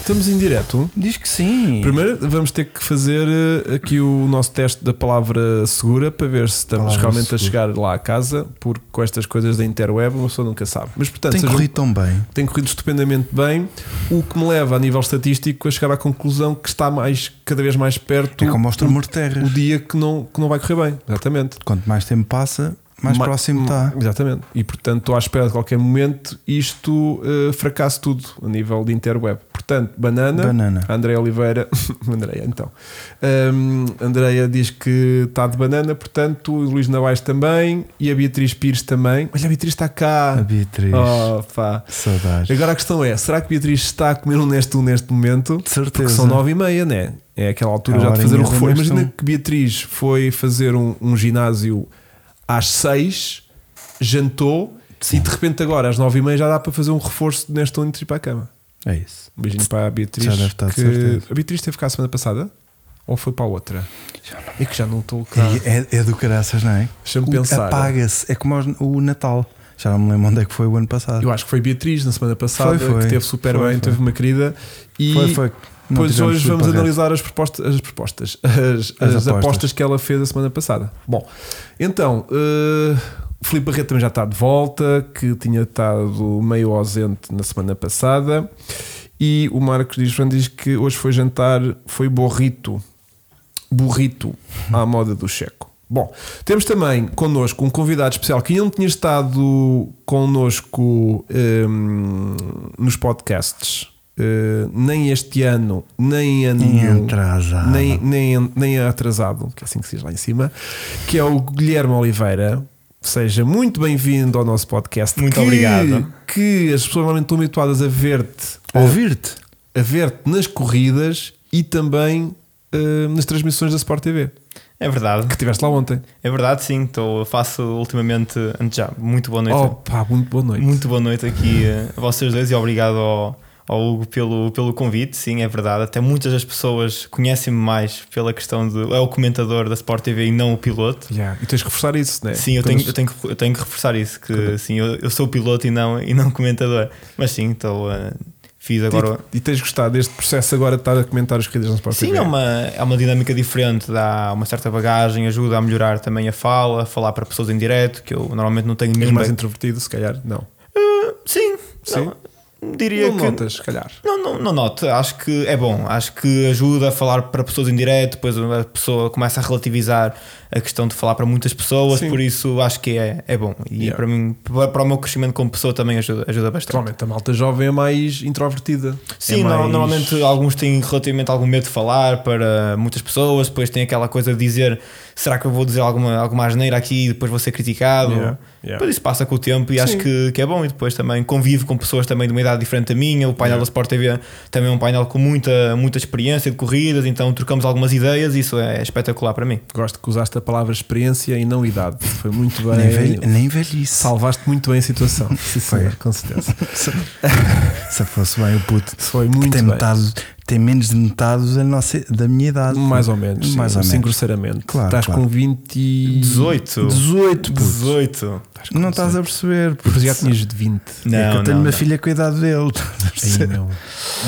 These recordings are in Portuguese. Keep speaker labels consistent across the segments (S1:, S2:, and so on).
S1: estamos em direto.
S2: Diz que sim.
S1: Primeiro vamos ter que fazer eh, aqui o nosso teste da palavra segura para ver se estamos
S2: Palavra
S1: realmente a
S2: segura.
S1: chegar lá a casa, porque com estas coisas da interweb uma pessoa nunca sabe. Mas portanto,
S2: Tem
S1: sejam-
S2: corrido tão bem.
S1: tem corrido estupendamente bem, o que me leva a nível estatístico a chegar à conclusão que está mais, cada vez mais perto
S2: É como aos tremores de terra.
S1: o dia que não, que não vai correr bem. Exatamente.
S2: Quanto mais tempo passa, mais
S1: Ma-
S2: próximo está.
S1: Exatamente. E portanto estou à espera de qualquer momento isto eh, fracasse tudo a nível de interweb. Portanto, banana.
S2: Banana.
S1: André Oliveira, Andreia então, Hum, Andreia diz que está de banana, portanto, o Luís Navais também e a Beatriz Pires também. Olha, a Beatriz está cá.
S2: A Beatriz.
S1: Oh, pá.
S2: Saudades.
S1: Agora a questão Ah. é: será que Beatriz está a comer um Nestum neste momento?
S2: De certeza.
S1: Porque são nove e meia, né? É aquela altura
S2: É a
S1: já de fazer o
S2: horinha do Um.
S1: reforço.
S2: Nestum.
S1: Imagina que Beatriz foi fazer um, um ginásio às seis, jantou e de repente agora às nove e meia já dá para fazer um reforço de Nestum e ir para a cama.
S2: É isso.
S1: Um beijinho para a Beatriz.
S2: Já deve estar, de
S1: que-
S2: certeza.
S1: A Beatriz teve cá a semana passada? Ou foi para a outra?
S2: Já não-
S1: É que já não estou cá.
S2: É, é- é do caraças, não é?
S1: Deixa-me
S2: O-
S1: pensar.
S2: Apaga-se. É como aos- o Natal. Já não me lembro onde é que foi o ano passado.
S1: Eu acho que foi Beatriz na semana passada
S2: Foi, foi.
S1: que teve super
S2: Foi,
S1: bem,
S2: foi.
S1: teve uma querida. E
S2: foi, foi. Não
S1: Pois
S2: tivemos
S1: hoje vamos
S2: tudo para o resto.
S1: analisar as propostas, as, propostas as,
S2: As
S1: as
S2: apostas.
S1: apostas. que ela fez a semana passada. Bom, então, eh, o Filipe Barreto também já está de volta, que tinha estado meio ausente na semana passada. E o Marcos diz, Fernando diz que hoje foi jantar, foi borrito, burrito à moda do Checo. Bom, temos também connosco um convidado especial que ainda não tinha estado connosco hum, nos podcasts, eh, nem este ano, nem em ano
S2: Nem
S1: nenhum,
S3: Ah,
S2: atrasado.
S1: nem, nem, nem atrasado, que é assim que se diz lá em cima, que é o Guilherme Oliveira. Seja muito bem-vindo ao nosso podcast.
S3: Muito
S1: que-
S3: obrigado.
S1: Que as pessoas normalmente estão habituadas a ver-te
S2: Ouvir-te.
S1: a ver-te nas corridas e também eh, nas transmissões da Sport TV,
S3: É verdade,
S1: que estiveste lá ontem.
S3: é verdade sim. Tô, faço ultimamente, antes já, muito boa noite.
S1: Oh, pá, muito boa noite.
S3: é Muito boa noite aqui eh, a vocês dois e obrigado ao, ao Hugo pelo, pelo convite. Sim, é verdade. Até muitas das pessoas conhecem-me mais pela questão de. É o comentador da Sport TV e não o piloto.
S1: Yeah, E tens de reforçar isso, né?
S3: Sim, eu
S1: Quando-
S3: tenho, eu, tenho que, eu tenho que reforçar isso, que sim, eu, eu sou o piloto e não, e não o comentador. Mas sim, então eh, fiz agora.
S1: E, e tens gostado deste processo agora de estar a comentar os corridas na Sport
S3: Sim,
S1: TV?
S3: é uma, é uma dinâmica diferente, dá uma certa bagagem, ajuda a melhorar também a fala, falar para pessoas em direto, que eu normalmente não tenho
S1: És
S3: nenhuma.
S1: mais introvertido, se calhar. Não.
S3: Sim,
S1: Sim.
S3: não, diria
S1: não
S3: que.
S1: notas, se calhar.
S3: Não, não, não noto, acho que é bom, acho que ajuda a falar para pessoas em direto, depois a pessoa começa a relativizar a questão de falar para muitas pessoas,
S1: Sim.
S3: por isso acho que é, é bom. E
S1: Yeah.
S3: para mim, para, para o meu crescimento como pessoa também ajuda, ajuda bastante.
S1: Normalmente a malta jovem é mais introvertida.
S3: Sim,
S1: É
S3: no-
S1: mais-
S3: normalmente alguns têm relativamente algum medo de falar para muitas pessoas, depois tem aquela coisa de dizer será que eu vou dizer alguma, alguma asneira aqui e depois vou ser criticado.
S1: Yeah,
S3: Mas
S1: yeah.
S3: isso passa com o tempo e
S1: Sim.
S3: acho que, que é bom. E depois também convivo com pessoas também de uma idade diferente da minha. O painel
S1: Yeah.
S3: da Sport TV também é um painel com muita, muita experiência de corridas, então trocamos algumas ideias e isso é espetacular para mim.
S1: Gosto que usaste a palavra experiência e não idade. Foi muito
S2: Nem,
S1: bem.
S2: velho, nem velhice.
S1: Salvaste muito bem a situação. Sim, senhor, com certeza.
S2: Se se fosse bem o puto.
S1: Foi muito
S2: tem,
S1: bem.
S2: metade, tem menos de metade da, nossa, da minha idade.
S1: Mais ou menos, sim,
S2: Mais ou
S1: sim,
S2: menos.
S1: grosseiramente.
S2: Claro,
S1: estás
S2: claro.
S1: com 20. e-
S3: 18.
S2: 18, puto.
S3: 18.
S1: Estás com
S2: Não estás a perceber. puto.
S1: Depois já tinhas de 20.
S3: Não,
S2: é que eu tenho
S3: não,
S2: uma
S3: não.
S2: filha com a idade dele. Estás a
S1: Aí,
S2: perceber?
S1: meu,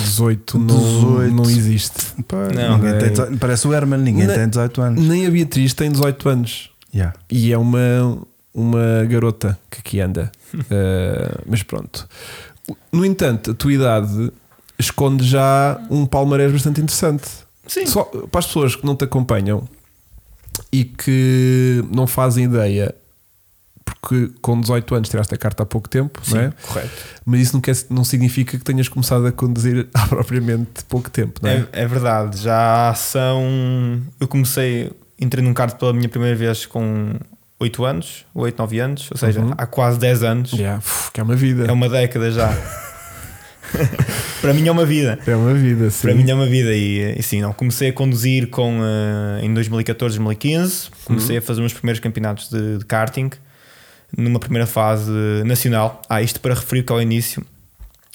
S1: 18, não,
S2: 18.
S1: não existe.
S2: Pá,
S3: Não,
S2: ninguém
S1: é-
S2: tem 18 parece o Herman, ninguém
S1: Nem-
S2: tem 18 anos.
S1: Nem a Beatriz tem 18 anos
S2: Yeah.
S1: e é uma, uma garota que aqui anda. Ah, mas pronto. No entanto, a tua idade esconde já um palmarés bastante interessante.
S3: Sim.
S1: Só para as pessoas que não te acompanham e que não fazem ideia, porque com 18 anos tiraste a carta há pouco tempo,
S3: Sim,
S1: não é?
S3: correto.
S1: Mas isso não, quer, não significa que tenhas começado a conduzir há propriamente pouco tempo, não é?
S3: É, é verdade, já são. Eu comecei, entrei num kart pela minha primeira vez com 8 anos, 8, 9 anos, ou seja,
S1: Uhum.
S3: há quase 10 anos.
S1: Yeah, uf, que é uma vida.
S3: É uma década já. Para mim é uma vida.
S1: É uma vida, sim.
S3: Para mim é uma vida e, e sim, não, comecei a conduzir com eh, em 2014, 2015, comecei a fazer os meus primeiros campeonatos de, de karting numa primeira fase nacional. Ah, isto para referir que ao início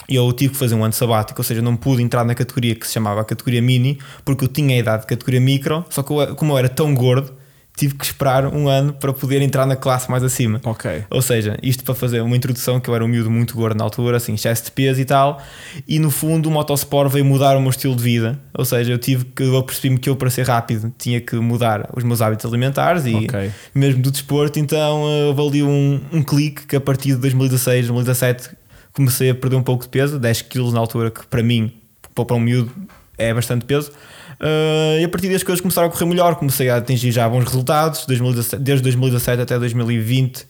S3: eu tive que fazer um ano sabático, ou seja, não pude entrar na categoria que se chamava a categoria mini, porque eu tinha a idade de categoria micro, só que eu- como eu era tão gordo, tive que esperar um ano para poder entrar na classe mais acima.
S1: Ok.
S3: Ou seja, isto para fazer uma introdução que eu era um miúdo muito gordo na altura, assim, excesso de peso e tal, e no fundo o motosport veio mudar o meu estilo de vida. Ou seja, eu tive que, eu apercebi-me que eu para ser rápido tinha que mudar os meus hábitos alimentares e
S1: Ok.
S3: mesmo do desporto, então eh, houve ali um, um clique que a partir de 2016, 2017 comecei a perder um pouco de peso, 10 kg na altura, que para mim, para para um miúdo, é bastante peso. Eh, e a partir das coisas começaram a correr melhor, comecei a atingir já bons resultados 2017 desde 2017 até 2020,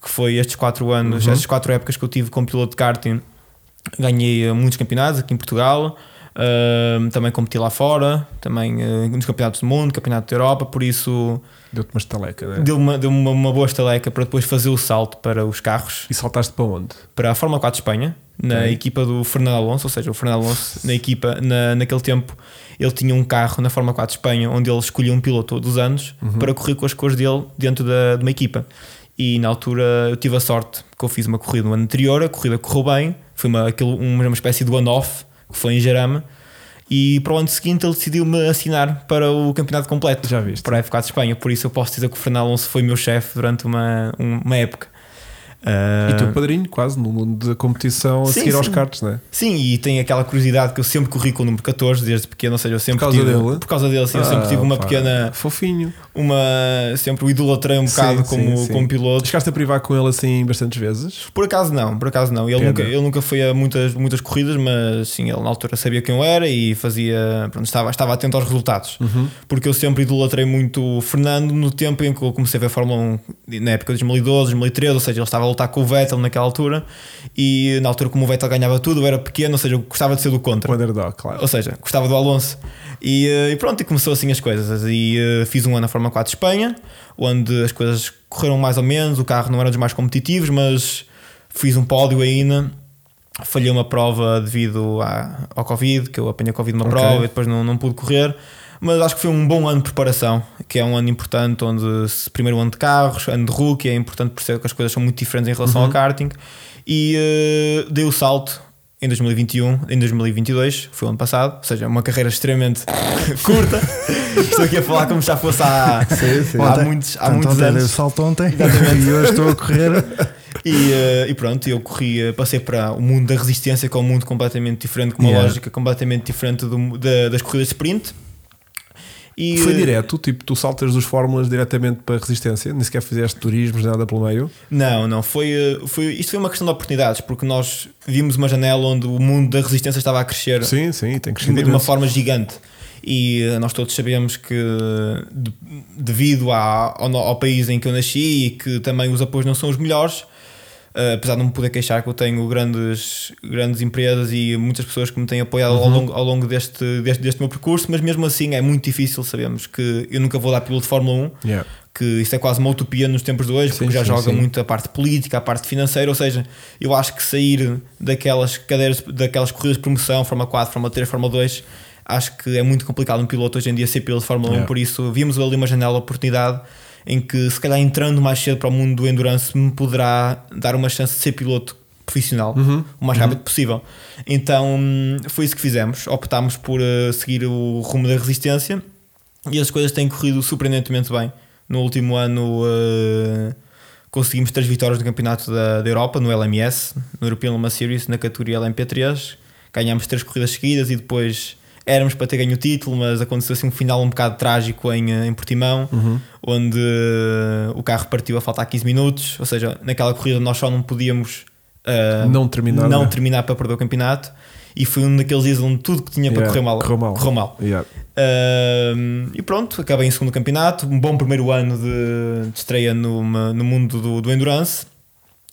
S3: que foi estes 4 anos, estas 4 épocas que eu tive como piloto de karting. Ganhei eh, muitos campeonatos aqui em Portugal, eh, também competi lá fora, também eh, nos campeonatos do mundo, campeonato da Europa, por isso
S1: Deu-te uma estaleca, né?
S3: deu-me uma, deu-me uma, uma boa estaleca para depois fazer o salto para os carros,
S1: E saltaste para onde?
S3: para a Fórmula 4 de Espanha, na
S1: Ok.
S3: equipa do Fernando Alonso, ou seja, o Fernando Alonso na equipa, na, naquele tempo, ele tinha um carro na Fórmula 4 de Espanha onde ele escolhia um piloto todos os anos para correr com as cores dele dentro da, de uma equipa. E na altura eu tive a sorte que eu fiz uma corrida no ano anterior, a corrida correu bem, foi uma, aquilo- um, uma, uma espécie de one-off que foi em Jarama. E para o ano seguinte ele decidiu me assinar para o campeonato completo
S1: Já viste?
S3: para a F4 de Espanha, por isso eu posso dizer que o Fernando Alonso foi meu chefe durante uma, um- uma época. Ah,
S1: E teu padrinho, quase, no mundo da competição, a
S3: Sim,
S1: seguir aos
S3: sim.
S1: cartos, né?
S3: Sim, e tem aquela curiosidade que eu sempre corri com o número 14 desde pequeno, ou seja, eu sempre
S1: causa
S3: tive,
S1: dele?
S3: por causa dele, sim, eu sempre
S1: Ah,
S3: tive uma
S1: pá,
S3: pequena,
S1: Fofinho.
S3: uma sempre o idolatrei um
S1: Sim,
S3: bocado
S1: sim,
S3: como,
S1: sim.
S3: como piloto.
S1: Chegaste a privar com ele assim bastantes vezes?
S3: Por acaso não, por acaso não. Ele
S1: Pena.
S3: nunca, ele nunca foi a muitas, muitas corridas, mas sim, ele na altura sabia quem eu era e fazia, pronto, estava, estava atento aos resultados. Porque eu sempre idolatrei muito o Fernando no tempo em que eu comecei a ver a Fórmula 1, na época de 2012, 2013, ou seja, ele estava a lutar com o Vettel naquela altura e na altura como o Vettel ganhava tudo, eu era pequeno, ou seja, eu gostava de ser do contra.
S1: O underdog, claro.
S3: Ou seja, gostava do Alonso. E, eh, e pronto, e começou assim as coisas. E eh, fiz um ano na Fórmula 4 de Espanha, onde as coisas correram mais ou menos, o carro não era dos mais competitivos, mas fiz um pódio ainda. Falhei uma prova devido à- ao Covid, que eu apanhei Covid numa
S1: Ok.
S3: prova e depois não, não pude correr. Mas acho que foi um bom ano de preparação, que é um ano importante, onde se- primeiro ano de carros, ano de rookie, é importante por ser que as coisas são muito diferentes em relação ao karting. E eh, dei o salto em 2021, em 2022, foi o ano passado, ou seja, uma carreira extremamente curta. Estou aqui a falar como se já fosse há, há
S2: Ontem-
S3: muitos, há
S2: Portanto,
S3: muitos
S2: ontem dei o
S3: anos.
S2: salto ontem e hoje estou a correr.
S3: E, eh, e pronto, eu corri, eh, passei para o mundo da resistência, que é um mundo completamente diferente, com uma
S2: Yeah.
S3: lógica completamente diferente do- da- das corridas de sprint. E,
S1: Foi
S3: eh,
S1: direto, tipo, tu saltas dos Fórmulas diretamente para a Resistência, nem sequer fizeste turismos, nada pelo meio.
S3: Não, não, foi, eh, foi, isto foi uma questão de oportunidades, porque nós vimos uma janela onde o mundo da resistência estava a crescer
S1: Sim, sim, tem que
S3: de uma
S1: imenso.
S3: forma gigante. E eh, nós todos sabemos que, de- devido à- ao, no- ao país em que eu nasci e que também os apoios não são os melhores, eh, apesar de não me poder queixar que eu tenho grandes, grandes empresas e muitas pessoas que me têm apoiado ao longo, ao longo deste, deste, deste meu percurso, mas mesmo assim é muito difícil. Sabemos que eu nunca vou dar piloto de Fórmula 1
S1: Yeah.
S3: que isso é quase uma utopia nos tempos de hoje,
S1: Sim,
S3: porque já
S1: sim,
S3: joga
S1: sim.
S3: muito a parte política, a parte financeira, ou seja, eu acho que sair daquelas cadeiras, daquelas corridas de promoção, Fórmula 4, Fórmula 3, Fórmula 2, acho que é muito complicado um piloto hoje em dia ser piloto de Fórmula 1,
S1: Yeah.
S3: por isso vimos ali uma janela de oportunidade em que se calhar entrando mais cedo para o mundo do endurance me poderá dar uma chance de ser piloto profissional
S1: Uhum.
S3: o mais rápido possível. Então hum, foi isso que fizemos, optámos por eh, seguir o rumo da resistência e as coisas têm corrido surpreendentemente bem. No último ano eh, conseguimos três vitórias no Campeonato da, da Europa, no LMS, no European Lama Series, na categoria LMP3. Ganhámos três corridas seguidas e depois éramos para ter ganho o título, mas aconteceu assim um final um bocado trágico em, eh, em Portimão,
S1: Uhum.
S3: onde eh, o carro partiu a faltar 15 minutos. Ou seja, naquela corrida nós só não podíamos eh,
S1: Não terminar,
S3: não
S1: né?
S3: terminar para perder o campeonato. E foi um daqueles dias onde tudo que tinha para
S1: Yeah,
S3: correr mal
S1: correu mal.
S3: Correu mal.
S1: Yeah.
S3: Ahm, e pronto, acabei em segundo campeonato, um bom primeiro ano de, de estreia numa- no mundo do, do endurance.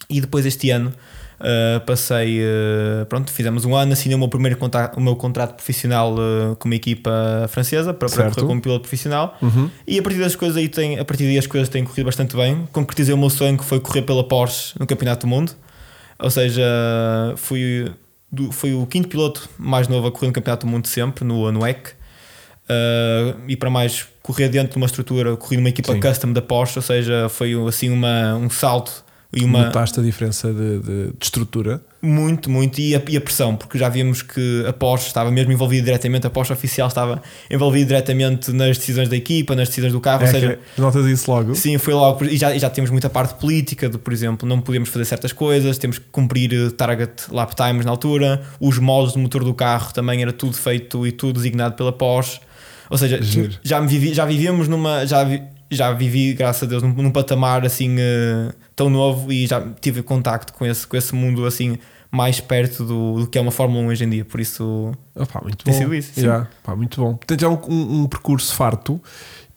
S3: E depois este ano ah, passei, ah, pronto, fizemos um ano, assinei o meu primeiro contato, o meu contrato profissional ah, com uma equipa francesa para, para
S1: Certo.
S3: correr como piloto profissional.
S1: Uhum.
S3: E a partir das coisas aí tem, a partir daí as coisas têm corrido bastante bem. Concretizei o meu sonho que foi correr pela Porsche no Campeonato do Mundo. Ou seja, fui, do- fui o quinto piloto mais novo a correr no Campeonato do Mundo sempre, no, no EC. Ah, e para mais, correr dentro de uma estrutura, corri numa equipa
S1: Sim.
S3: custom da Porsche, ou seja, foi assim uma, um salto E uma,
S1: Notaste a diferença de, de- de estrutura?
S3: muito, muito, e a, e a pressão, porque já vimos que a Porsche estava mesmo envolvida diretamente, a Porsche oficial estava envolvida diretamente nas decisões da equipa, nas decisões do carro, Ah, ou
S1: É
S3: seja,
S1: que notas isso logo?
S3: Sim, foi logo. E já, e já temos muita parte política, de, por exemplo, não podemos fazer certas coisas, temos que cumprir eh, target lap times na altura, os modos de motor do carro também era tudo feito e tudo designado pela Porsche. Ou seja,
S1: Giro.
S3: já, me vivi, já vivíamos numa. Já, vi- já vivi, graças a Deus, num, num patamar assim eh, tão novo e já tive contacto com esse, com esse mundo assim mais perto do, do que é uma Fórmula 1 hoje em dia. Por isso,
S1: Ah, pá, muito
S3: Tem
S1: bom.
S3: sido isso, sim.
S1: Já, pá, muito bom. Portanto, é um, um- um percurso farto.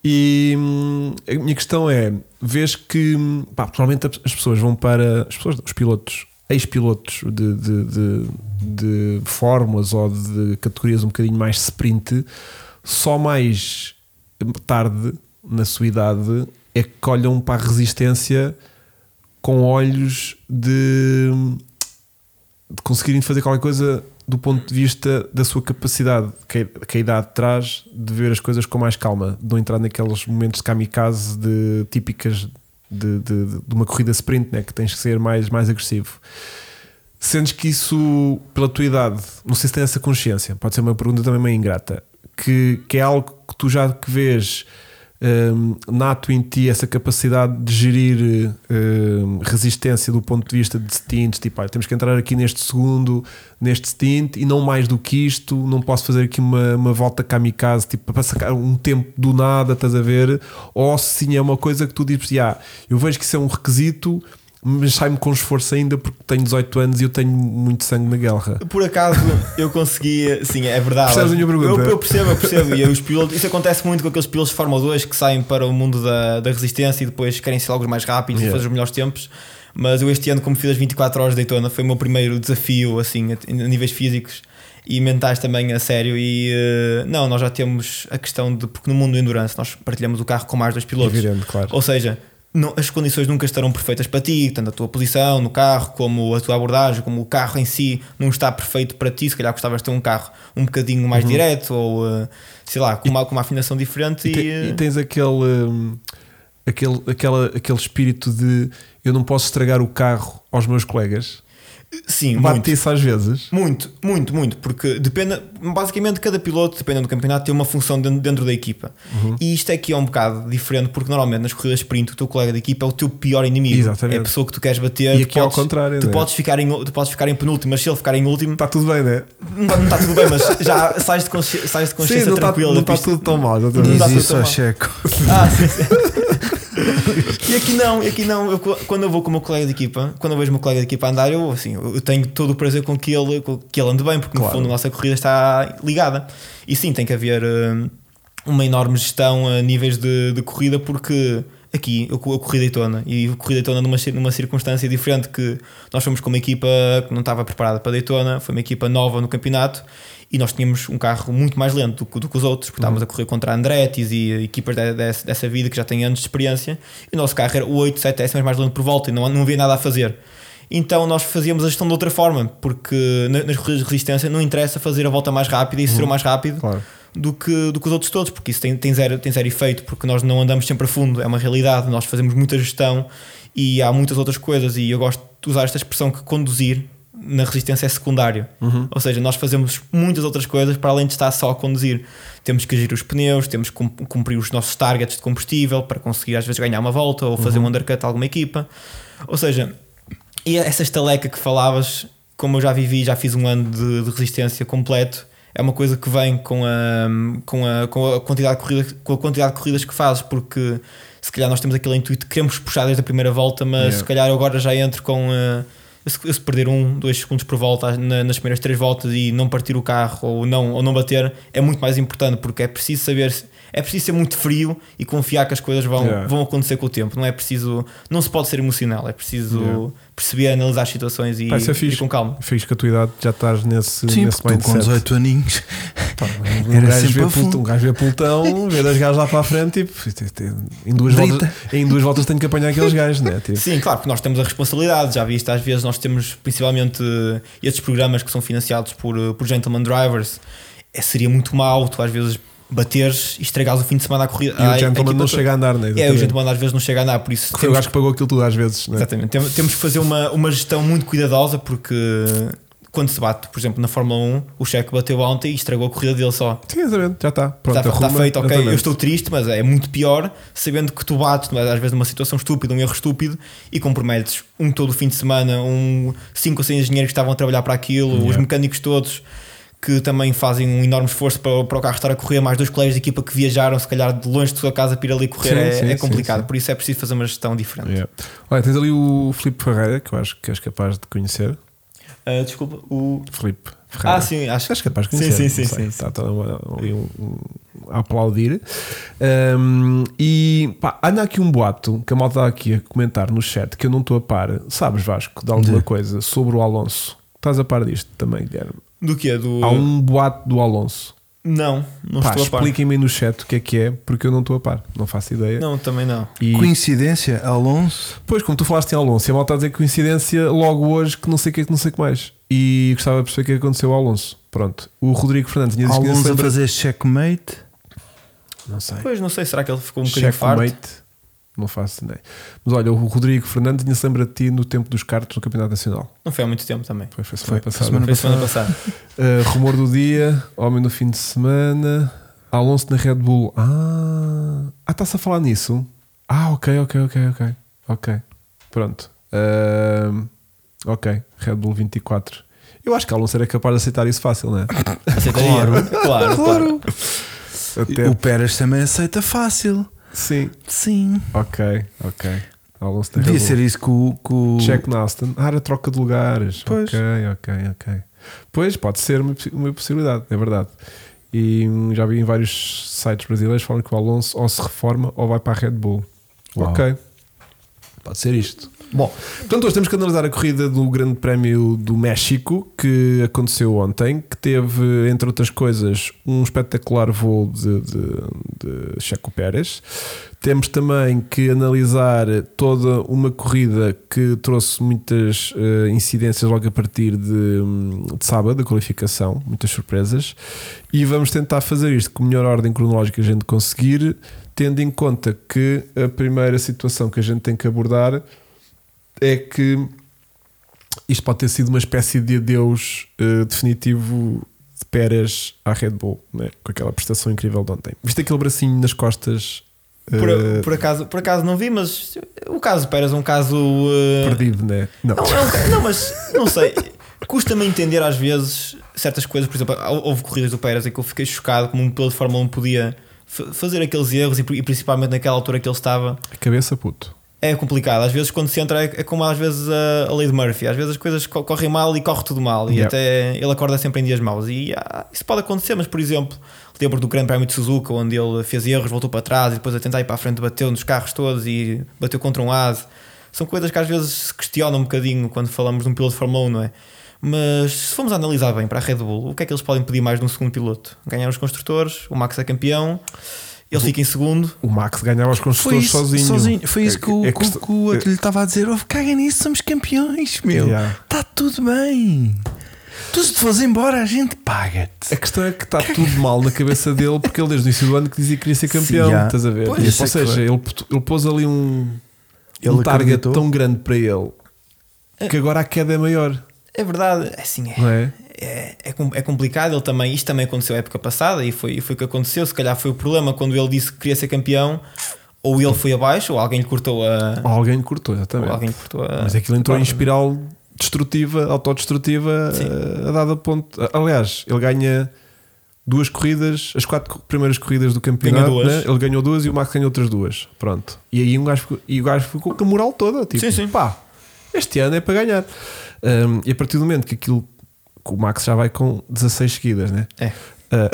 S1: E hum, a minha questão é: vês que, hum, pá, provavelmente as pessoas vão para. As pessoas, não, os pilotos, ex-pilotos de, de, de- de fórmulas ou de categorias um bocadinho mais sprint, só mais tarde, na sua idade, é que olham para a resistência com olhos de, hum, de conseguirem fazer qualquer coisa do ponto de vista da sua capacidade que, que a idade traz de ver as coisas com mais calma, de não entrar naqueles momentos de kamikaze de, típicas de, de- de uma corrida sprint, né, que tens que ser mais, mais agressivo. Sentes que isso, pela tua idade, não sei se tens essa consciência, pode ser uma pergunta também meio ingrata, que, que é algo que tu já que vês hum, nato em ti essa capacidade de gerir hum, resistência do ponto de vista de stints, tipo, "Ah, temos que entrar aqui neste segundo, neste stint e não mais do que isto, não posso fazer aqui uma, uma volta kamikaze, tipo, para sacar um tempo do nada, estás a ver? Ou se sim é uma coisa que tu dizes, "Ya, eu vejo que isso é um requisito, mas sai-me com esforço ainda porque tenho 18 anos e eu tenho muito sangue na guerra.
S3: Por acaso eu consegui, sim, é verdade.
S1: Percebes a minha pergunta?
S3: Eu, eu percebo, eu percebo. E os pilotos, isso acontece muito com aqueles pilotos de Fórmula 2 que saem para o mundo da, da resistência e depois querem ser logo os mais rápidos e
S1: Yeah.
S3: fazer os melhores tempos. Mas eu este ano, como fiz as 24 horas de Daytona, foi o meu primeiro desafio, assim, a, a níveis físicos e mentais também a sério. E eh, não, nós já temos a questão de, porque no mundo do Endurance nós partilhamos o carro com mais dois pilotos.
S1: Evidente, claro.
S3: Ou seja, não- as condições nunca estarão perfeitas para ti, tanto a tua posição no carro, como a tua abordagem, como o carro em si não está perfeito para ti. Se calhar gostavas de ter um carro um bocadinho mais direto ou eh, sei lá, com uma, com uma afinação diferente.
S1: Uhum. E,
S3: E,
S1: te-
S3: eh,
S1: e tens aquele, hum, aquele, aquela, aquele espírito de eu não posso estragar o carro aos meus colegas.
S3: sim, muito.
S1: Bate isso às vezes.
S3: Muito, muito, muito, porque depende, basicamente cada piloto, dependendo do campeonato, tem uma função dentro, dentro da equipa.
S1: Uhum.
S3: E isto aqui é um bocado diferente, porque normalmente nas corridas sprint o teu colega de equipa é o teu pior inimigo,
S1: Exatamente.
S3: é a pessoa que tu queres bater.
S1: E
S3: tu
S1: aqui é ao
S3: podes-
S1: contrário,
S3: tu,
S1: não é?
S3: podes ficar em, tu podes ficar em penúltimo, mas se ele ficar em último,
S1: Está tudo bem, né?
S3: não está tá tudo bem, mas já sais de, consci sais de consciência
S1: Sim, não tá está
S3: tranquila. Uhum. da pista.
S1: tudo tão mal.
S3: Não
S1: exatamente.
S3: dá
S2: Diz
S3: para
S2: isso ao
S3: tomar.
S2: Checo.
S3: Ah, sim, sim. e aqui não, e aqui não. Eu co- quando eu vou com o meu colega de equipa, quando eu vejo o meu colega de equipa andar, eu, assim, eu tenho todo o prazer com que ele, com que ele ande bem, porque
S1: Claro.
S3: no fundo a nossa corrida está ligada. E sim, tem que haver hum, uma enorme gestão a níveis de, de corrida, porque aqui eu, co- eu corri Daytona e eu corri Daytona numa, cir- numa circunstância diferente que nós fomos com uma equipa que não estava preparada para Daytona, foi uma equipa nova no campeonato e nós tínhamos um carro muito mais lento do, que- do que os outros, porque estávamos a correr contra Andretti's e eh, equipas de- dessa, dessa vida que já têm anos de experiência e o nosso carro era 8, 7 décimas mais lento por volta e não, não havia nada a fazer. Então nós fazíamos a gestão de outra forma, porque na- nas corridas de resistência não interessa fazer a volta mais rápida e ser o mais rápido
S1: Claro.
S3: do que, do que os outros todos, porque isso tem, tem, zero, tem zero efeito, porque nós não andamos sempre a fundo, é uma realidade, nós fazemos muita gestão e há muitas outras coisas, e eu gosto de usar esta expressão que conduzir na resistência é secundário, ou seja, nós fazemos muitas outras coisas para além de estar só a conduzir. Temos que agir os pneus, temos que cum- cumprir os nossos targets de combustível para conseguir às vezes ganhar uma volta ou fazer um undercut a alguma equipa. Ou seja, e essa estaleca que falavas, como eu já vivi, já fiz um ano de, de resistência completo, é uma coisa que vem com a, com a, com a quantidade de corridas, com a quantidade de corridas que fazes, porque se calhar nós temos aquele intuito, queremos puxar desde a primeira volta, mas
S1: Yeah.
S3: se calhar eu agora já entro com eh, eu se- eu se perder um, dois segundos por volta na- nas primeiras três voltas e não partir o carro ou não, ou não bater é muito mais importante porque é preciso saber se- é preciso ser muito frio e confiar que as coisas vão,
S1: Yeah.
S3: vão acontecer com o tempo. Não é preciso, não se pode ser emocional, é preciso
S1: Yeah.
S3: perceber, analisar as situações e,
S1: Pá, isso é fixe.
S3: e com calma.
S1: Fiz que a tua idade já estás nesse,
S2: Sim,
S1: nesse
S2: porque tu com
S1: mindset.
S2: 18 aninhos.
S1: Um
S2: Era
S1: gajo,
S2: sempre
S1: vê
S2: a fundo.
S1: pelotão, um gajo vê pelotão, vê dois gajos lá para a frente, tipo, isto- isto- em duas,
S2: Brita.
S1: voltas, em duas voltas tenho que apanhar aqueles gajos, né? Tipo,
S3: Sim, claro, porque nós temos a responsabilidade, já viste, às vezes nós temos principalmente eh, estes programas que são financiados por, eh, por gentleman drivers, Eh, seria muito é, mau tu às vezes bateres e estragares o fim de semana à corrida.
S1: E
S3: à- à
S1: o
S3: equipa
S1: gentleman não
S3: toda.
S1: chega a andar, né?
S3: É, o
S1: Exatamente.
S3: gentleman às vezes não chega a andar, por isso
S1: Que foi o
S3: temos-
S1: gajo que pagou aquilo tudo às vezes, né?
S3: Exatamente. Tem- Temos que fazer uma, uma gestão muito cuidadosa porque quando se bate, por exemplo, na Fórmula 1, o cheque bateu ontem e estragou a corrida dele só.
S1: Sim, exatamente, já está. Pronto,
S3: Está está
S1: arruma,
S3: Tá, feito, ok. Eu
S1: exatamente.
S3: estou triste, mas é muito pior sabendo que tu bates, mas às vezes numa situação estúpida, um erro estúpido, e comprometes um todo o fim de semana, um cinco ou seis engenheiros que estavam a trabalhar para aquilo, os
S2: Yeah.
S3: mecânicos todos que também fazem um enorme esforço para, para o carro estar a correr, mais dois colegas de equipa que viajaram, se calhar de longe de sua casa para ir ali correr,
S1: Sim,
S3: é,
S1: sim,
S3: é
S1: sim,
S3: complicado.
S1: sim.
S3: Por isso é preciso fazer uma gestão diferente.
S1: Yeah. Olha, tens ali o Filipe Ferreira, que eu acho que és capaz de conhecer.
S3: Ah, desculpa, o.
S1: Filipe Ferreira.
S3: Ah, sim, acho
S1: Acho que é capaz de
S3: Sim,
S1: conhecer.
S3: sim,
S1: não
S3: sim,
S1: sei.
S3: sim,
S1: Está todo ali um- um- a aplaudir. Um, e pá, anda aqui um boato que a malta está aqui a comentar no chat que eu não estou a par. Sabes, Vasco, de alguma
S2: Sim.
S1: coisa sobre o Alonso? Estás a par disto também, Guilherme?
S3: Do que é? Do.
S1: Há um boato do Alonso.
S3: Não, não
S1: Pá,
S3: estou a par.
S1: expliquem-me aí no chat o que é que é, porque eu não estou a par. Não faço ideia.
S3: Não, também não.
S1: E-
S2: Coincidência, Alonso.
S1: Pois, como tu falaste em Alonso, e a malta está a dizer que coincidência logo hoje que não sei o que é que não sei o que mais. E gostava de perceber o que é que aconteceu ao Alonso. Pronto. O Rodrigo Fernandes tinha dito que
S2: Alonso a
S1: lembra-
S2: fazer checkmate.
S1: Não sei.
S3: Pois não sei, será que ele ficou um bocadinho farto?
S1: Checkmate. Não faço ideia. Mas olha, o Rodrigo Fernandes tinha se lembra de ti no tempo dos cartos no Campeonato Nacional.
S3: Não foi há muito tempo também.
S1: Foi, foi semana
S2: Foi,
S1: passada.
S2: semana
S3: Foi semana passada.
S1: Uh, rumor do dia, homem no fim de semana, Alonso na Red Bull. Ah, ah está-se a falar nisso? Ah, ok, ok, ok, ok. Ok, pronto. Ahm, ok, Red Bull 24. Eu acho que Alonso era capaz de aceitar isso fácil, não é?
S3: Aceitaria? é? Claro, claro.
S1: Até-
S2: Ah, O Pérez também aceita fácil.
S1: Sim. Tá
S2: Sim.
S1: Ok, ok. Alonso na
S2: Devia
S1: Red Bull.
S2: ser isso que o. Que o...
S1: Jack Naston. Ah, era troca de lugares.
S2: Pois.
S1: Ok, ok, ok. Pois, pode ser uma, possi- uma possibilidade, é verdade. E hum, já vi em vários sites brasileiros falando que o Alonso ou se reforma ou vai para a Red Bull.
S2: Uau.
S1: Ok. Pode ser isto. Bom, portanto, hoje temos que analisar a corrida do Grande Prémio do México que aconteceu ontem, que teve, entre outras coisas, um espetacular voo de, de, de Checo Pérez. Temos também que analisar toda uma corrida que trouxe muitas eh, incidências logo a partir de, hum, de sábado, da qualificação, muitas surpresas. E vamos tentar fazer isto com a melhor ordem cronológica que a gente conseguir, tendo em conta que a primeira situação que a gente tem que abordar é que isto pode ter sido uma espécie de adeus eh, definitivo de Pérez à Red Bull, né? com aquela prestação incrível de ontem. Viste aquele bracinho nas costas eh,
S3: Por, por acaso, por acaso não vi, mas o caso Pérez é um caso. eh,
S1: perdido, né? Não,
S3: Não, é um ca- não, mas não sei. Custa-me entender às vezes certas coisas. Por exemplo, hou- houve corridas do Pérez em que eu fiquei chocado como um piloto de Fórmula 1 podia fa- fazer aqueles erros e, pri- e principalmente naquela altura que ele estava.
S1: a cabeça puto.
S3: É complicado. Às vezes, quando se entra, é é como às vezes a, a lei de Murphy. Às vezes as coisas co- correm mal e corre tudo mal. E
S1: Yeah.
S3: até ele acorda sempre em dias maus. E ah, isso pode acontecer, mas por exemplo, lembro do Grande Prémio de Suzuka, onde ele fez erros, voltou para trás e depois a tentar ir para a frente bateu nos carros todos e bateu contra um asa. São coisas que às vezes se questionam um bocadinho quando falamos de um piloto de Fórmula 1, não é? Mas se formos a analisar bem para a Red Bull, o que é que eles podem pedir mais de um segundo piloto? Ganhar os construtores, o Max é campeão, ele
S1: Uhum.
S3: fica em segundo.
S1: O Max ganhava os
S2: Foi
S1: construtores
S2: isso,
S1: sozinho.
S2: sozinho. Foi isso que, o
S1: É- é
S2: que, o-
S1: questão-
S2: que o outro lhe estava a dizer. Oh, caguem nisso, somos campeões, meu. Está
S1: Yeah.
S2: tudo bem. Tu se te fores embora, a gente paga-te.
S1: A questão é que está tudo mal na cabeça dele porque ele desde o início do ano que dizia que queria ser campeão,
S2: Sim, já.
S1: estás a ver?
S2: Pois,
S1: Ou
S2: isso é que
S1: seja,
S2: foi.
S1: ele, ele pôs ali um, um
S2: Ele
S1: target
S2: acreditou.
S1: tão grande para ele que agora a queda é maior,
S3: É verdade, é assim é.
S1: não é?
S3: é, é com- é complicado. Ele também, isto também aconteceu na época passada e foi, e foi o que aconteceu. Se calhar foi o problema quando ele disse que queria ser campeão, ou ele foi abaixo, ou alguém lhe cortou a.
S1: Ou Alguém lhe cortou,
S3: Ou
S1: exatamente.
S3: alguém lhe cortou a.
S1: Mas é aquilo entrou em
S3: a-
S1: espiral destrutiva, autodestrutiva, eh,
S3: Sim.
S1: a, a dada ponto. a- Aliás, ele ganha duas corridas, as quatro co- primeiras corridas do campeonato,
S3: Ganhou duas.
S1: né? ele ganhou duas e o Max ganhou outras duas. Pronto. E aí um gajo ficou, e o gajo ficou com a moral toda, tipo,
S3: Sim, sim.
S1: pá, este ano é para ganhar. Ahm, e a partir do momento que aquilo, que o Max já vai com 16 seguidas, né?
S3: É.
S1: Ah,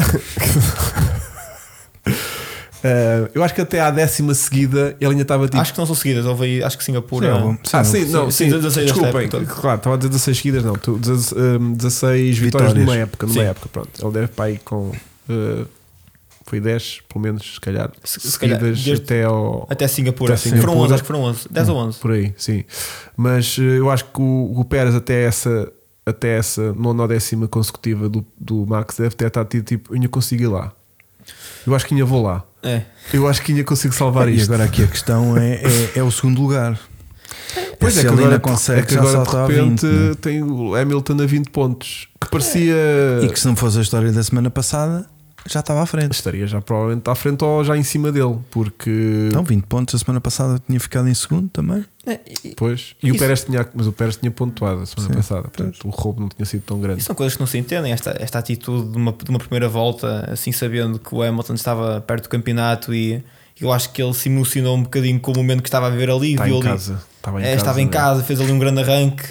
S1: ah, eu acho que até à décima seguida ele ainda estava tipo
S3: Acho que não são seguidas, houve aí, acho que Singapura.
S2: Sim, houve.
S1: ah,
S2: Sim,
S1: sim, não,
S3: sim,
S1: sim,
S3: 16 desta
S1: desculpem,
S3: época
S1: claro, estava a dizer 16 seguidas, não, tu, 16, hum, 16 vitórias,
S2: Vitórias.
S1: numa época, numa
S3: Sim.
S1: época, pronto. Ele deve para aí com eh, foi 10, pelo menos, se calhar,
S3: Se- se calhar,
S1: seguidas
S3: desde-
S1: até ao
S3: até Singapura.
S1: Até
S3: Foram
S1: Singapura. Hum.
S3: 11, acho que foram 11. 10 ou 11.
S1: por aí, sim. Mas eh, eu acho que o, o Pérez até essa até essa nona ou décima consecutiva do, do Max deve ter estado tido, tipo, eu ainda consigo ir lá. Eu acho que ainda vou lá.
S3: É.
S1: Eu acho que ainda consigo salvar
S2: e
S1: isto.
S2: agora aqui a questão é, é, é o segundo lugar.
S1: Pois é, que
S2: Se ele
S1: agora,
S2: ainda consegue,
S1: é que
S2: já
S1: agora
S2: salta a
S1: de repente
S2: 20, né?
S1: tem o Hamilton a 20 pontos. Que parecia.
S2: E que se não fosse a história da semana passada, já estava à frente.
S1: Estaria já provavelmente à frente ou já em cima dele. Porque.
S2: Então, 20 pontos. A semana passada eu tinha ficado em segundo também.
S3: É, e-
S1: Pois. E o
S3: Isso-
S1: Pérez tinha. Mas o Pérez tinha pontuado a semana
S2: Sim,
S1: passada. Portanto, o roubo não tinha sido tão
S3: e
S1: grande.
S3: são coisas que não se entendem. Esta, esta atitude de uma, de uma primeira volta, assim sabendo que o Hamilton estava perto do campeonato e eu acho que ele se emocionou um bocadinho com o momento que estava a viver ali. e
S1: Está
S3: viu
S1: em
S3: ali
S1: casa. Estava em
S3: É,
S1: casa.
S3: estava em
S1: né?
S3: casa, fez ali um grande arranque.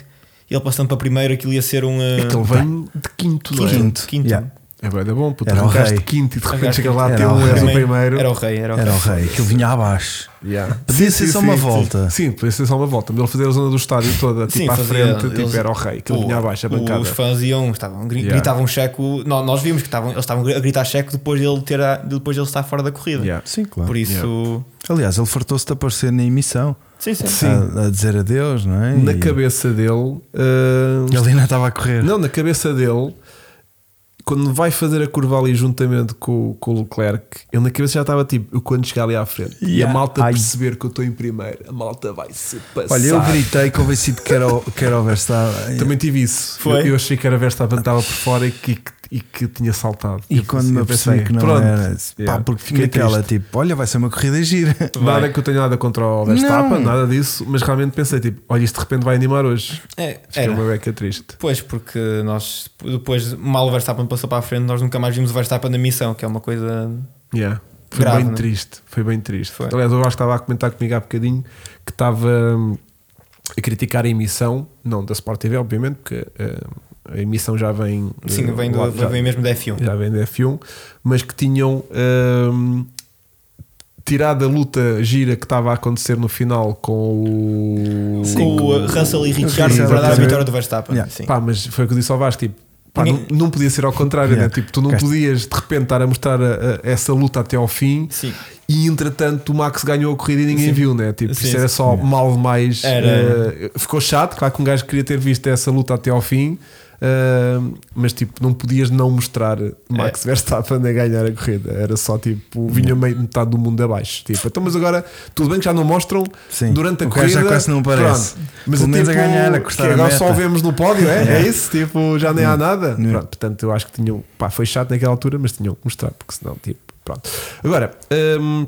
S3: E ele passando para primeiro, aquilo ia ser um.
S1: É que ele vem de quinto. não é?
S2: Quinto.
S3: Quinto.
S2: Yeah.
S1: É bem, é bom, puto.
S2: Era o
S1: Arrancaste
S2: rei.
S1: de quinto e de repente
S3: Arrancaste
S1: chegas lá,
S2: quinto.
S1: teu
S2: Era o
S1: és o
S3: rei.
S1: primeiro.
S3: Era o rei, era o rei.
S2: Era o rei, aquilo vinha abaixo.
S1: Yeah.
S2: Podia
S1: Ah, Sim,
S2: ser é só
S1: sim,
S2: uma
S1: sim.
S2: volta.
S1: Sim, podia ser só uma volta. Mas ele fazer a zona do estádio toda, tipo
S3: Sim,
S1: à
S3: fazia-
S1: frente, tipo
S3: eles-
S1: era o rei, que ele
S3: o-
S1: vinha abaixo, a bancada.
S3: Os fãs iam, estavam, gri-
S1: Yeah.
S3: gritavam checo. Nó- Nós vimos que estavam, eles estavam a gritar checo depois dele, ter a- depois dele estar fora da corrida.
S1: Yeah.
S2: Sim, claro.
S3: Por isso.
S2: Aliás, ele fartou-se de aparecer na emissão
S3: Sim, sim.
S2: a, a dizer adeus, não é?
S1: Na
S2: E
S1: cabeça dele. ah,
S2: Ele é- ainda estava a correr.
S1: Não, na cabeça dele, quando vai fazer a curva ali juntamente com, com o Leclerc, ele na cabeça já estava tipo, eu quando chegar ali à frente e a
S2: Yeah.
S1: malta
S2: Ai.
S1: perceber que eu estou em primeiro, a malta vai se passar.
S2: Olha, eu gritei convencido que era o, que era o Verstappen.
S1: Também tive isso.
S3: Foi?
S1: Eu, eu achei que era Verstappen estava por fora e que, e que- e que tinha saltado.
S2: E
S1: Eu
S2: quando
S1: pensei-
S2: me
S1: eu
S2: apercebi
S1: pensei,
S2: que não
S1: pronto,
S2: era, pá,
S1: yeah,
S2: porque
S1: fiquei
S2: fiquei aquela tipo, olha, vai ser uma corrida gira.
S1: Nada que eu tenha nada contra o Verstappen,
S2: Não.
S1: nada disso, mas realmente pensei tipo, olha, isto de repente vai animar hoje.
S3: É,
S1: Fiquei
S3: era.
S1: uma beca triste.
S3: Pois, porque nós depois, mal o Verstappen passou para a frente, nós nunca mais vimos o Verstappen na missão, que é uma coisa.
S1: Yeah. Foi
S3: Grave,
S1: bem
S3: né?
S1: triste, foi bem triste.
S3: Foi.
S1: Aliás, eu acho que estava a comentar comigo há bocadinho que estava hum, a criticar a emissão, não da Sport TV, obviamente, porque hum, a emissão já vem.
S3: Sim,
S1: hum,
S3: vem, do,
S1: lá- já,
S3: vem mesmo da F1.
S1: já vem da F1, mas que tinham hum, tirado a luta gira que estava a acontecer no final com o.
S3: Com o uh, Russell e Richard
S1: Sim,
S3: para dar a
S1: exatamente.
S3: vitória do Verstappen.
S2: Yeah.
S3: Sim.
S1: Pá, mas foi o que eu disse ao Vasco, tipo, pá,
S3: Ninguém-
S1: não, não podia ser ao contrário,
S2: Yeah.
S1: né? tipo, tu não
S2: Casta.
S1: podias de repente estar a mostrar a- a- essa luta até ao fim
S3: Sim.
S1: e entretanto o Max ganhou a corrida e ninguém
S3: Sim.
S1: viu, né? Tipo,
S3: Sim,
S1: isto era
S3: sim.
S1: só mal demais.
S3: Era.
S1: eh, ficou chato, claro que um gajo queria ter visto essa luta até ao fim, eh, mas tipo, não podias não mostrar Max
S2: É.
S1: Verstappen a ganhar a corrida. Era só tipo, vinha meio metade do mundo abaixo. Tipo, então, mas agora, tudo bem que já não mostram
S2: Sim.
S1: durante a
S2: O gajo
S1: corrida.
S2: já quase não aparece.
S1: pronto. Mas
S2: Pelo
S1: tipo,
S2: menos a ganhar, a custar
S1: que
S2: a
S1: agora
S2: meta.
S1: só vemos no pódio, é?
S2: Yeah.
S1: É isso? Tipo, já nem há nada.
S2: Yeah.
S1: Pronto, portanto, eu acho que tinham, pá, foi chato naquela altura, mas tinham que mostrar, porque senão, tipo, pronto. Agora, hum,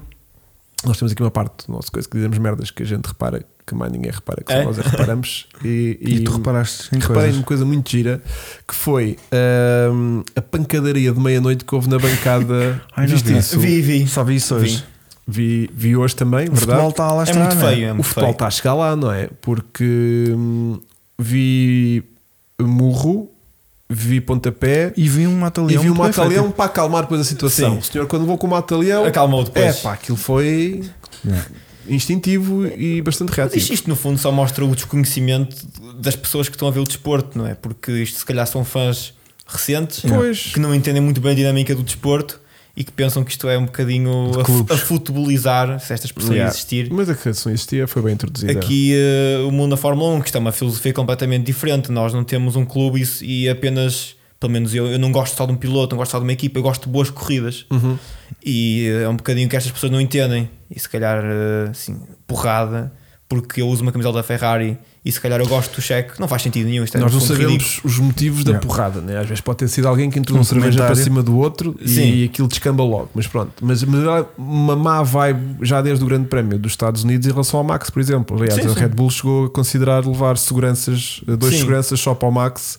S1: nós temos aqui uma parte do nosso coisa que dizemos merdas que a gente repara, que mais ninguém repara, que só
S3: É?
S1: nós é que reparamos. E,
S2: E, tu reparaste em
S1: reparei
S2: coisas.
S1: numa coisa muito gira que foi hum, a pancadaria de meia-noite que houve na bancada.
S2: Ai, não
S1: Viste
S2: vi.
S1: isso?
S3: Vi, vi.
S2: Só vi isso hoje.
S3: Vi.
S1: Vi, vi hoje também,
S2: O
S1: verdade?
S2: futebol está a
S3: É
S2: lastrar.
S3: muito
S2: não
S3: feio, é
S1: né? o
S3: muito
S1: futebol
S3: feio.
S1: está a chegar lá, não é? Porque hum, vi murro, vi pontapé
S2: E vi um
S1: e
S2: matalhão.
S1: vi um
S2: muito bem feito.
S1: matalhão para acalmar depois a situação.
S3: Sim.
S1: O senhor, quando vou com o matalhão,
S3: Acalmou
S1: é
S3: depois.
S1: pá, aquilo foi
S2: Yeah.
S1: instintivo e bastante
S3: É. Mas isto,
S1: reativo.
S3: isto, no fundo só mostra o desconhecimento das pessoas que estão a ver o desporto, não é? Porque isto se calhar são fãs recentes
S1: Pois,
S3: que não entendem muito bem a dinâmica do desporto e que pensam que isto é um bocadinho
S2: De
S3: a, fu-
S2: clubes.
S3: a futebolizar, se esta expressão
S1: Yeah.
S3: existir.
S1: mas a canção existia, foi bem introduzida.
S3: Aqui eh, o mundo da Fórmula 1, que isto é uma filosofia completamente diferente. Nós não temos um clube e, e apenas, pelo menos eu, eu não gosto só de um piloto, não gosto só de uma equipa, eu gosto de boas corridas.
S1: Uhum.
S3: E eh, é um bocadinho que estas pessoas não entendem. E se calhar, eh, assim, porrada, porque eu uso uma camisola da Ferrari e se calhar eu gosto do cheque, não faz sentido nenhum. Isto é
S1: Nós
S3: um
S1: não
S3: fundo
S1: sabemos
S3: ridículo.
S1: os motivos da
S2: Yeah.
S1: porrada, né? às vezes pode ter sido alguém que entrou um
S2: Um
S1: cerveja para
S2: comentário.
S1: cima do outro e,
S3: Sim.
S1: aquilo descamba logo, mas pronto. Mas, mas há uma má vibe já desde o Grande Prémio dos Estados Unidos em relação ao Max, por exemplo. Aliás,
S3: Sim,
S1: a
S3: sim.
S1: Red Bull chegou a considerar levar seguranças, eh, dois
S3: Sim.
S1: seguranças só para o Max,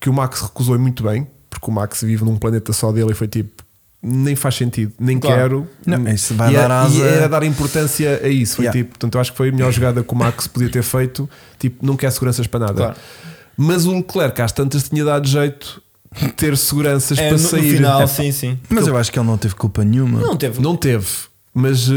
S1: que o Max recusou e muito bem, porque o Max vive num planeta só dele e foi tipo. Nem faz sentido, nem
S3: Claro.
S1: quero.
S2: Não, isso
S1: e,
S2: vai dar
S1: era-
S2: asa-
S1: e era dar importância a isso. Foi
S2: Yeah.
S1: tipo, portanto, eu acho que foi a melhor jogada que o Max podia ter feito. Tipo, não quer seguranças para nada.
S3: Claro.
S1: Mas o Leclerc às tantas tinha dado jeito de ter seguranças
S3: É,
S1: para
S3: no, no
S1: sair.
S3: final,
S1: É,
S3: sim, sim.
S2: Mas eu acho que ele não teve culpa nenhuma.
S3: Não teve.
S1: Não teve, mas, eh,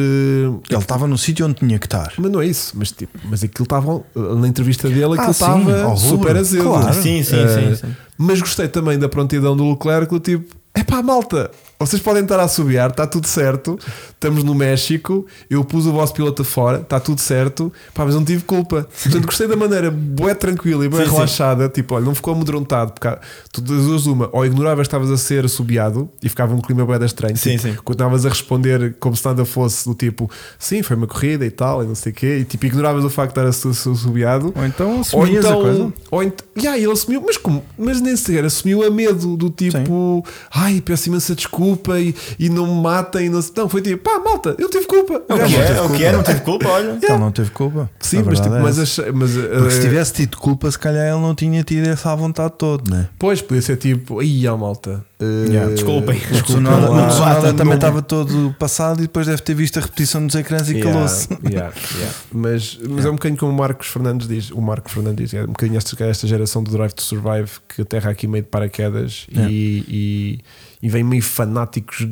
S2: Ele estava no sítio onde tinha que estar.
S1: mas não é isso. Mas, tipo, mas aquilo estava na entrevista dele, aquilo
S2: Ah, sim,
S1: estava
S2: ao rubro,
S1: super azedo.
S2: claro.
S3: Sim, sim,
S1: Eh,
S3: sim, sim.
S1: Mas gostei também da prontidão do Leclerc, do tipo, é pá, malta, Vocês podem estar a assobiar, está tudo certo. Estamos no México, eu pus o vosso piloto fora, está tudo certo. Pá, mas não tive culpa. Portanto, gostei da maneira bué tranquila e bué
S3: Sim, sim.
S1: relaxada. Tipo, olha, não ficou amedrontado. Porque há- tu das duas uma, ou ignoravas que estavas a ser assobiado e ficava um clima bué da estranho.
S3: Sim,
S1: tipo,
S3: sim.
S1: Continuavas a responder como se nada fosse do tipo, sim, foi uma corrida e tal, e não sei o quê. E tipo, ignoravas o facto de estar a ser ser assobiado.
S2: Ou então
S1: Ou
S2: assumias a
S1: então,
S2: coisa.
S1: ou ent Ya, ele assumiu, mas como? Mas nem sequer assumiu a medo do tipo, ai, peço imensa desculpa e, e não me matem. Não, se-" não, foi tipo, pá, malta, eu tive culpa.
S3: É o que é, é o que é, não tive culpa, olha.
S2: Ele não teve culpa.
S1: Sim,
S2: A
S1: mas, tipo,
S2: verdade é
S1: mas,
S2: essa.
S1: achei- mas,
S2: Porque se
S1: eh,
S2: tivesse tido culpa, se calhar ele não tinha tido essa à vontade toda, né?
S1: Pois, podia ser tipo, ai, ó, malta, eh,
S2: Yeah,
S3: desculpem.
S2: O
S1: desculpa
S2: Tsunoda,
S1: lá."
S2: o Tsunoda
S1: Não-
S2: também estava todo passado e depois deve ter visto a repetição nos ecrãs e
S1: Yeah,
S2: calou-se.
S1: yeah, yeah. Mas, mas é um bocadinho como o Marcos Fernandes diz. O Marco Fernandes diz, é um bocadinho esta, esta geração do Drive to Survive que aterra aqui meio de paraquedas e-
S2: Yeah.
S1: e, e vem meio fanáticos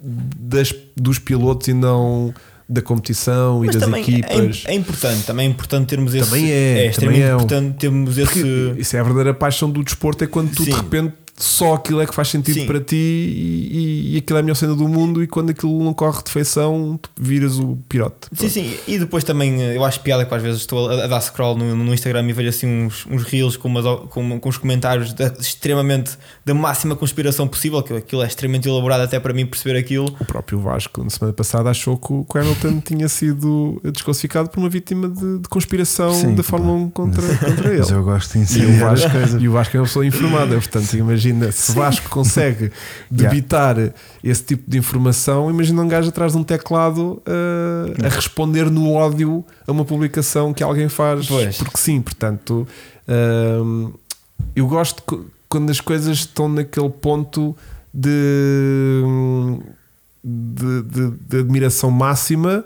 S1: das, dos pilotos e não da competição e
S3: Mas
S1: das
S3: também é
S1: equipas.
S3: im- É, importante, também é importante termos esse.
S1: Também é,
S3: extremamente
S1: também é um-
S3: importante termos
S1: Porque
S3: esse.
S1: isso é a verdadeira paixão do desporto, é quando tu de
S3: Sim.
S1: repente só aquilo é que faz sentido
S3: Sim.
S1: para ti e, e- e aquilo é a melhor cena do mundo e quando aquilo não corre de feição, tu viras o pirote.
S3: Sim, sim, e depois também eh, eu acho piada que às vezes estou a, a dar scroll no, no Instagram e vejo assim uns, uns reels com, umas, o- com, com os comentários da- extremamente da máxima conspiração possível, que aquilo é extremamente elaborado até para mim perceber aquilo.
S1: O próprio Vasco, na semana passada, achou que o que o Hamilton tinha sido desclassificado por uma vítima de, de conspiração
S2: Sim,
S1: da Fórmula 1 contra, contra
S2: Mas
S1: ele.
S2: eu gosto de
S1: E o,
S2: incendiar as coisas.
S1: Vasco, e o Vasco é uma pessoa informada, portanto, imagina se o Vasco consegue debitar esse tipo de informação. Imagina um gajo atrás de um teclado uh, a responder no ódio a uma publicação que alguém faz
S3: Pois.
S1: porque sim. Portanto, um, eu gosto co- quando as coisas estão naquele ponto de, de, de- de admiração máxima,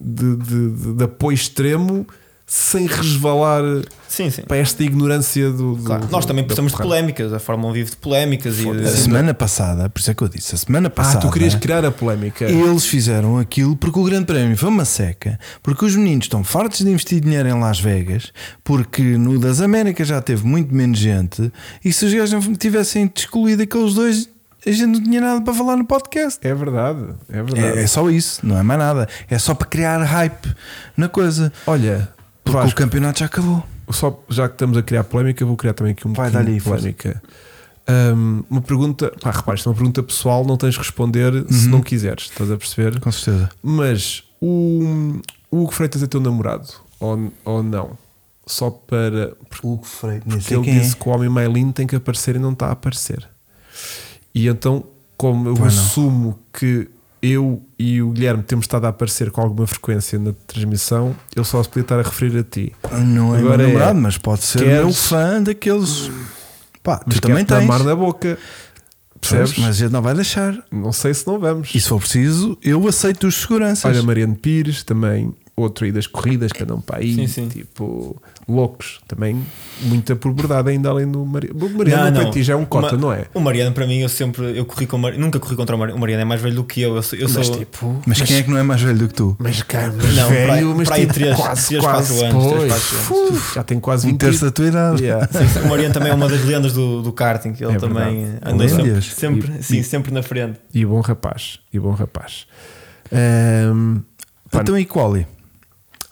S1: de, de- de- de apoio extremo, sem resvalar
S3: Sim, sim.
S1: para esta ignorância do. do-
S3: Claro. Nós também
S1: da
S3: precisamos de
S1: porrada.
S3: polémicas, a Fórmula 1 vive de polémicas e
S2: A
S3: de,
S2: semana passada, por isso é que eu disse, a semana
S1: Ah,
S2: passada.
S1: tu querias criar a polémica.
S2: Eles fizeram aquilo porque o Grande Prémio foi uma seca, porque os meninos estão fartos de investir dinheiro em Las Vegas, porque no das Américas já teve muito menos gente, e se os gajos não tivessem excluído aqueles dois, a gente não tinha nada para falar no podcast.
S1: É verdade, é verdade.
S2: É, é só isso, não é mais nada. É só para criar hype na coisa,
S1: Olha,
S2: porque
S1: Vasco,
S2: o campeonato já acabou.
S1: só, já que estamos a criar polémica, eu vou criar também aqui um
S2: Vai,
S1: bocadinho
S2: dá-lhe aí,
S1: de polémica. Hum, uma pergunta, pá, repare, isto é uma pergunta pessoal, não tens de responder se
S2: Uhum.
S1: não quiseres, estás a perceber?
S2: Com certeza.
S1: Mas o, o Hugo Freitas é teu namorado ou, ou não? Só para. Porque
S2: Hugo Freire, nem sei
S1: ele
S2: quem é.
S1: disse que o homem Mailin tem que aparecer e não está a aparecer. E então, como eu
S2: Pois não.
S1: assumo que eu e o Guilherme temos estado a aparecer com alguma frequência na transmissão, eu só se podia estar a referir a ti.
S2: Não é
S1: Agora
S2: meu
S1: é,
S2: namorado, mas pode ser
S1: queres- Hum.
S2: um fã daqueles. Pá, tu
S1: Mas
S2: também
S1: quero-te
S2: tens.
S1: mamar na boca. Percebes?
S2: Percebes? Mas a gente não vai deixar.
S1: Não sei se não vamos.
S2: E se for preciso, eu aceito os seguranças.
S1: Olha, Mariano Pires também, outro aí das corridas, cada um para aí,
S3: Sim, sim.
S1: tipo, loucos, também muita porbordada ainda além do Mariano. O Mariano
S3: Não,
S1: para
S3: não.
S1: ti já é um cota,
S3: Uma-
S1: não é?
S3: O Mariano, para mim, eu sempre eu corri com o Mar... nunca corri contra o Mariano. O Mariano é mais velho do que eu. Eu sou, eu
S1: Mas
S3: sou-
S1: tipo,
S2: mas, quem é que não é mais velho do que tu?
S1: mas cá, mas
S3: Não,
S1: velho,
S3: para aí-
S1: mas
S3: para aí
S1: tipo,
S3: três-
S1: quase,
S3: três,
S1: quase,
S3: quatro anos, três,
S1: pois,
S3: quatro
S1: fu, já tem quase
S2: Um
S1: 20
S2: terço da tua idade.
S1: tipo- Yeah.
S3: Sim, sim. O Mariano também é uma das lendas do, do karting. que Ele
S1: É
S3: também
S1: verdade.
S3: andou sempre,
S2: Lendas.
S3: sempre,
S1: E-
S3: sim,
S1: e-
S3: sempre na frente.
S1: E bom rapaz, e bom rapaz. Ahm, pá,
S2: Então, e quali?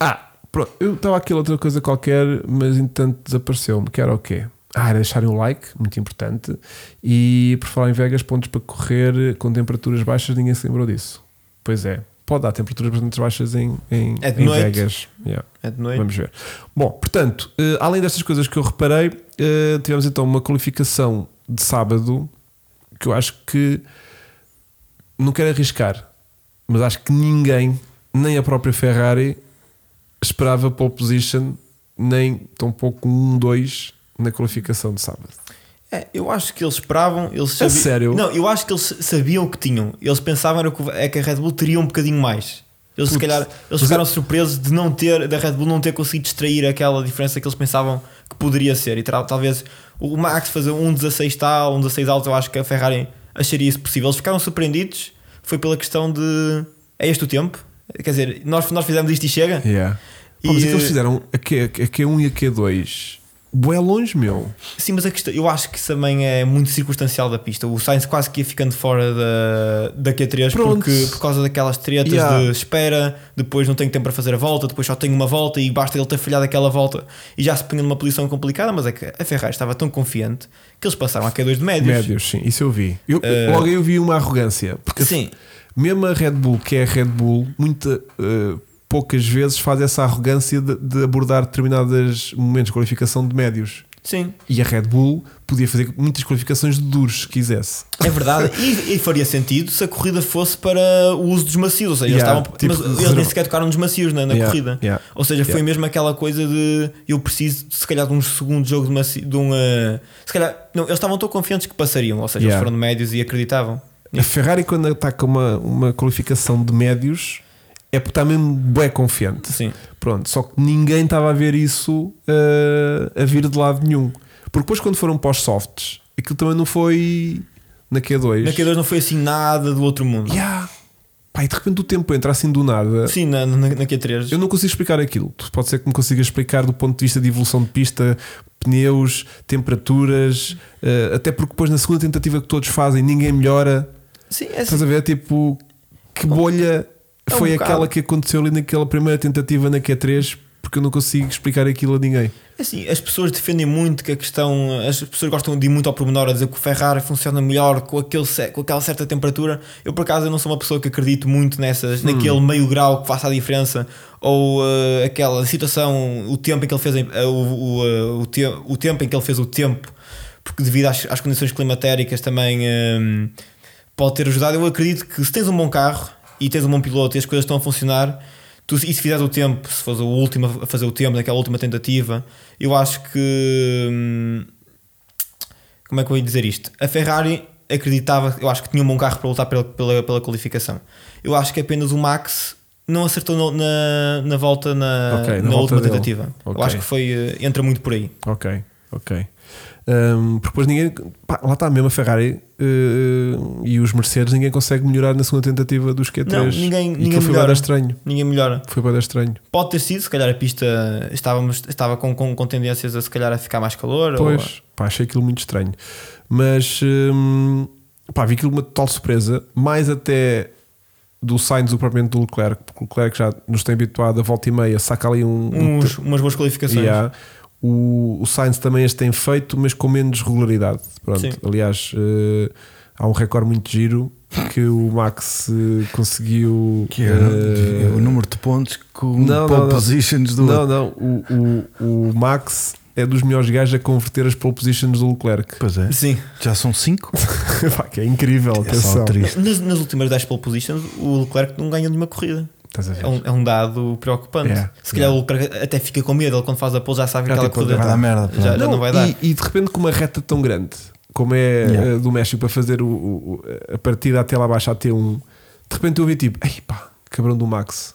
S1: Ah, pronto, eu estava aqui outra coisa qualquer, mas entanto desapareceu-me, que era o quê? Ah, era deixarem o like, muito importante. E por falar em Vegas, pontos para correr com temperaturas baixas, ninguém se lembrou disso. Pois é, pode dar temperaturas bastante baixas em, em,
S3: É de
S1: em
S3: noite.
S1: Vegas. Yeah.
S3: É de noite.
S1: Vamos ver. Bom, portanto, eh, além destas coisas que eu reparei, eh, tivemos então uma qualificação de sábado que eu acho que não quero arriscar, mas acho que ninguém, nem a própria Ferrari, esperava pole position, nem tampouco um 1-2 na qualificação de sábado.
S3: É, eu acho que eles esperavam. Eles
S1: A sério?
S3: Não, eu acho que eles sabiam o que tinham. Eles pensavam era que, é que a Red Bull teria um bocadinho mais. Eles,
S1: Putz,
S3: se
S1: é-
S3: calhar, eles ficaram surpresos de não ter, da Red Bull não ter conseguido extrair aquela diferença que eles pensavam que poderia ser. E tra- talvez o Max fazer um 16 tal, um 16 alto, eu acho que a Ferrari acharia isso possível. Eles ficaram surpreendidos. Foi pela questão de. É este o tempo? Quer dizer, nós, nós fizemos isto e chega?
S1: Yeah.
S3: E,
S1: mas é que
S3: eh,
S1: eles fizeram a, Q, a Q1 e a Q2 bué longe, meu.
S3: Sim, mas a questão, eu acho que isso também é muito circunstancial da pista. O Sainz quase que ia ficando fora da, da Q3
S1: Pronto.
S3: porque, por causa daquelas tretas
S1: Yeah.
S3: de espera, depois não tenho tempo para fazer a volta, depois só tenho uma volta e basta ele ter falhado aquela volta e já se punha numa posição complicada. Mas é que a Ferrari estava tão confiante que eles passaram a Q2 de médios.
S1: Médios, sim, isso eu vi. Eu, Logo eu vi uma arrogância, porque
S3: Eh, Sim,
S1: mesmo a Red Bull, que é a Red Bull, muita, eh, poucas vezes faz essa arrogância de, de abordar determinados momentos de qualificação de médios.
S3: sim,
S1: E a Red Bull podia fazer muitas qualificações de duros, se quisesse.
S3: é verdade. e, e faria sentido se a corrida fosse para o uso dos macios. Ou seja,
S1: Yeah,
S3: eles, estavam,
S1: tipo,
S3: mas eles nem sequer tocaram nos macios na, na
S1: Yeah,
S3: corrida.
S1: yeah.
S3: Ou seja, foi
S1: Yeah.
S3: mesmo aquela coisa de eu preciso, de, se calhar, de um segundo jogo de, uma, de um. eh, se calhar, não, eles estavam tão confiantes que passariam, ou seja,
S1: Yeah.
S3: eles foram de médios e acreditavam.
S1: A Ferrari, quando ataca uma, uma qualificação de médios, é porque está mesmo bué confiante.
S3: Sim,
S1: Pronto, só que ninguém estava a ver isso eh, a vir de lado nenhum. Porque depois, quando foram para os softs, aquilo também não foi na Q2.
S3: na Q2 não foi assim nada do outro mundo.
S1: Yeah. Pá, e de repente o tempo entra assim do nada.
S3: é? Sim, na, na, na Q3.
S1: Eu não consigo explicar aquilo. Tu Pode ser que me consigas explicar do ponto de vista de evolução de pista, pneus, temperaturas, eh, até porque depois na segunda tentativa que todos fazem ninguém melhora.
S3: Sim, é assim.
S1: Estás a ver? Tipo, que bolha
S3: É um
S1: foi
S3: bocado.
S1: aquela que aconteceu ali naquela primeira tentativa na Q3? Porque eu não consigo explicar aquilo a ninguém.
S3: Assim, as pessoas defendem muito que a questão. As pessoas gostam de ir muito ao pormenor a dizer que o Ferrari funciona melhor com, aquele, ce- com aquela certa temperatura. Eu, por acaso, eu não sou uma pessoa que acredito muito nessas, naquele meio grau que faça a diferença. Ou eh, aquela situação, o tempo em que ele fez. em- eh, o, o, eh, o, te- o tempo em que ele fez o tempo, porque devido às, às condições climatéricas também eh, pode ter ajudado. Eu acredito que se tens um bom carro e tens um bom piloto e as coisas estão a funcionar, tu, e se fizeres o tempo, se fores o último a fazer o tempo naquela última tentativa, eu acho que. hum, Como é que eu ia dizer isto? A Ferrari acreditava, eu acho que tinha um bom carro para lutar pela, pela, pela qualificação. Eu acho que apenas o Max não acertou no- na, na volta na,
S1: Ok, na
S3: na
S1: volta
S3: última
S1: dele.
S3: tentativa.
S1: Ok.
S3: Eu acho que foi. eh, entra muito por aí.
S1: Ok, ok. Hum, porque depois ninguém. pá, lá está mesmo a Ferrari eh, e os Mercedes, ninguém consegue melhorar na segunda tentativa dos Q3.
S3: Não, ninguém-
S1: E
S3: ninguém
S1: aquilo foi
S3: melhora.
S1: bada estranho.
S3: Ninguém melhora.
S1: Foi bada estranho.
S3: Pode ter sido, se calhar a pista estávamos, estava com, com, com tendências a se calhar a ficar mais calor. Ou,
S1: Pois, pá, achei aquilo muito estranho. Mas hum, pá, vi aquilo uma total surpresa, mais até do Sainz do propriamente do Leclerc, porque o Leclerc já nos tem habituado a volta e meia, saca ali um. um
S3: uns, umas boas qualificações.
S1: Yeah. O, o Sainz também as tem feito, mas com menos regularidade. Pronto.
S3: Sim.
S1: Aliás, eh, há um recorde muito giro que o Max eh, conseguiu.
S2: Que é um era
S1: eh,
S2: o número de pontos com
S1: Não,
S2: pole
S1: não, não.
S2: positions do.
S1: Não, não. O, o, o Max é dos melhores gajos a converter as pole positions do Leclerc.
S2: Pois é,
S3: Sim.
S2: já são 5.
S1: Pá, que é incrível,
S2: É só
S1: atenção.
S2: triste.
S3: Nas, nas últimas 10 pole positions, o Leclerc não ganha nenhuma corrida.
S1: Estás a ver?
S3: É um, é um dado preocupante.
S1: Yeah.
S3: Se calhar o Leclerc até fica com medo, ele quando faz a pole já sabe que
S1: Já tipo,
S3: aquela
S1: tem quando
S3: corrida
S2: Vai dar merda. pronto.
S3: já, já não vai dar.
S1: E, e de repente, com uma reta tão grande como é
S2: Yeah.
S1: eh, do México para fazer o, o- o- a partida até lá abaixo a T1, de repente eu vi tipo, ei pá, cabrão do Max,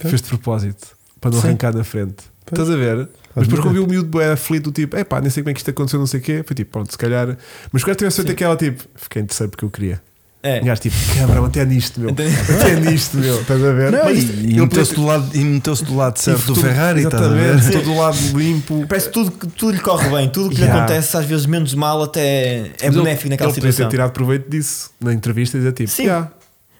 S1: fez de propósito para não
S2: Sim.
S1: arrancar na frente. Estás a ver? Mas depois quando vi o miúdo bué aflito, tipo, epá, nem sei como é que isto aconteceu, não sei o quê. Foi tipo, pronto, se calhar. Mas quando tivesse feito aquela, tipo, fiquei em terceiro porque eu queria.
S3: É. Então-
S1: Um gajo tipo, cabrão, até nisto, meu.
S3: Entendi.
S1: Até nisto, meu. Estás a ver?
S2: Não,
S1: Mas isto-
S2: e e
S1: eu
S2: meteu-se do lado, e meteu-se do lado certo do
S1: tudo-
S2: Ferrari, estás a ver?
S1: Exatamente, todo lado limpo.
S3: Parece que tudo, que tudo lhe corre bem, tudo que lhe
S1: Yeah.
S3: acontece, às vezes menos mal, até é
S1: Mas ele-
S3: benéfico naquela
S1: ele podia
S3: situação.
S1: ter tirado proveito disso na entrevista e dizer tipo,
S3: Sim.
S1: "Yeah,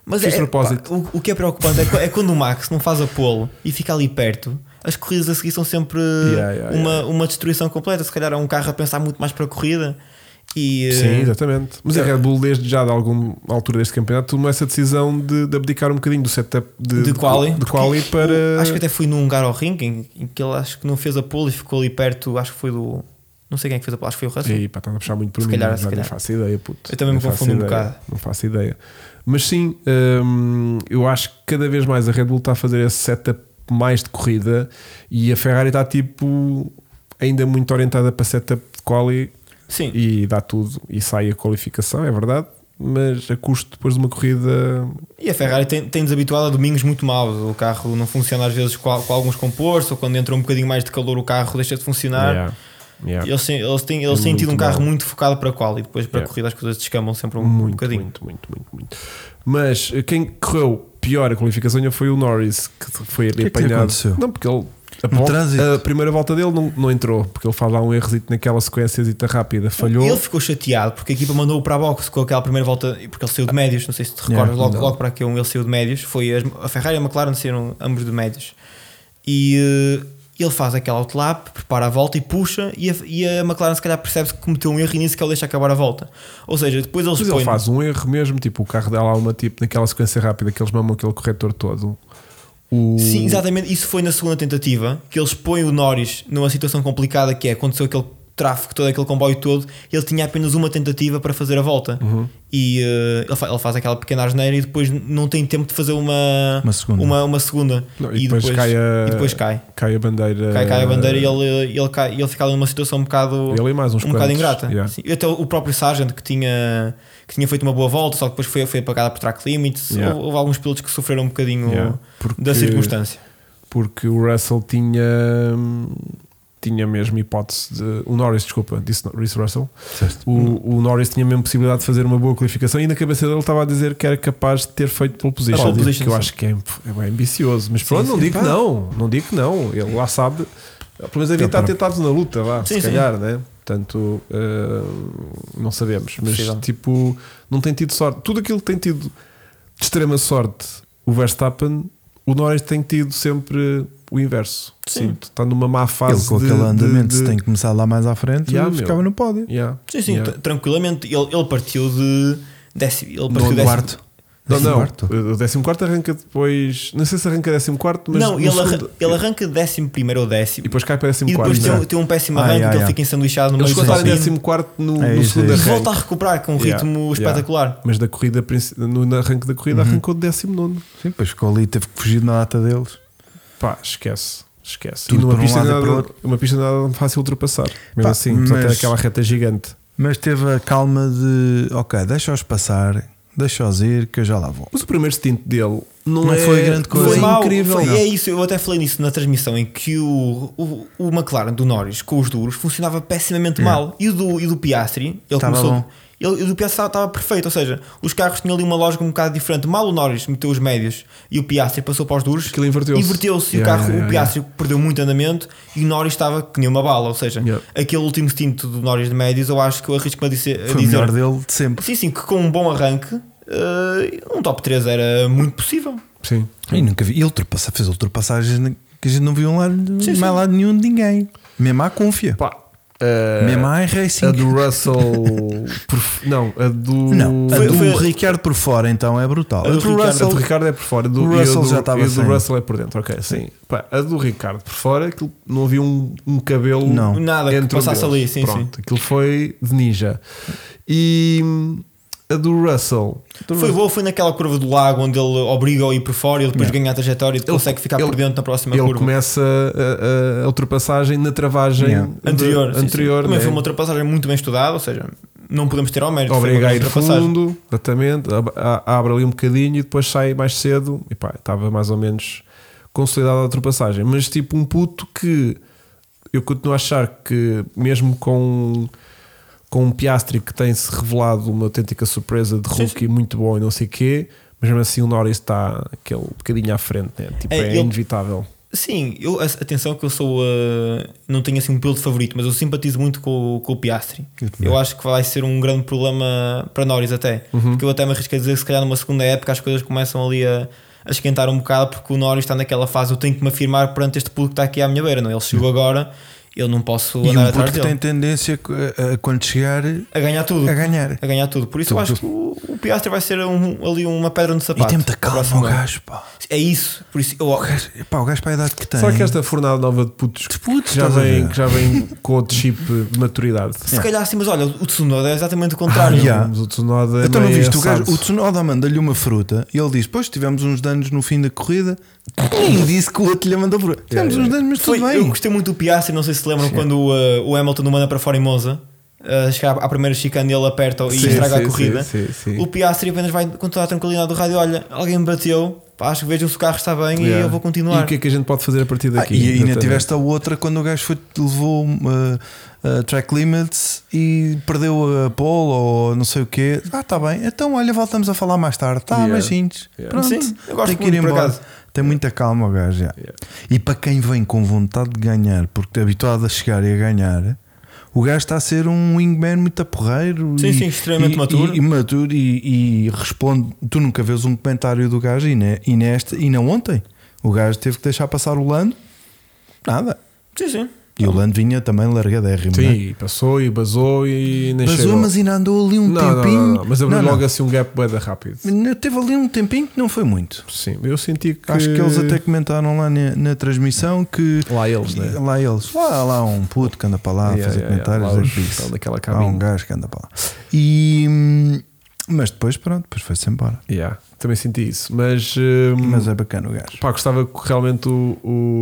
S3: Mas
S1: Fiz
S3: é,
S1: propósito.
S3: pá, o, o que é preocupante é, qu- é quando o Max não faz a polo e fica ali perto, as corridas a seguir são sempre
S1: Yeah, yeah,
S3: uma,
S1: yeah.
S3: uma destruição completa. Se calhar é um carro a pensar muito mais para a corrida. E,
S1: Sim,
S3: eh,
S1: exatamente. Mas a Red Bull, desde já de alguma altura deste campeonato, tomou essa decisão de, de abdicar um bocadinho do setup de,
S3: De quali.
S1: de quali
S3: Porque
S1: para.
S3: Acho que até fui num lugar ao ring em, em que ele acho que não fez a pole e ficou ali perto. Acho que foi do. Não sei quem é que fez a pole, acho que foi o Russell.
S1: Ih, pá, estás a puxar muito por
S3: Se
S1: mim.
S3: calhar,
S1: mas
S3: se
S1: não
S3: calhar.
S1: faço ideia, puto.
S3: Eu também
S1: Não
S3: me
S1: faço
S3: confundo um
S1: ideia,
S3: bocado.
S1: Não faço ideia. Mas sim, hum, eu acho que cada vez mais a Red Bull está a fazer esse setup mais de corrida e a Ferrari está tipo ainda muito orientada para setup de quali
S3: Sim.
S1: e dá tudo e sai a qualificação, é verdade, mas a custo depois de uma corrida.
S3: E a Ferrari tem- tem-nos habituado a domingos muito maus. O carro não funciona às vezes com, al- com alguns comportos, ou quando entra um bocadinho mais de calor, o carro deixa de funcionar.
S1: Yeah, yeah.
S3: Eles, têm- eles têm, eles
S1: É
S3: têm tido um
S1: muito
S3: carro
S1: mau.
S3: muito focado para qual e depois para
S1: Yeah.
S3: a corrida as coisas descambam sempre um,
S1: muito,
S3: bocadinho.
S1: muito, muito, muito, muito. Mas eh, quem correu pior a qualificação ainda foi o Norris, que foi ali
S2: que é que lhe
S1: apanhado.
S2: aconteceu?
S1: não, porque ele A,
S2: No
S1: volta-
S2: trânsito.
S1: a primeira volta dele não, não entrou, porque ele faz lá um errozito naquela sequenciazita rápida, falhou.
S3: Ele ficou chateado porque a equipa mandou-o para a boxe com aquela primeira volta, e porque ele saiu de médios, não sei se te
S1: Yeah,
S3: recordas, logo,
S1: É, não.
S3: logo para aquele ele saiu de médios, foi as- a Ferrari e a McLaren saíram ambos de médios. E eh, ele faz aquela outlap, prepara a volta e puxa, e a, e a McLaren se calhar percebe que cometeu um erro e nisso que ele deixa acabar a volta. Ou seja, depois eles
S1: Mas ele
S3: põem-
S1: faz um erro mesmo, tipo o carro dá lá uma tipo naquela sequência rápida que eles mamam aquele corretor todo. O-
S3: Sim, exatamente. Isso foi na segunda tentativa que eles põem o Norris numa situação complicada que é aconteceu aquele tráfego todo, aquele comboio todo. Ele tinha apenas uma tentativa para fazer a volta
S1: Uhum.
S3: e eh, ele, fa- ele faz aquela pequena asneira e depois não tem tempo de fazer uma,
S2: Uma segunda.
S3: Uma, uma segunda.
S1: Não, e, depois, cai a,
S3: e depois cai.
S1: cai a bandeira.
S3: Cai, cai a bandeira e ele, ele, cai, ele fica ali numa situação um bocado
S1: Ele é e mais uns
S3: um bocado
S1: quantos.
S3: ingrata.
S1: Yeah.
S3: Sim, até o próprio Sargent que tinha, que tinha feito uma boa volta, só que depois foi, foi apagada por track limits.
S1: Yeah.
S3: Houve, houve alguns pilotos que sofreram um bocadinho
S1: Yeah,
S3: da
S1: porque-
S3: circunstância.
S1: Porque o Russell tinha. hum, Tinha mesmo hipótese de. O Norris, desculpa, disse, disse Russell. Tipo, O, o Norris tinha mesmo possibilidade de fazer uma boa qualificação e na cabeça dele estava a dizer que era capaz de ter feito pole position.
S3: Pole
S1: Digo
S3: position,
S1: que eu
S3: sim.
S1: acho que é, é bem ambicioso. Mas pronto,
S3: Sim,
S1: não
S3: sim,
S1: digo
S3: pá. Então,
S1: que não. Não digo que não. Ele lá sabe. Pelo menos devia estar tentado na luta, vá,
S3: Sim,
S1: se
S3: sim.
S1: calhar, né? Portanto, eh, não sabemos. Mas
S3: Possível.
S1: tipo, não tem tido sorte. Tudo aquilo que tem tido de extrema sorte o Verstappen, o Norris tem tido sempre o inverso.
S3: Sim.
S1: Sim. Está numa má fase.
S2: Ele com
S1: de-
S2: aquele
S1: de-
S2: andamento,
S1: de-
S2: se tem começado lá mais à frente,
S1: Yeah,
S2: ele
S1: meu.
S2: ficava no pódio.
S1: Yeah.
S3: Sim, sim,
S1: Yeah.
S3: tra- tranquilamente. Ele, ele partiu de. Décimo, ele partiu
S2: No
S3: décimo-
S2: quarto.
S1: Não, não.
S2: Quarto.
S1: O 14 arranca depois. Não sei se arranca 14, mas.
S3: não,
S1: no
S3: ele, arra-
S1: segundo-
S3: ele arranca de décimo primeiro ou
S1: E
S3: décimo.
S1: depois cai para
S3: E
S1: 14.
S3: depois tem,
S1: não é?
S3: um- tem um péssimo
S2: Ah,
S3: arranque
S2: yeah,
S3: que ele
S2: yeah.
S3: fica ensanduichado no
S1: Eles
S3: meio do
S1: cortaram
S3: alpino.
S1: 14 no,
S2: É
S1: no
S2: isso,
S1: segundo
S2: é
S3: E
S2: isso.
S1: arranque.
S3: Volta a recuperar com um
S1: Yeah,
S3: ritmo
S1: yeah.
S3: espetacular.
S1: Mas da corrida, princi- no no arranque da corrida, arrancou de 19.
S2: Sim, depois ficou ali, teve que fugir na data deles.
S1: Pá, esquece. Esquece.
S2: Tudo
S1: e numa
S2: por um
S1: pista,
S2: lado e
S1: nada,
S2: para outro.
S1: uma pista nada fácil de ultrapassar. Mesmo
S2: Pá,
S1: assim, só tem
S2: mas-
S1: aquela reta gigante.
S2: Mas teve a calma de, ok, deixa-os passar, deixa-os ir, que eu já lá vou.
S1: Mas o primeiro stint dele não,
S2: Não
S1: é,
S2: foi grande coisa.
S1: Foi
S3: Foi mau,
S1: incrível.
S3: foi-
S1: não.
S3: é isso, eu até falei nisso na transmissão em que o, o, o McLaren do Norris com os duros funcionava pessimamente mal e o do, e do Piastri, ele
S2: Tava
S3: começou.
S2: bom.
S3: Ele, e o do Piastri estava- estava perfeito, ou seja, os carros tinham ali uma lógica um bocado diferente. Mal o Norris meteu os médios e o Piastri passou para os duros,
S1: Aquilo inverteu-se.
S3: Inverteu-se e
S1: Yeah,
S3: o carro,
S1: yeah,
S3: o Piastri perdeu muito andamento e o Norris estava que nem uma bala, ou seja,
S1: Yeah.
S3: aquele último instinto do Norris de médios, eu acho que eu arrisco-me a dizer, a
S1: É
S2: Foi o melhor
S3: dizer
S2: dele de sempre.
S3: sim, sim, que com um bom arranque, eh, um top 3 era muito possível.
S1: Sim.
S2: E nunca vi. E ultrapassa, fez ultrapassagens que a gente não viu em lado,
S3: Sim,
S2: mais
S3: sim.
S2: lado nenhum de ninguém. Mesmo à Confia.
S1: Pá, eh,
S2: mesmo à
S1: a
S2: iRacing.
S1: do Russell. por- não, a do.
S2: Não, a
S3: Foi-
S2: do
S3: foi-
S2: Ricardo por fora então é brutal.
S3: A do Ricardo-
S1: A do Ricardo é por fora. Do,
S2: O
S1: e a
S2: Russell
S1: do,
S2: já estava
S1: E a do
S2: sem.
S1: Russell é por dentro, ok, sim. Pá, a do Ricardo por fora, aquilo, não havia um, um cabelo
S2: Não.
S3: Nada que
S1: entre os
S3: passasse
S1: dedos.
S3: ali, sim,
S1: Pronto, Aquilo foi de ninja. E hum, a do Russell. do
S3: Foi
S1: Russell-
S3: boa, foi naquela curva do lago onde ele obriga a ir por fora e ele depois
S1: Yeah.
S3: ganha a trajetória e
S1: Ele-
S3: consegue ficar
S1: ele-
S3: por dentro na próxima
S1: Ele
S3: curva.
S1: começa a- a, a ultrapassagem na travagem
S2: Yeah.
S1: de-
S3: Anterior, sim, sim.
S1: anterior
S3: Também
S1: né?
S3: foi uma ultrapassagem muito bem estudada, ou seja, não podemos ter ao mérito. É foi uma
S1: Obriga a
S3: grande
S1: ir
S3: ultrapassagem.
S1: fundo, exatamente, ab- a- abre ali um bocadinho e depois sai mais cedo. E pá, estava mais ou menos consolidada a ultrapassagem. Mas tipo, um puto que eu continuo a achar que, mesmo com, com um Piastri que tem-se revelado uma autêntica surpresa de rookie muito bom e não sei o quê, mas mesmo assim o Norris está aquele bocadinho à frente, né? tipo, é,
S3: É, ele-
S1: inevitável.
S3: Sim, eu, a- atenção que eu sou. uh, não tenho assim um piloto favorito, mas eu simpatizo muito com, o- com o Piastri.
S2: Eu
S3: Eu,
S2: também.
S3: acho que vai ser um grande problema para Norris até.
S2: Uhum.
S3: Porque eu até me arrisco a dizer que se calhar numa segunda época as coisas começam ali a, a esquentar um bocado porque o Norris está naquela fase, eu tenho que me afirmar perante este público que está aqui à minha beira, não? é? Ele chegou agora, eu não posso
S2: Uhum. E
S3: andar
S2: um
S3: atrás
S2: puto que
S3: dele.
S2: tem tendência a, a- quando chegar
S3: A ganhar tudo.
S2: a ganhar.
S3: a ganhar tudo. Por isso eu acho que o, o Piastri vai ser um- ali uma pedra no
S2: E
S3: sapato.
S2: tem muita
S3: para o
S2: calma
S3: próximo
S2: o
S3: ano.
S2: gajo, pá.
S3: É isso. Por isso eu,
S2: O gajo, pá, o gajo para a idade que tem.
S1: Será que esta fornada nova de putos,
S2: putos,
S1: que já
S2: estás a
S1: vem,
S2: ver?
S1: que já vem com outro chip de maturidade?
S3: se calhar sim, mas olha, o Tsunoda é exatamente o contrário.
S2: Ah, yeah.
S1: Mas o Tsunoda é
S2: Então não
S1: meio
S2: viste o gajo,
S1: assado.
S2: o Tsunoda manda-lhe uma fruta e ele diz: Pois tivemos uns danos no fim da corrida. Quem disse que o outro lhe mandou fruta? Tivemos uns danos, mas
S3: Foi-
S2: tudo
S3: eu
S2: bem.
S3: gostei muito do Piastri, não sei se lembram quando uh, o Hamilton o manda para fora em Monza. Uh, chegar à primeira chicane ele aperta e
S1: Sim,
S3: estraga
S1: sim,
S3: a corrida.
S1: sim, sim, sim.
S3: O Piastri apenas vai com toda a tranquilidade do rádio: olha, alguém me bateu, pá, acho que vejam se o carro está bem e
S1: Yeah.
S3: eu vou
S1: E
S3: continuar.
S1: o que é que a gente pode fazer a partir
S2: Ah,
S1: daqui?
S2: e ainda
S1: Exatamente.
S2: tiveste a outra quando o gajo foi, levou uh, uh, track limits e perdeu a pole ou não sei o quê. Ah, tá bem. Então, olha, voltamos a falar mais tarde. Tá,
S1: Yeah.
S2: beijinhos.
S1: Yeah.
S2: Pronto,
S3: Sim, eu gosto
S2: tem que ir
S3: muito, por
S2: embora.
S3: acaso.
S2: Tem muita calma o gajo. já.
S1: Yeah.
S2: E para quem vem com vontade de ganhar, porque é habituado a chegar e a ganhar, o gajo está a ser um wingman muito aporreiro.
S3: Sim,
S2: e,
S3: sim, extremamente
S2: e-
S3: maturo.
S2: E, e maturo e, e responde. Tu nunca vês um comentário do gajo e, ne, e, nesta, e não ontem. O gajo teve que deixar passar o Lando. Nada.
S3: Sim, sim.
S2: E o Lando vinha também largadérrimo.
S1: Sim,
S2: né?
S1: e passou e basou e nem
S2: Basou,
S1: chegou.
S2: mas ainda andou ali um
S1: não, não,
S2: tempinho.
S1: não, não, mas abriu
S2: Não, não.
S1: logo assim um gap bada rápido.
S2: Não, Teve ali um tempinho que não foi muito.
S1: Sim, eu senti que.
S2: Acho que eles até comentaram lá na, na transmissão que
S1: Lá eles, né?
S2: lá eles, lá, lá um puto que anda para lá a
S1: Yeah,
S2: fazer
S1: yeah,
S2: comentários,
S1: yeah, lá
S2: é
S1: os-
S2: que disse.
S1: estão naquela
S2: Há um
S1: cabine.
S2: gajo que anda para lá. E, hum, mas depois, pronto, depois foi-se embora.
S1: Yeah, também senti isso. Mas, hum,
S2: Mas é bacana o gajo.
S1: pá, gostava que realmente o. o-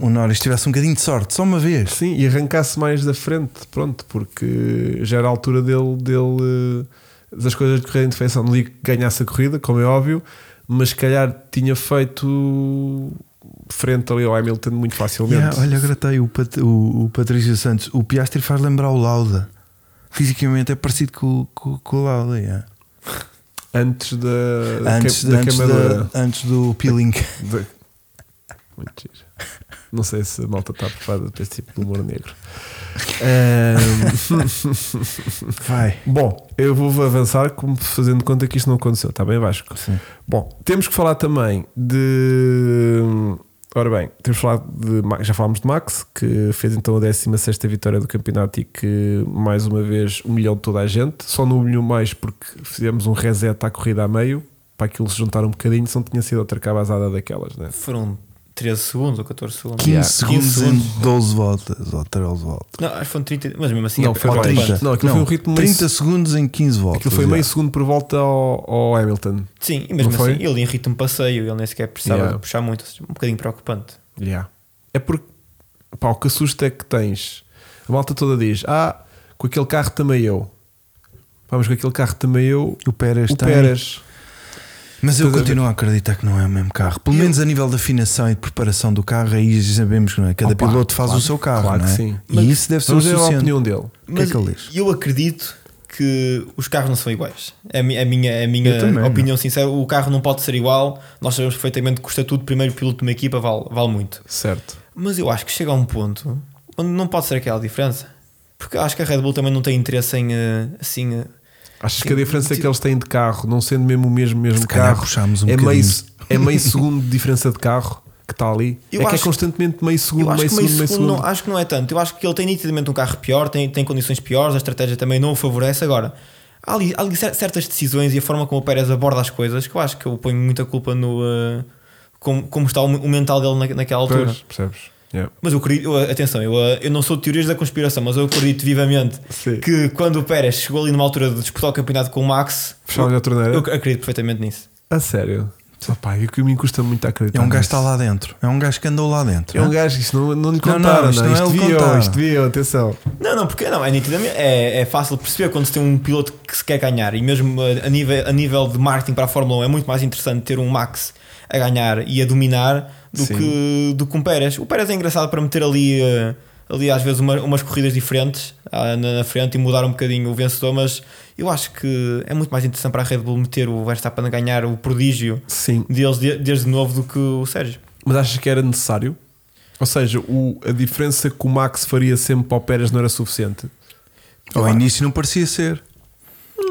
S2: O Norris tivesse um bocadinho de sorte, só uma vez.
S1: Sim, e arrancasse mais da frente, pronto, porque já era a altura dele, dele eh, das coisas de correr de feição. Não digo que ganhasse a corrida, como é óbvio, mas se calhar tinha feito frente ali ao Hamilton muito facilmente.
S2: Yeah, olha, gratei o, Pat- o, o Patrício Santos. O Piastri faz lembrar o Lauda. Fisicamente é parecido com, o- com- com o Lauda. yeah.
S1: Antes da,
S2: Antes,
S1: da
S2: antes,
S1: queimadura.
S2: da- antes do peeling.
S1: De- Muito giro. Não sei se a malta está preparada para esse tipo de humor negro. Ahm,
S2: Vai.
S1: Bom, eu vou avançar como fazendo de conta que isto não aconteceu, está bem, Vasco?
S2: Sim.
S1: Bom, temos que falar também de. Ora bem, temos que falar de. Ma- Já falámos de Max, que fez então a 16 vitória do campeonato e que mais uma vez humilhou toda a gente. Só não humilhou mais porque fizemos um reset à corrida a meio para aquilo se juntar um bocadinho, se não tinha sido outra cabazada daquelas, né?
S3: Foram 13 segundos ou 14 segundos.
S2: 15
S1: Yeah.
S2: segundos
S3: 15 segundos.
S2: em 12 voltas ou 13 voltas.
S3: Não, acho que foram 30, mas mesmo assim
S1: Não,
S3: é
S1: foi
S3: é
S1: mais.
S3: preocupante.
S1: Não, aquilo foi um ritmo meio-
S2: 30 segundos em 15 voltas.
S1: Aquilo foi meio
S2: yeah.
S1: segundo por volta ao, ao Hamilton.
S3: Sim, e mesmo
S1: Não foi?
S3: assim, ele em ritmo passeio, ele nem sequer precisava
S1: Yeah.
S3: de puxar muito, ou seja, um bocadinho preocupante.
S1: É porque pá, o que assusta é que tens. A malta toda diz: Ah, com aquele carro também eu. Pá, mas com aquele carro também eu.
S2: O Pérez
S1: O
S2: tem.
S1: Pérez.
S2: Mas eu
S1: Estás a
S2: continuo a acreditar que não é o mesmo carro. Pelo menos a nível de afinação e de preparação do carro, aí sabemos que não é. Cada
S1: Opa,
S2: piloto faz
S1: claro-
S2: o seu carro.
S1: claro
S2: não
S1: que
S2: é?
S1: sim.
S2: E
S1: Mas-
S2: isso deve ser o
S1: Vamos ver a
S2: suficiente.
S1: opinião dele.
S2: O que é que ele diz?
S3: eu acredito que os carros não são iguais. É a mi- a minha, a minha
S2: Eu também,
S3: opinião sincera. O carro não pode ser igual. Nós sabemos perfeitamente que o estatuto de primeiro piloto de uma equipa vale, vale muito.
S1: Certo.
S3: Mas eu acho que chega a um ponto onde não pode ser aquela diferença. Porque acho que a Red Bull também não tem interesse em eh, assim. eh,
S1: Achas
S3: Sim,
S1: que a diferença
S3: sim.
S1: que eles têm de carro, não sendo mesmo o mesmo, mesmo
S2: Se calhar
S1: carro,
S2: puxámos um
S1: é, meio,
S2: bocadinho.
S1: é meio segundo de diferença de carro que está ali?
S3: Eu
S1: é que é
S3: acho-
S1: constantemente meio segundo,
S3: eu acho
S1: meio
S3: que meio
S1: segundo, meio
S3: segundo
S1: segundo.
S3: não, acho que não é tanto. Eu acho que ele tem nitidamente um carro pior, tem, tem condições piores, a estratégia também não o favorece. Agora, há ali, há ali cer- certas decisões e a forma como o Pérez aborda as coisas que eu acho que eu ponho muita culpa no. eh, como, como está o, o mental dele na- naquela altura.
S1: Pois, percebes? Yeah.
S3: Mas eu acredito, eu- atenção, eu, eh, eu não sou de teorias da conspiração, mas eu acredito vivamente
S1: Sim.
S3: que quando o Pérez chegou ali numa altura de disputar o campeonato com o Max,
S1: Fecharam-lhe a torneira?
S3: eu acredito perfeitamente nisso.
S1: A sério. Opá, é que me custa muito acreditar.
S2: É um gajo que
S1: nisso.
S2: está lá dentro. É um gajo que andou lá dentro.
S1: É um
S2: não é?
S1: gajo que isto não, não lhe
S2: Não,
S1: contaram,
S2: não,
S1: não,
S2: isto não é
S1: isto
S2: ele
S1: viu,
S2: contar.
S1: isto viu, atenção.
S3: Não, não, porque não, é nitidamente é, é fácil de perceber quando se tem um piloto que se quer ganhar e mesmo eh, a, a nível, a nível de marketing para a Fórmula 1 é muito mais interessante ter um Max a ganhar e a dominar do,
S1: Sim.
S3: que, do que um Pérez. O Pérez é engraçado para meter ali, eh, ali às vezes uma- umas corridas diferentes ah, na, na frente e mudar um bocadinho o vencedor, mas eu acho que é muito mais interessante para a Red Bull meter o Verstappen a ganhar o prodígio
S1: Sim,
S3: deles de- desde novo do que o Sérgio.
S1: mas achas que era necessário? Ou seja, o- a diferença que o Max faria sempre para o Pérez não era suficiente?
S2: Ao início não parecia ser.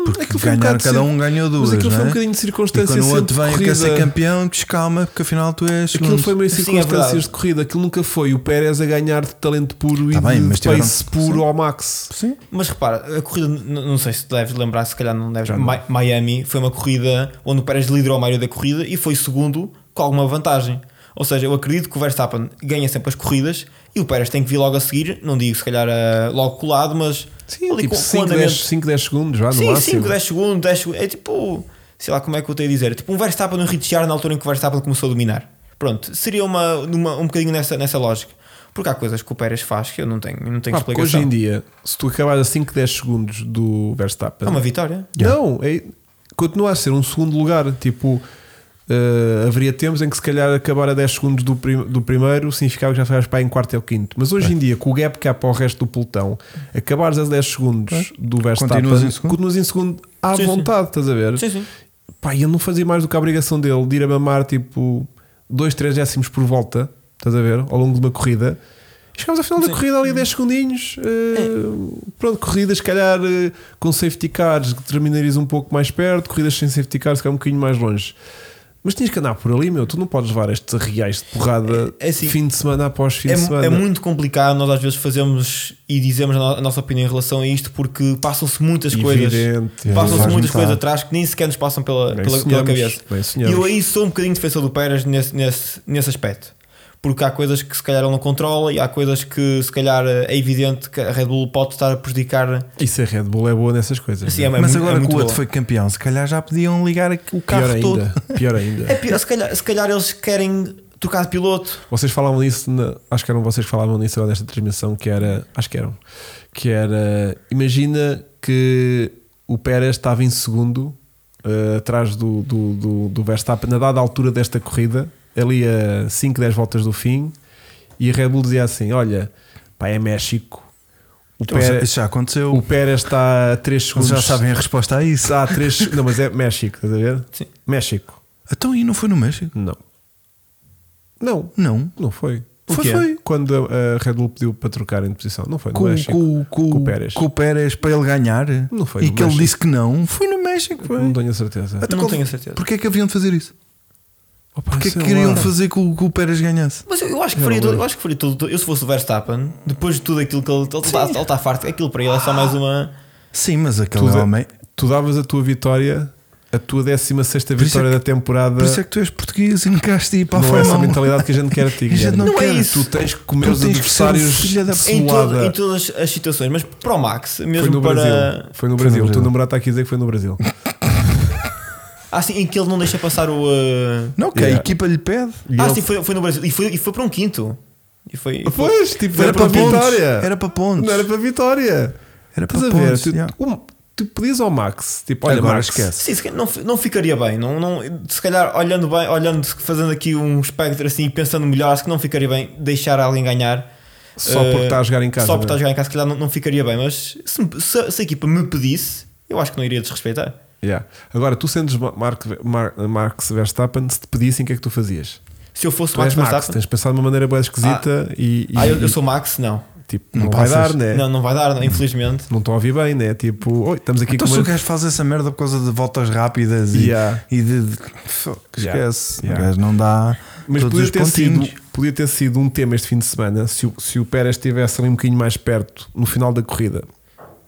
S2: Porque
S1: aquilo foi um bocado
S2: ganhar,
S1: de
S2: cada
S1: cir-
S2: Hum, um ganhou duas.
S1: mas aquilo
S2: não
S1: foi um
S2: é?
S1: bocadinho de
S2: e
S1: circunstância
S2: quando o outro
S1: sempre
S2: vem
S1: de
S2: e quer ser
S1: corrida.
S2: campeão, pois calma, porque afinal tu és.
S1: Aquilo
S2: segundo.
S1: foi meio
S3: Sim, é
S1: circunstâncias
S3: verdade.
S1: de corrida. Aquilo nunca foi o Pérez a ganhar de talento puro
S2: Tá
S1: e
S2: bem,
S1: de
S2: mas tiveram-
S1: pace puro ao Max.
S2: Sim.
S3: Mas repara, a corrida, n- não sei se te deves lembrar, se calhar não deves.
S1: Já não.
S3: Mi- Miami foi uma corrida onde o Pérez liderou a maioria da corrida e foi segundo com alguma vantagem. Ou seja, eu acredito que o Verstappen ganha sempre as corridas e o Pérez tem que vir logo a seguir. Não digo se calhar eh, logo colado, mas
S1: Sim,
S3: ali
S1: tipo
S3: com- com
S1: 5,
S3: andamento.
S1: 10, 5, 10 segundos, já no
S3: Sim,
S1: máximo.
S3: 5, 10 segundos, 10 segundos. É tipo, sei lá como é que eu tenho a dizer. Tipo um Verstappen no Richard na altura em que o Verstappen começou a dominar. Pronto, seria uma, numa- um bocadinho nessa, nessa lógica. Porque há coisas que o Pérez faz que eu não tenho, não tenho
S1: Ah, porque hoje
S3: explicação.
S1: em dia, se tu acabares a 5, 10 segundos do Verstappen,
S3: É uma vitória.
S1: Não, é- continua a ser um segundo lugar. Tipo, eh, haveria tempos em que se calhar acabar a 10 segundos do, prim- do primeiro significava que já ficavas para aí em quarto ou quinto. Mas hoje em dia, com o gap que há para o resto do pelotão, acabares a 10 segundos do Verstappen,
S2: Continuas em segundo.
S1: continuas em segundo à
S3: Sim, sim.
S1: vontade, estás a ver?
S3: Sim, sim.
S1: Pá, e ele não fazia mais do que a obrigação dele de ir a mamar, tipo, 2, 3 décimos por volta, estás a ver, ao longo de uma corrida. Chegámos ao final da
S3: Sim. É.
S1: corrida ali a 10 segundinhos. eh, Pronto, corridas, se calhar eh, com safety cars terminarias um pouco mais perto, corridas sem safety cars, se calhar um bocadinho mais longe. Mas tinhas que andar por ali, meu. Tu não podes levar estes reais de porrada
S3: É- é assim,
S1: fim de semana após fim
S3: É,
S1: de semana.
S3: é muito complicado nós às vezes fazemos e dizemos a, no- a nossa opinião em relação a isto porque passam-se muitas coisas.
S1: Evidente.
S3: Passam-se
S2: Faz
S3: muitas
S2: muito
S3: coisas
S2: lado.
S3: atrás que nem sequer nos passam pela,
S1: Bem
S3: pela, pela
S1: sonhamos,
S3: cabeça.
S1: bem
S3: E
S1: sonhamos.
S3: eu aí sou um bocadinho defensor do Pérez nesse, nesse, nesse aspecto. Porque há coisas que se calhar ele não controla e há coisas que se calhar é evidente que a Red Bull pode estar a prejudicar.
S1: Isso é Red Bull, é boa nessas coisas.
S3: Assim,
S1: meu.
S3: é
S2: Mas
S3: muito- é
S2: agora que
S3: muito
S2: o outro
S3: boa.
S2: foi campeão, se calhar já podiam ligar aqui o carro
S1: pior
S2: todo.
S1: ainda. Pior ainda.
S3: É pior, se, calhar, se calhar eles querem trocar de piloto.
S1: Vocês falavam nisso, na- acho que eram vocês que falavam nisso agora nesta transmissão, que era, acho que eram, que era, imagina que o Pérez estava em segundo eh, atrás do, do, do, do Verstappen, na dada altura desta corrida, ali a 5, 10 voltas do fim, e a Red Bull dizia assim, olha, pá, é México, o
S2: Então, já-
S1: Pérez,
S2: Isso já aconteceu.
S1: o Pérez está a 3
S2: Eles
S1: segundos...
S2: já sabem a resposta a isso.
S1: Está a 3... Não, mas é México, estás a ver?
S3: Sim.
S1: México.
S2: Então e não foi no México?
S1: Não. Não.
S2: Não.
S1: Não foi.
S2: O
S1: Foi,
S2: quê?
S1: foi. Quando a, a Red Bull pediu para trocarem de posição. Não foi no
S2: Com,
S1: México.
S2: com- com-
S1: Com o Pérez.
S2: com o Pérez para ele ganhar.
S1: Não foi
S2: e
S1: no
S2: que
S1: México.
S2: ele
S1: Hum.
S2: disse que não. Foi no México. foi.
S1: Não tenho a certeza.
S2: Então
S3: Não
S2: qual-
S3: tenho a certeza.
S2: Porquê é que haviam de fazer isso?
S1: Opa,
S2: Porquê é que
S1: sei
S2: queriam
S1: lá.
S2: fazer com que o Pérez ganhasse?
S3: Mas eu, eu acho que
S1: Eu
S3: faria
S1: não
S3: tudo.
S1: lembro.
S3: Eu acho que faria tudo. Eu se fosse o Verstappen, depois de tudo aquilo que ele está ele tá farto, aquilo para ele é só mais uma.
S2: Sim, mas aquele
S1: Tu, da-
S2: homem.
S1: tu davas a tua vitória, a tua 16
S2: Por isso é
S1: vitória
S2: que-
S1: da temporada.
S2: Por isso é que tu és português e negaste ir para a
S1: não é essa a
S2: Fórmula 1.
S1: mentalidade que a gente quer ter.
S2: A gente
S1: Guilherme.
S2: não
S3: Não é
S2: quer.
S3: isso.
S1: Tu tens que comer
S2: Tu
S1: os
S2: tens que ser um
S1: adversários
S2: filho da-
S3: Em, todo-
S1: suada.
S3: em todas as situações, mas para o Max,
S1: Foi
S3: mesmo
S1: no
S3: para.
S1: Brasil. Foi no Brasil. O teu
S2: Brasil.
S1: namorado está aqui a dizer que foi no Brasil.
S3: Ah, sim, em que ele não deixa passar o. uh,
S2: Não, que
S1: Yeah.
S2: a equipa lhe pede.
S1: E
S3: Ah,
S1: ele-
S3: sim, foi, foi no Brasil. E foi, e foi para um quinto. E foi, e foi- um
S1: Pois, tipo,
S2: Era,
S1: era,
S2: para
S1: para
S2: pontos.
S1: vitória.
S2: Era para pontos.
S1: Não era para vitória.
S2: Era para
S1: Estás a ver?
S2: pontos.
S1: Tu,
S2: yeah.
S1: um, tu pedias ao Max, tipo, olha,
S2: Agora
S1: Max,
S2: esquece.
S3: Sim, se calhar não, fi- não ficaria bem. Não, não, se calhar, olhando bem, olhando, fazendo aqui um espectro assim e pensando melhor, acho que não ficaria bem deixar alguém ganhar.
S1: Só porque
S3: Eh,
S1: está a jogar em casa.
S3: Só porque está a
S1: não é?
S3: jogar em casa, se calhar não, não ficaria bem. Mas se, me- se- se a equipa me pedisse, eu acho que não iria desrespeitar.
S1: Yeah. Agora, tu sendo Mark, Mar- Max Verstappen, se te pedissem, o que é que tu fazias?
S3: Se eu fosse
S1: Tu és
S3: Max
S1: Max,
S3: Verstappen.
S1: tens pensado de uma maneira bem esquisita e, e-
S3: Ah, eu, eu sou Max? Não.
S1: tipo,
S2: Não
S1: não, vai
S2: passas.
S1: dar, né?
S3: Não, não vai dar, não, infelizmente.
S1: Não estou a ouvir bem, né? Tipo, oi, estamos aqui
S2: Então
S1: com
S2: se o
S1: uma...
S2: gajo faz essa merda por causa de voltas rápidas e,
S1: Yeah.
S2: e de, de- Fuck,
S1: Yeah.
S2: Esquece.
S1: Yeah.
S2: O gajo não dá.
S1: Mas
S2: todos
S1: podia
S2: os
S1: ter, sido,
S2: pontinhos.
S1: podia ter sido um tema este fim de semana se o, se o Pérez estivesse ali um bocadinho mais perto no final da corrida.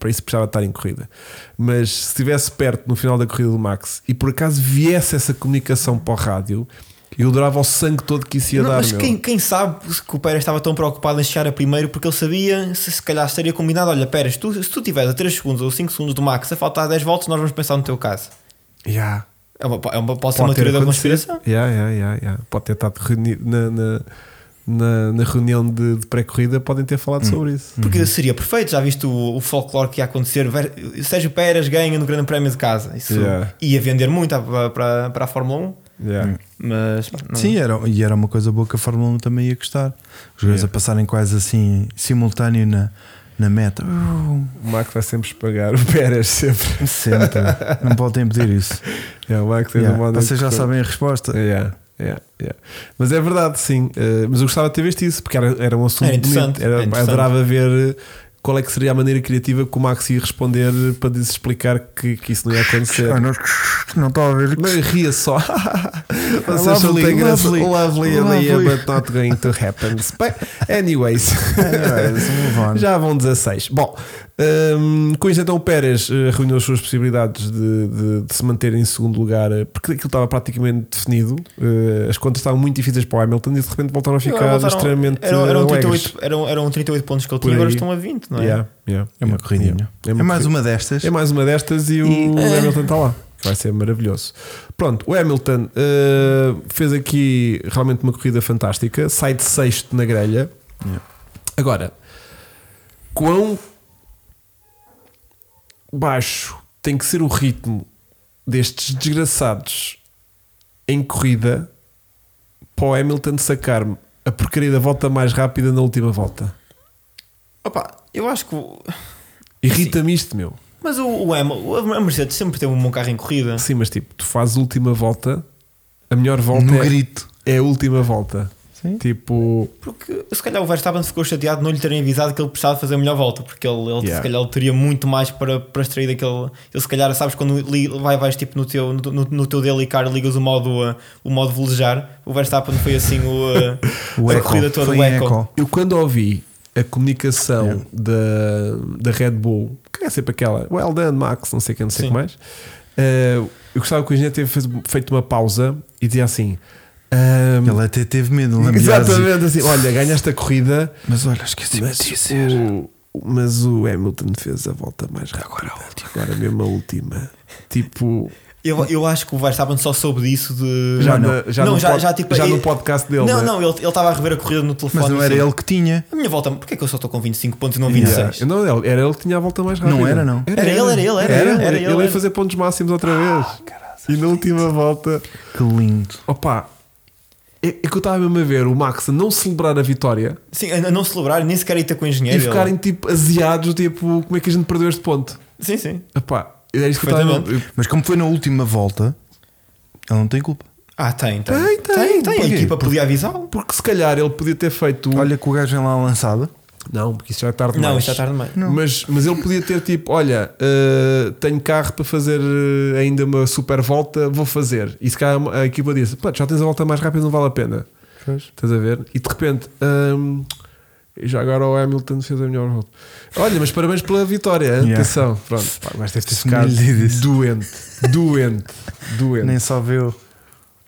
S1: Para isso precisava estar em corrida. Mas se estivesse perto no final da corrida do Max e por acaso viesse essa comunicação para o rádio, eu adorava o sangue todo que isso ia
S3: Não,
S1: dar.
S3: mas
S1: meu.
S3: quem, quem sabe que o Pérez estava tão preocupado em chegar a primeiro porque ele sabia se, se calhar estaria combinado: olha, Pérez, tu, se tu tiveres a 3 segundos ou 5 segundos do Max a faltar 10 voltas, nós vamos pensar no teu caso.
S1: Yeah.
S3: É uma, é uma, pode ser
S1: Pode
S3: uma
S1: ter
S3: teoria da
S1: acontecido.
S3: conspiração.
S1: Yeah, yeah, yeah, yeah. Pode ter estado reunido na, na, na, na reunião de, de pré-corrida, podem ter
S2: Hum.
S1: falado sobre isso.
S3: Porque seria perfeito, já viste o, o folclore que ia acontecer. Ver- Sérgio Pérez ganha no Grande Prémio de Casa. Isso
S1: Yeah.
S3: ia vender muito à- para, para a Fórmula 1.
S2: Hum.
S1: Yeah.
S3: Mas pá,
S1: um-
S3: não-
S2: Sim, era, e era uma coisa boa que a Fórmula 1 também ia gostar. Os gajos
S1: Yeah.
S2: a passarem quase assim, simultâneo na, na meta. Uh,
S1: O Max vai sempre pagar o Pérez, sempre.
S2: sempre. não podem pedir isso.
S1: Yeah, o Max é
S2: Yeah.
S1: uma onda
S2: Vocês já
S1: que-
S2: sabem a resposta.
S1: Yeah, yeah, yeah. Mas é verdade, sim. Eh, mas eu gostava de ter visto isso, porque era, era um assunto
S3: Era É interessante,
S1: bonito. Era-
S3: era interessante.
S1: Adorava ver eh, qual é que seria a maneira criativa que o Max ia responder para lhes explicar que, que isso não ia acontecer.
S2: Ah, não, não estou a ver.
S1: Não, ria só. Vocês só
S2: Lovely,
S1: têm graça.
S2: lovely,
S1: Lovely, lovely,
S2: lovely.
S1: but not going to happen. But anyways,
S2: Anyways, move on.
S1: já vão 16. Bom, hum, com isso então o Pérez eh, reuniu as suas possibilidades de, de- de se manter em segundo lugar, eh, porque aquilo estava praticamente definido. eh, As contas estavam muito difíceis para o Hamilton e de repente voltaram a
S3: Agora
S1: ficar
S3: voltaram-
S1: extremamente
S3: eram, eram,
S1: alegres.
S3: 38, eram, eram 38 pontos que ele
S1: Por
S3: tinha, agora
S1: aí.
S3: estão a 20, não é?
S1: Yeah, yeah,
S2: É uma
S1: yeah,
S2: corridinha.
S1: yeah. É
S2: É
S1: uma
S2: mais
S1: corrida.
S2: uma destas.
S1: É mais uma destas e, o Hamilton está lá. que Vai ser maravilhoso. Pronto, o Hamilton eh, fez aqui realmente uma corrida fantástica. Sai de sexto na grelha.
S2: Yeah.
S1: Agora, quão baixo tem que ser o ritmo destes desgraçados em corrida para o Hamilton sacar a porcaria da volta mais rápida na última volta?
S3: Opa, eu acho que. o-
S1: Irrita-me isto, meu.
S3: Mas o, o Hamil- a Mercedes sempre teve um bom carro em corrida.
S1: Sim, mas tipo, tu fazes a última volta, a melhor volta
S2: No
S1: é,
S2: grito.
S1: é a última volta.
S2: Sim.
S1: Tipo,
S3: Porque se calhar o Verstappen ficou chateado de não lhe terem avisado que ele precisava fazer a melhor volta, porque ele, ele,
S1: Yeah.
S3: se calhar ele teria muito mais para, para extrair daquele. Ele se calhar sabes quando li- vai, vais tipo no teu, no, no- no teu daily car ligas o modo, uh, o modo velejar. O Verstappen foi assim o, uh,
S1: É
S3: a corrida toda
S2: foi
S3: o
S2: em
S3: eco.
S1: eu quando ouvi a comunicação da, da Red Bull, que é sempre aquela well done, Max, não sei o que, não sei o que
S3: Sim.
S1: mais, eh, eu gostava que o engenheiro tivesse feito uma pausa e dizia assim. ehm,
S2: Ele é um até teve medo, lambiase.
S1: Exatamente assim, olha, ganhaste a corrida,
S2: Mas olha, esqueci-me de
S1: mas
S2: dizer.
S1: o, mas o Hamilton fez a volta mais rápida. Agora a última. Agora mesmo a última. Tipo,
S3: Eu, eu acho que o Verstappen só soube disso de.
S1: já,
S3: não,
S1: na- já,
S3: Não,
S1: no,
S3: já-
S1: pod-
S3: já, tipo,
S1: já
S3: ele-
S1: no podcast dele.
S3: não,
S1: né?
S3: não, ele ele estava a rever a corrida no telefone.
S2: Mas não era
S3: assim,
S2: ele que tinha.
S3: A minha volta, porque é que eu só estou com 25 pontos e não
S2: Yeah.
S3: 26?
S1: Yeah. Não, ele- era ele que tinha a volta mais rápida.
S2: Não era, não.
S3: Era ele, era ele, era ele, era ele. Ah,
S1: ia fazer pontos máximos outra vez. e na última volta,
S2: Que lindo.
S1: opa, é, é que eu estava mesmo a ver o Max não celebrar a vitória
S3: Sim, a não celebrar, nem sequer ir ter com o
S1: e
S3: engenheiro. É ele-
S1: ficarem tipo aziados, tipo, como é que a gente perdeu este ponto?
S3: Sim, sim.
S1: Opa, era isto que eu estava
S3: Perfeitamente.
S2: Mas como foi na última volta, ele não tem culpa.
S3: Ah, tem, tem.
S1: Tem, tem.
S3: A
S1: Porquê?
S3: equipa podia avisá-lo.
S1: Porque se calhar ele podia ter feito.
S2: Olha que o gajo vem lá lançado.
S1: Não, porque isso já é tarde
S3: Não,
S1: demais.
S3: isto já está demais.
S1: Mas, mas ele podia ter tipo: Olha, eh, tenho carro para fazer eh, ainda uma super volta, vou fazer. E se calhar a equipa disse: "Pá, já tens a volta mais rápida, não vale a pena. Estás a ver? E de repente, hum, e já agora o Hamilton fez a melhor volta. Olha, mas parabéns pela vitória.
S2: Yeah.
S1: Atenção, pronto, pá, mas deve ter
S2: Se não
S1: ficado
S2: lhe diz isso.
S1: doente, doente, doente.
S2: Nem só vê o-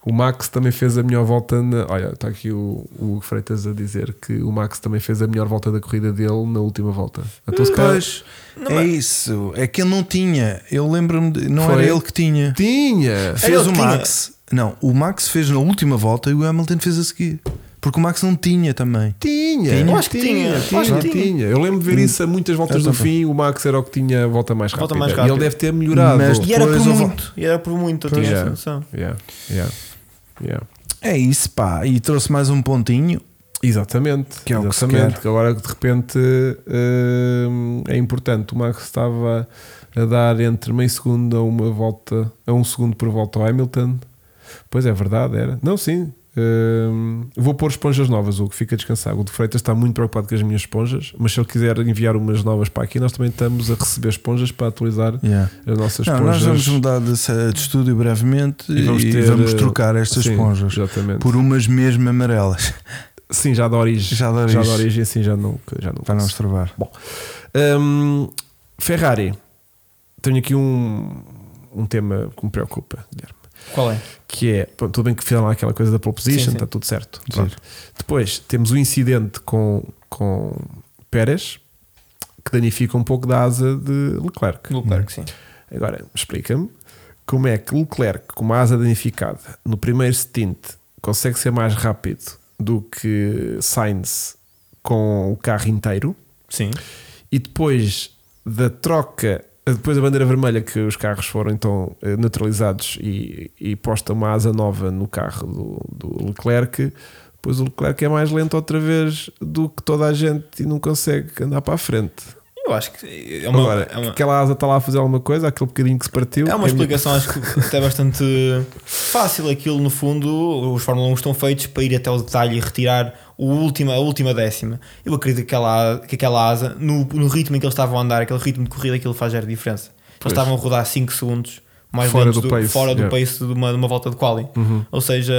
S1: O Max também fez a melhor volta. Na... Olha, está aqui o, o Freitas a dizer que o Max também fez a melhor volta da corrida dele na última volta. Então, se calhar,
S2: Hum, Pois, é isso. É que ele não tinha. Eu lembro-me, de- não
S1: Foi.
S2: era ele que tinha.
S1: tinha!
S3: Era
S2: Fez
S3: ele
S2: o
S3: que tinha.
S2: Max. Não, o Max fez na última volta e o Hamilton fez a seguir. Porque o Max não tinha também.
S1: Tinha!
S2: Tinha?
S3: Eu acho que tinha,
S1: Tinha,
S3: acho
S1: tinha,
S3: que tinha.
S1: tinha. Eu lembro de ver isso a muitas voltas
S2: Eu
S1: do
S2: também.
S1: fim. O Max era o que tinha a volta mais rápida.
S3: Volta mais
S1: E ele
S3: rápida.
S1: deve ter melhorado.
S2: Mas-
S3: E era por
S2: Depois houve-
S3: muito. E era por muito, eu
S1: Pois
S3: tinha essa
S1: é.
S3: noção.
S1: Yeah, yeah, yeah.
S2: É isso, pá. E trouxe mais um pontinho.
S1: Exatamente.
S2: Que é o que se
S1: exatamente.
S2: quer.
S1: que agora de repente hum, é importante. O Max estava a dar entre meio segundo a uma volta, a um segundo por volta ao Hamilton. Pois é verdade, era. Não, sim. Hum, vou pôr esponjas novas, o que fica descansado. O de Freitas está muito preocupado com as minhas esponjas, mas se ele quiser enviar umas novas para aqui, nós também estamos a receber esponjas para atualizar
S2: Yeah.
S1: as nossas
S2: Não,
S1: esponjas.
S2: nós vamos mudar de, se- de estúdio brevemente e vamos,
S1: ter, eh,
S2: trocar estas
S1: sim,
S2: esponjas
S1: Exatamente.
S2: por umas mesmo amarelas
S1: Sim, já da origem.
S2: Já dá
S1: Já da
S2: isto.
S1: origem, sim, já não. Já não
S2: para não estrovar.
S1: Hum, Ferrari, tenho aqui um, um tema que me preocupa, Guilherme,
S3: Qual é?
S1: que é, pronto, tudo bem que fizeram lá aquela coisa da pole
S3: Sim,
S1: position,
S3: sim.
S1: está tudo certo. Pronto. Depois temos o incidente com, com Pérez, que danifica um pouco da asa de Leclerc.
S3: Leclerc, sim.
S1: Agora, explica-me como é que Leclerc, com uma asa danificada, no primeiro stint, consegue ser mais rápido do que Sainz com o carro inteiro
S3: Sim.
S1: e depois da troca, depois da bandeira vermelha que os carros foram então eh, neutralizados e, e posta uma asa nova no carro do, do Leclerc, depois o Leclerc é mais lento outra vez do que toda a gente e não consegue andar para a frente.
S3: Eu acho que é uma,
S1: Agora,
S3: é uma,
S1: aquela asa está lá a fazer alguma coisa, aquele bocadinho que se partiu.
S3: é uma
S1: é
S3: explicação, acho que até bastante fácil. Aquilo, no fundo, os Fórmula 1 estão feitos para ir até o detalhe e retirar o último, a última décima. Eu acredito que aquela, que aquela asa, no, no ritmo em que eles estavam a andar, aquele ritmo de corrida, aquilo faz era diferença. Eles
S1: Pois.
S3: estavam a rodar 5 segundos mais
S1: Fora
S3: lentos
S1: do pace,
S3: fora do
S1: yeah. Uhum.
S3: pace de uma, de uma volta de quali. Ou seja,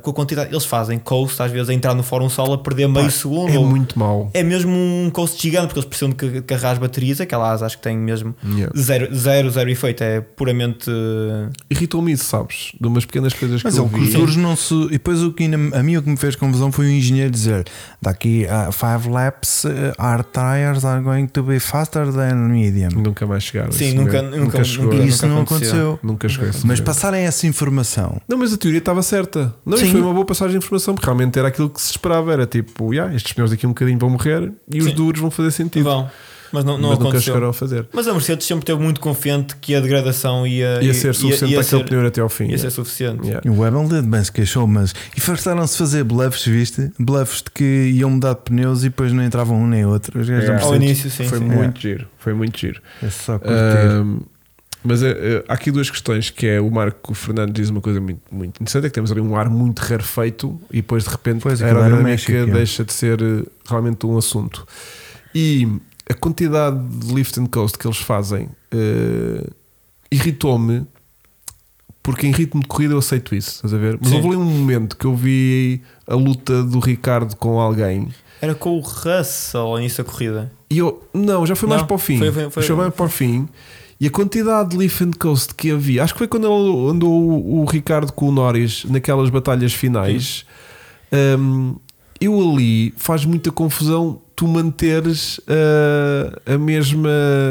S3: com a quantidade, eles fazem coast, às vezes a entrar no fórum solo a perder meio segundo
S1: É
S3: ou-
S1: muito mau.
S3: é mesmo um coast gigante, porque eles precisam de ca- carregar as baterias, aquela asa acho que tem mesmo
S1: Yeah.
S3: zero, zero, zero efeito, é puramente eh,
S1: Irritou-me isso, sabes? De umas pequenas coisas
S2: Mas
S1: que
S2: é,
S1: eu
S2: o
S1: vi.
S2: cursores não se. E depois o que ainda, a mim o que me fez confusão foi o engenheiro dizer: daqui a 5 laps, eh, our tires are going to be faster than medium.
S1: Nunca mais chegaram.
S3: Sim,
S1: isso
S3: nunca-
S1: mesmo.
S3: nunca-
S1: nunca chegou.
S3: nunca-
S1: a-
S2: Isso não aconteceu.
S1: Nunca chegou. a esse
S2: Mas
S1: nível.
S2: passarem essa informação
S1: Não, mas a teoria estava certa. Não, isto
S2: Sim.
S1: foi uma boa passagem de informação, porque realmente era aquilo que se esperava. Era tipo, "Ya, estes pneus daqui um bocadinho vão morrer e os
S3: Sim.
S1: duros vão fazer sentido.
S3: vão, mas não, não
S1: mas nunca
S3: aconteceu.
S1: chegaram a fazer.
S3: Mas a Mercedes sempre esteve muito confiante que a degradação ia,
S1: Ia ser suficiente
S3: ia
S1: para aquele
S3: ser-
S1: pneu ir até ao fim.
S3: ia
S1: yeah.
S3: ser suficiente.
S1: Yeah.
S2: O Hamilton bem se queixou, mas. E fartaram-se de fazer bluffs, viste? Bluffs de que iam mudar de pneus e depois não entravam um nem outro. Os gajos
S1: Yeah.
S2: não
S3: Ao
S2: percebem.
S3: início, sim.
S1: Foi
S3: sim.
S1: muito giro. Foi muito giro.
S2: É só curtir.
S1: Ahm, Mas eh, eh, há aqui duas questões: que é o Marco Fernando diz uma coisa muito, muito interessante, é que temos ali um ar muito rarefeito e depois de repente
S2: Pois,
S1: a
S2: aquilo era
S1: aerodinâmica
S2: México, é.
S1: deixa de ser eh, realmente um assunto. E a quantidade de lift and coast que eles fazem eh, irritou-me, porque em ritmo de corrida eu aceito isso, estás a ver? Mas
S3: Sim.
S1: houve ali um momento que eu vi a luta do Ricardo com alguém.
S3: Era com o Russell ao início da corrida.
S1: E eu, não, já foi mais
S3: Não,
S1: para o fim.
S3: foi- foi- foi-
S1: já mais para o fim. E a quantidade de Leaf and Coast que havia, acho que foi quando ele andou o, o Ricardo com o Norris naquelas batalhas finais. hum, eu ali faz muita confusão tu manteres ah, a mesma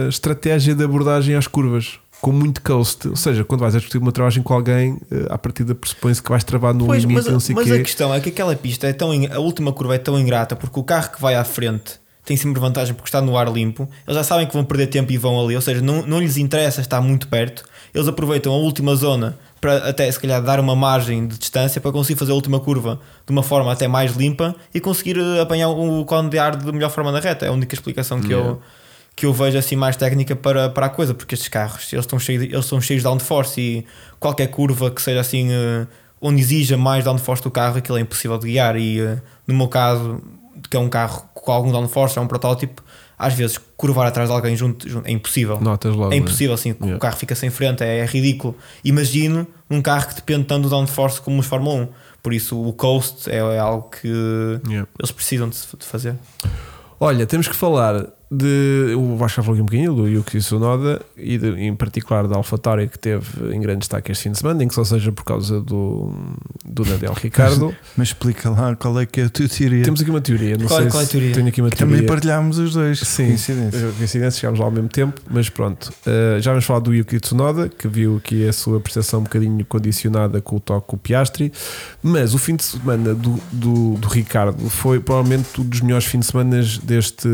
S1: estratégia de abordagem às curvas. Com muito coast, ou seja, quando vais a discutir uma travagem com alguém, ah, à partida pressupõe-se que vais travar num
S3: Pois,
S1: limite,
S3: mas,
S1: não sei o
S3: mas
S1: quê.
S3: a questão é que aquela pista é tão. in- A última curva é tão ingrata porque o carro que vai à frente tem sempre vantagem porque está no ar limpo. Eles já sabem que vão perder tempo e vão ali, ou seja, não, não lhes interessa estar muito perto. Eles aproveitam a última zona para até se calhar dar uma margem de distância para conseguir fazer a última curva de uma forma até mais limpa e conseguir eh, apanhar o cone de ar de melhor forma na reta. É a única explicação que eu que eu vejo assim mais técnica para, para a coisa, porque estes carros eles estão cheios, de- eles estão cheios de downforce e qualquer curva que seja assim eh, onde exija mais downforce do carro, aquilo é impossível de guiar. E eh, no meu caso, que é um carro com algum downforce, é um protótipo, às vezes curvar atrás de alguém junto, junto- é impossível.
S1: Notas logo.
S3: É
S1: não
S3: impossível, assim,
S1: né? Yeah.
S3: o carro fica sem frente, é, é ridículo. Imagino um carro que depende tanto do downforce como os Fórmula 1. Por isso, o coast é, é algo que
S1: Yeah.
S3: eles precisam de, se- de fazer.
S1: Olha, temos que falar de. Eu acho que já falei aqui um bocadinho do Yuki Tsunoda e de- em particular da AlphaTauri que teve em grande destaque este fim de semana, nem que só seja por causa do, do Daniel Ricardo.
S2: Mas explica lá qual é que é a tua teoria.
S1: temos aqui uma teoria, não
S3: Qual-
S1: sei
S3: qual é a
S1: se
S3: teoria?
S1: tenho aqui uma
S2: que
S1: teoria.
S2: também partilhámos os dois.
S1: Sim.
S2: Coincidência.
S1: Eh, coincidência, chegámos lá ao mesmo tempo, mas pronto. Eh, já vamos falar do Yuki Tsunoda, que viu aqui a sua prestação um bocadinho condicionada com o toque com o Piastri, mas o fim de semana do, do, do Ricardo foi provavelmente um dos melhores fins de semana deste,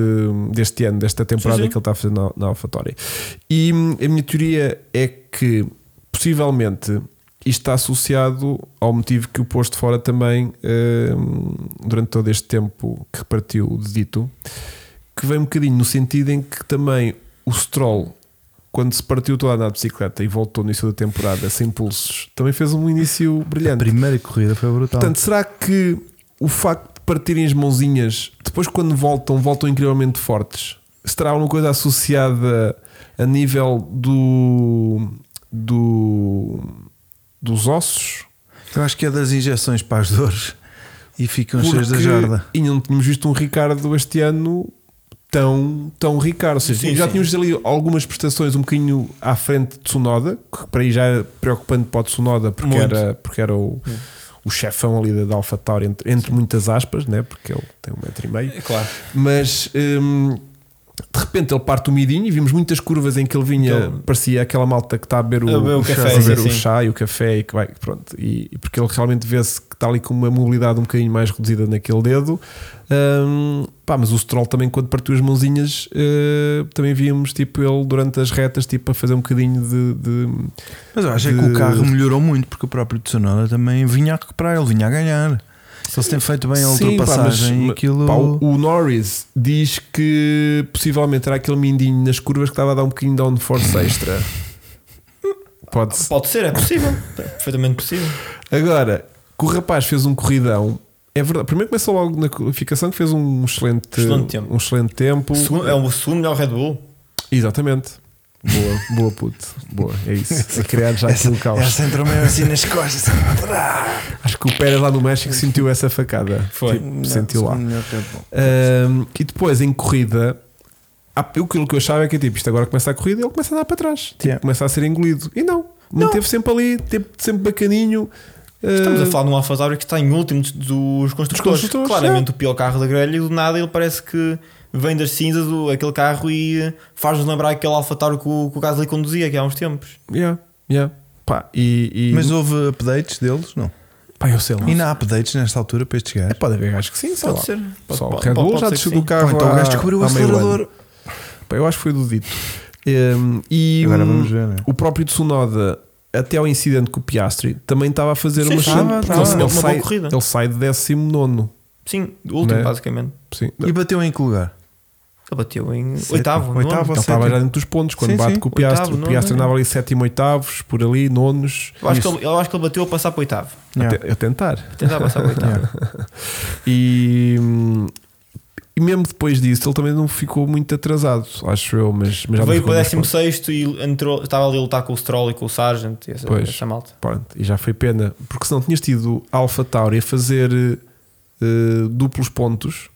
S1: deste ano, desta temporada
S3: Sim, sim.
S1: que ele está a fazer na, na AlphaTauri. E hum, a minha teoria é que possivelmente isto está associado ao motivo que o posto fora também hum, durante todo este tempo que repartiu o dedito que vem um bocadinho no sentido em que também o Stroll, quando se partiu toda a andar de bicicleta e voltou no início da temporada sem pulsos, também fez um início
S2: A
S1: brilhante.
S2: primeira corrida foi brutal.
S1: Portanto, será que o facto de partirem as mãozinhas, depois quando voltam, voltam incrivelmente fortes? Será alguma coisa associada a nível do. do dos ossos?
S2: Eu acho que é das injeções para as dores e ficam cheios da
S1: Porque-
S2: jarda.
S1: E não tínhamos visto um Ricardo este ano tão, tão Ricardo. Ou seja,
S3: Sim,
S1: já
S3: sim.
S1: tínhamos ali algumas prestações um bocadinho à frente de Tsunoda, que para aí já era preocupante para o Tsunoda, porque
S3: Muito.
S1: era, porque era o, o chefão ali da- da AlphaTauri, entre, entre muitas aspas, né? porque ele tem um metro e meio
S3: É claro.
S1: mas hum, de repente ele parte o midinho e vimos muitas curvas em que ele vinha,
S3: Então-
S1: parecia aquela malta que está a beber o,
S3: A beber o
S1: chá,
S3: café,
S1: a beber
S3: sim,
S1: o
S3: sim.
S1: chá e o café e que vai, pronto, e, e porque ele realmente vê-se que está ali com uma mobilidade um bocadinho mais reduzida naquele dedo. Hum, pá, mas o Stroll também, quando partiu as mãozinhas, eh, também víamos tipo ele durante as retas, tipo a fazer um bocadinho de- de
S2: Mas eu acho é que
S1: de-
S2: o carro melhorou muito porque o próprio Tsunoda também vinha a recuperar, ele vinha a ganhar. Se eles têm feito bem a
S1: Sim, pá,
S2: ultrapassagem
S1: mas-
S2: e aquilo.
S3: Uhum.
S1: Pá, o o Norris diz que possivelmente era aquele mindinho nas curvas que estava a dar um bocadinho de downforce extra. Pode-se.
S3: Pode ser, é possível. É perfeitamente possível.
S1: Agora, que o rapaz fez um corridão. É verdade. Primeiro começou logo na qualificação que fez um excelente,
S3: Excelente tempo.
S1: Um excelente tempo.
S3: Segundo- é o segundo melhor Red Bull.
S1: Exatamente. Boa, boa puto. Boa, é isso. A criar já aqui o caos.
S2: Essa entrou meio assim nas costas.
S1: Acho que o Pérez lá no México sentiu essa facada.
S3: É. Foi.
S1: Tipo, sentiu lá.
S2: Melhor que é bom.
S1: Um, e depois em corrida, há- eu- aquilo que eu achava é que tipo, isto agora começa a corrida e ele começa a dar para trás, tipo,
S2: Yeah.
S1: começa a ser engolido. E não, manteve sempre ali, teve sempre bacaninho.
S3: Estamos
S1: Uh,
S3: a falar de um AlphaTauri que está em último dos- dos construtores. é.
S1: construtores,
S3: Claramente o pior carro da grelha e do nada ele parece que vem das cinzas do, aquele carro e eh, faz-nos lembrar aquele AlphaTauri que o, que o Gasly conduzia aqui há uns tempos.
S1: yeah, yeah. Pá, e, e-
S2: Mas houve updates deles? Não.
S1: pá, eu sei lá.
S2: E não há updates nesta altura para estes
S1: É,
S2: gajos.
S1: pode haver gajos que sim, sei
S3: Pode
S1: lá.
S3: ser. Pode-
S1: Só o
S3: pode-
S1: Red Bull
S3: pode
S1: já
S3: ser que
S1: descobriu
S3: sim.
S1: o carro.
S2: Ou então o
S1: há-
S2: gajo descobriu o
S1: há meio ano.
S2: acelerador.
S1: Pá, eu acho que foi do dito. Um, e
S2: Agora
S1: hum,
S2: vamos ver, né?
S1: o próprio Tsunoda, até ao incidente com o Piastri, também estava a fazer
S3: Sim,
S1: uma
S3: sim,
S1: chama.
S2: estava,
S1: porque ele-
S2: estava.
S3: Uma boa
S1: Ele, sai,
S3: corrida.
S1: ele sai de 19.
S3: Sim, o último
S1: Né?
S3: basicamente.
S1: Sim,
S2: E bateu em que lugar?
S3: Ele bateu em
S2: Sétimo,
S3: oitavo. é? nono.
S2: oitavo.
S1: Ele
S2: Sétimo.
S1: estava já dentro dos pontos quando
S2: Sim,
S1: bate
S2: sim.
S1: com o Piastri.
S3: Oitavo,
S1: o
S3: nono,
S1: Piastri
S3: nono.
S1: andava ali sétimo, oitavos, por ali, nonos.
S3: Eu acho, que
S2: Isso.
S3: ele, eu acho que ele bateu a passar para o oitavo.
S2: Yeah.
S1: Até- a tentar.
S3: Tentava passar para o oitavo.
S1: E, hum, e mesmo depois disso, ele também não ficou muito atrasado, acho eu. Mas, mas já não
S3: Veio
S1: ficou
S3: para o
S1: nos pontos.
S3: 16 e entrou, estava ali a lutar com o Stroll e com o Sargent e essa,
S1: Pois.
S3: essa malta.
S1: Pronto, e já foi pena, porque senão tinhas tido Alpha Tauri a fazer eh, duplos pontos,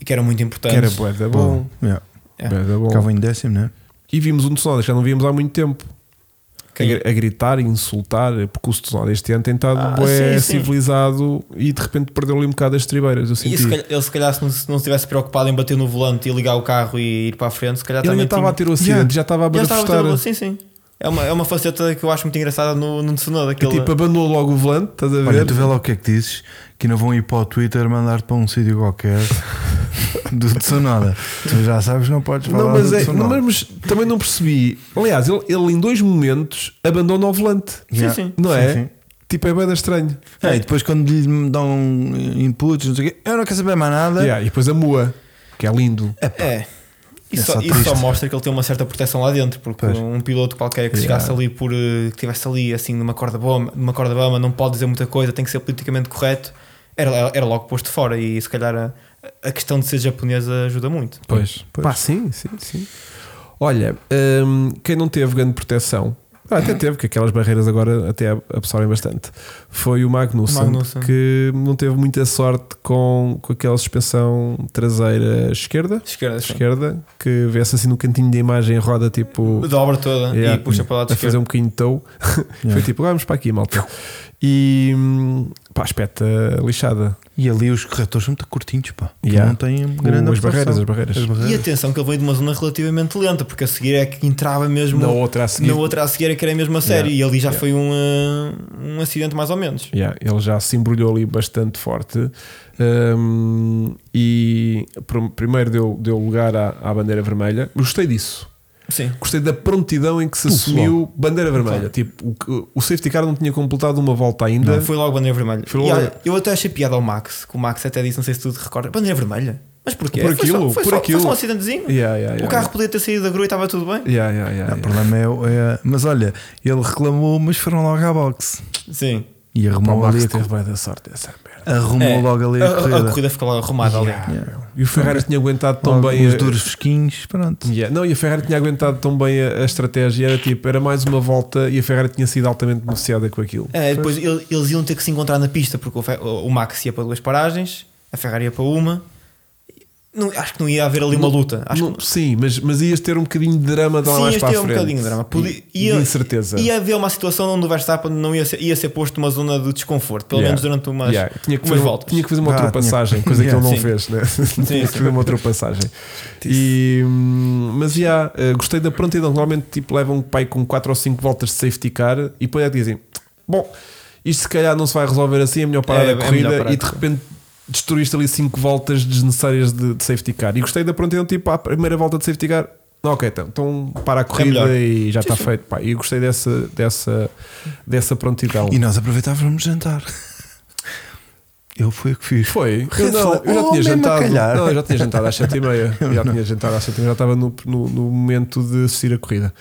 S3: E que era muito importante.
S1: que era bué da bom.
S2: Yeah.
S3: É.
S1: bué da bom.
S2: Ficava em décimo, né?
S1: E vimos um Tsunoda, que já não víamos há muito tempo. A,
S3: Quem?
S1: gr- a gritar, a insultar, porque o Tsunoda este ano tem estado
S3: Ah,
S1: bué
S3: sim, sim.
S1: civilizado e de repente perdeu ali um bocado as tribeiras. Eu
S3: E
S1: senti.
S3: se calhar, ele, se calhar, se não, se não estivesse preocupado em bater no volante e ligar o carro e ir para a frente, se calhar
S1: Ele ainda
S3: também
S1: estava a
S3: tinha-
S1: ter o acidente,
S2: Yeah.
S1: já estava a
S3: Ele estava a bater
S1: barafustar.
S3: no volante, Sim, sim. É uma, é uma faceta que eu acho muito engraçada no, no Tsunoda.
S1: Que
S3: aquele-
S1: tipo, abandonou logo o volante, estás a ver?
S2: Olha, tu vê lá o que é que dizes que não vão ir para o Twitter mandar-te para um sítio qualquer do Tsunoda. Tu já sabes, não podes falar
S1: Não, mas,
S2: do
S1: é,
S2: Tsunoda.
S1: não, mas também não percebi. Aliás, ele, ele em dois momentos abandona o volante.
S2: Yeah.
S3: Sim, sim.
S1: Não
S2: Sim,
S1: é?
S2: sim.
S1: Tipo, é bem estranho.
S2: É, e depois quando lhe dão inputs, não sei o quê, eu não é? quero saber mais nada.
S1: Yeah, e depois a Moa, que é lindo.
S3: É. Isso,
S2: É
S3: só,
S2: só
S3: isso só
S2: triste.
S3: mostra que ele tem uma certa proteção lá dentro, porque
S2: Pois.
S3: um piloto qualquer que
S1: Yeah.
S3: chegasse ali por eh, que estivesse ali assim numa corda bamba, numa corda bamba, não pode dizer muita coisa, tem que ser politicamente correto, era, era logo posto fora e se calhar a, a questão de ser japonesa ajuda muito.
S1: Pois,
S2: pois.
S1: Pá, sim, sim, sim. Olha, hum, quem não teve grande proteção, ah, até teve, que aquelas barreiras agora até absorvem bastante, foi o Magnussen,
S3: Magnussen.
S1: que não teve muita sorte com, com aquela suspensão traseira esquerda,
S3: Esquerda, sim.
S1: esquerda, que vê-se assim no cantinho da imagem roda tipo
S3: dobra toda
S1: Yeah.
S3: e puxa para o lado
S1: a fazer
S3: esquerdo.
S1: um bocadinho de tow.
S2: Yeah.
S1: Foi tipo, vamos para aqui, malta. E hum, pá, espeta lixada.
S2: E ali os corretores são muito curtinhos, pá. Que
S1: Yeah.
S2: Não têm grande
S1: as
S2: absorção.
S1: barreiras, as barreiras.
S2: As
S3: E
S2: barreiras.
S3: atenção que ele veio de uma zona relativamente lenta, porque a seguir é que entrava mesmo
S1: Na outra a seguir.
S3: na outra a seguir é que era mesmo a sério e ali já
S1: Yeah.
S3: foi um, eh, um acidente mais ou menos.
S1: Yeah, ele já se embrulhou ali bastante forte Um, e pr- primeiro deu, deu lugar à, à bandeira vermelha. Gostei disso.
S3: Sim.
S1: Gostei da prontidão em que se
S2: Puf,
S1: assumiu bandeira vermelha.
S3: Claro.
S1: Tipo, o, que- o safety car não tinha completado uma volta ainda.
S3: Foi logo bandeira vermelha.
S1: Foi
S3: E
S1: logo-
S3: olha, eu até achei piada ao Max, que o Max até disse, não sei se tu te recordas, bandeira vermelha. Mas porquê?
S1: Por
S3: Foi só-
S1: aquilo,
S3: foi
S1: por
S3: só,
S1: aquilo.
S3: Foi só um acidentezinho.
S1: Yeah, yeah, yeah,
S3: o carro podia ter saído da grua e estava tudo bem.
S1: Yeah, yeah, yeah,
S2: Não, o
S1: yeah.
S2: problema é, é- Mas olha, ele reclamou, mas foram logo à boxe.
S3: Sim.
S2: E
S1: Pá, o
S2: arrumou,
S1: Max
S2: ali a,
S1: teve
S2: cor-
S1: bué da sorte essa merda.
S2: arrumou
S3: É,
S2: logo ali a,
S3: a, a
S2: corrida.
S3: ficou logo arrumada ali.
S2: Yeah.
S1: E o Ferrari tinha aguentado tão
S2: Logo
S1: bem
S2: os
S1: a-
S2: duros fresquinhos, pronto.
S1: Yeah. Não, e a Ferrari tinha aguentado tão bem a, a estratégia. Era tipo, era mais uma volta e a Ferrari tinha sido altamente beneficiada com aquilo.
S3: É, depois ele- eles iam ter que se encontrar na pista, porque o, Fe- o Max ia para duas paragens, a Ferrari ia para uma. Não- acho que não ia haver ali uma
S1: Não-
S3: luta. Acho
S1: Não-
S3: que
S1: Sim, mas, mas ias ter um bocadinho de drama de lá
S3: Sim,
S1: mais
S3: este
S1: para a
S3: é um
S1: frente.
S3: bocadinho de drama. Podia-
S1: E de incerteza.
S3: Ia haver uma situação onde o Verstappen não ia ser, ia ser posto numa zona de desconforto, pelo
S1: Yeah.
S3: menos durante umas,
S1: Yeah, Tinha, que
S3: umas
S1: fazer, um-
S3: voltas.
S1: tinha que fazer uma
S2: Ah,
S1: ultrapassagem,
S2: tinha-
S1: coisa que
S2: Yeah,
S1: ele não
S3: sim.
S1: fez, né? tinha que
S3: sim.
S1: fazer uma ultrapassagem. E, hum, mas já eh, gostei da prontidão. Normalmente tipo, levam um pai com 4 ou 5 voltas de safety car e depois é que dizem: Bom, isto se calhar não se vai resolver assim, é melhor parar
S3: É,
S1: a
S3: é
S1: corrida
S3: melhor parar
S1: e
S3: a
S1: de
S3: corrida.
S1: repente. Destruíste ali 5 voltas desnecessárias de, de safety car. E gostei da prontidão, tipo, à primeira volta de safety car, não, ok, então, então para a corrida
S3: É melhor.
S1: e já
S3: Sim,
S1: está
S3: sim.
S1: feito. Pá, e eu gostei dessa, dessa, dessa prontidão.
S2: E nós aproveitávamos jantar. Eu fui o que fiz.
S1: Foi.
S2: Red
S1: Eu, não,
S2: flag.
S1: eu já
S2: Oh,
S1: tinha
S2: mesmo a
S1: jantado.
S2: calhar.
S1: Não, eu já tinha jantado às 7 e meia. Já tinha jantado às 7 e meia, já estava no, no, no momento de assistir a corrida.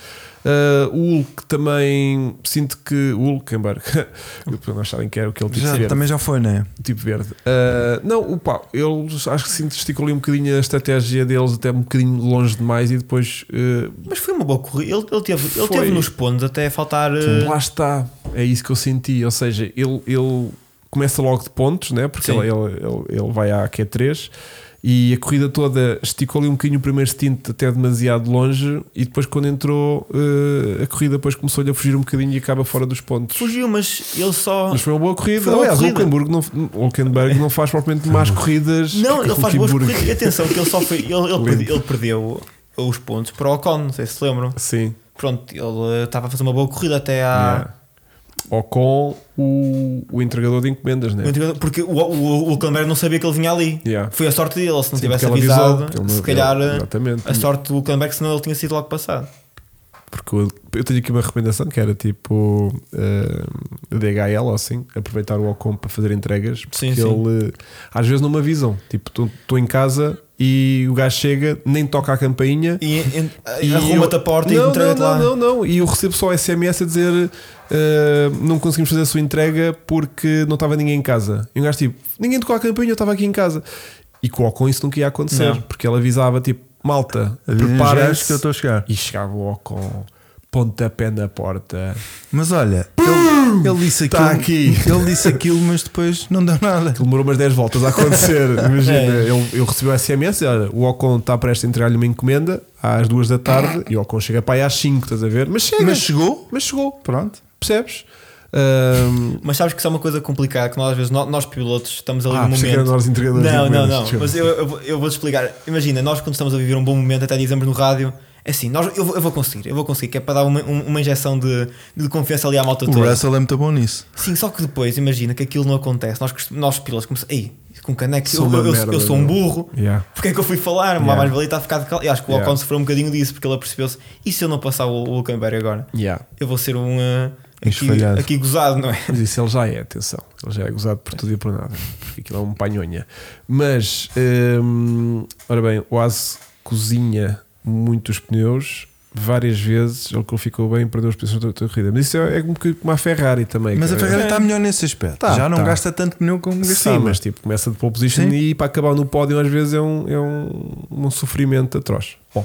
S1: Ah, o Hulk também sinto que o Hulkenberg, para não acharem que era o que ele tipo
S2: Já,
S1: verde.
S2: também já foi, né?
S1: Tipo verde. Ah, não, o pá, eles acho que sinto esticou ali um bocadinho a estratégia deles até um bocadinho longe demais e depois ah,
S3: Mas foi uma boa corrida. Ele, ele, teve, ele
S1: Foi.
S3: teve nos pontos até faltar. eh,
S1: lá está. É isso que eu senti. Ou seja, ele, ele começa logo de pontos, né? porque
S3: Sim.
S1: ele, ele, ele, ele vai à Q3 e a corrida toda esticou ali um bocadinho o primeiro stint até demasiado longe e depois quando entrou eh, a corrida depois começou-lhe a fugir um bocadinho e acaba fora dos pontos.
S3: fugiu, mas ele só.
S1: Mas foi uma boa corrida.
S3: Foi uma
S1: Aliás, o
S3: corrida.
S1: Hülkenberg não, o Hülkenberg não faz propriamente más corridas.
S3: não,
S1: que
S3: ele
S1: o
S3: faz boas
S1: Hülkenberg.
S3: corridas. E atenção, que ele só foi. Ele, ele,
S1: Lindo.
S3: perdeu, ele perdeu os pontos para o Ocon, não sei se se lembram.
S1: Sim.
S3: Pronto, ele eh, estava a fazer uma boa corrida até à.
S1: Yeah. Ou com o, o entregador de encomendas, né?
S3: Porque o, o, o Hulkenberg não sabia que ele vinha ali.
S1: Yeah.
S3: Foi a sorte dele, se não
S1: Sim,
S3: tivesse
S1: porque ele avisou,
S3: avisado,
S1: porque ele não-
S3: se calhar eh,
S1: Exatamente.
S3: a sorte do Hulkenberg, senão ele tinha sido logo passado.
S1: Porque eu, eu tenho aqui uma recomendação que era tipo eh, DHL ou assim, aproveitar o Ocom para fazer entregas. Porque
S3: Sim, sim.
S1: ele eh, às vezes não me avisam. Tipo, estou em casa e o gajo chega, nem toca a campainha.
S3: E, e,
S1: E
S3: arruma-te
S1: eu-
S3: a porta
S1: não,
S3: e entrega-te
S1: não,
S3: lá.
S1: não, não, não. E eu recebo só SMS a dizer eh, não conseguimos fazer a sua entrega porque não estava ninguém em casa. E um gajo tipo, ninguém tocou a campainha, eu estava aqui em casa. E com o Ocon isso nunca ia acontecer,
S3: Não.
S1: porque ele avisava tipo, malta,
S2: Preparas que eu
S1: prepara-se.
S2: estou a chegar.
S1: E chegava o Ocon, pontapé na porta.
S2: Mas olha, ele, ele disse aquilo.
S1: Tá aqui.
S2: Ele disse aquilo, mas depois não deu nada.
S1: Aquilo demorou umas 10 voltas a acontecer. Imagina,
S3: É.
S1: eu, eu recebi o SMS, olha, o Ocon está prestes a entregar-lhe uma encomenda às 2 da tarde e o Ocon chega para aí às 5, estás a ver? Mas chega,
S2: Mas
S1: mas,
S2: chegou.
S1: chegou,
S2: Pronto.
S1: percebes? Ahm,
S3: Mas sabes que isso é uma coisa complicada que nós às vezes nó- nós, pilotos estamos ali
S1: Ah,
S3: num
S1: pensei que
S3: momento.
S1: eram nós entregadores de
S3: não, não,
S1: encomendas,
S3: não.
S1: desculpa.
S3: Mas eu, eu, vou- eu vou-te explicar. Imagina, nós quando estamos a viver um bom momento, até dizemos no rádio. é Assim, nós, eu, vou- eu vou conseguir, eu vou conseguir, que é para dar uma, um- uma injeção de, de confiança ali à malta
S1: Um
S2: O
S3: toda.
S2: Russell é muito bom nisso.
S3: Sim, só que depois, imagina que aquilo não acontece. Nós, costum- nós pilotos começamos. Ei, com caneco,
S1: Sou
S3: eu,
S1: uma
S3: eu, eu-
S1: merda,
S3: eu sou um
S1: meu."
S3: burro.
S1: yeah.
S3: Porque é que eu fui falar? Uma
S1: Yeah.
S3: mais valia está a ficar de cal... Eu acho que o
S1: Yeah.
S3: Alcon sofreu um bocadinho disso, porque ele apercebeu-se. E se eu não passar o, o Hulkenberg agora?
S1: Yeah.
S3: Eu vou ser um. ah, aqui,
S2: Esfalhado.
S3: aqui gozado, não é?
S1: Mas isso ele já é, atenção. Ele já é gozado por tudo e por nada. Porque aquilo é um panhonha. Mas, hum, ora bem, o Aze cozinha muitos pneus. Várias vezes ele ficou bem, perdeu as posições da da corrida. Mas isso é, é um bocadinho como a Ferrari também.
S2: Mas a
S1: cara.
S2: Ferrari está melhor nesse aspecto.
S1: É Tá,
S2: Já não
S1: tá.
S2: gasta tanto pneu como
S1: Sim,
S2: gastava.
S1: mas tipo, começa de pole position
S2: um Sim.
S1: e para acabar no pódio às vezes é um, é um, um sofrimento atroz. Bom,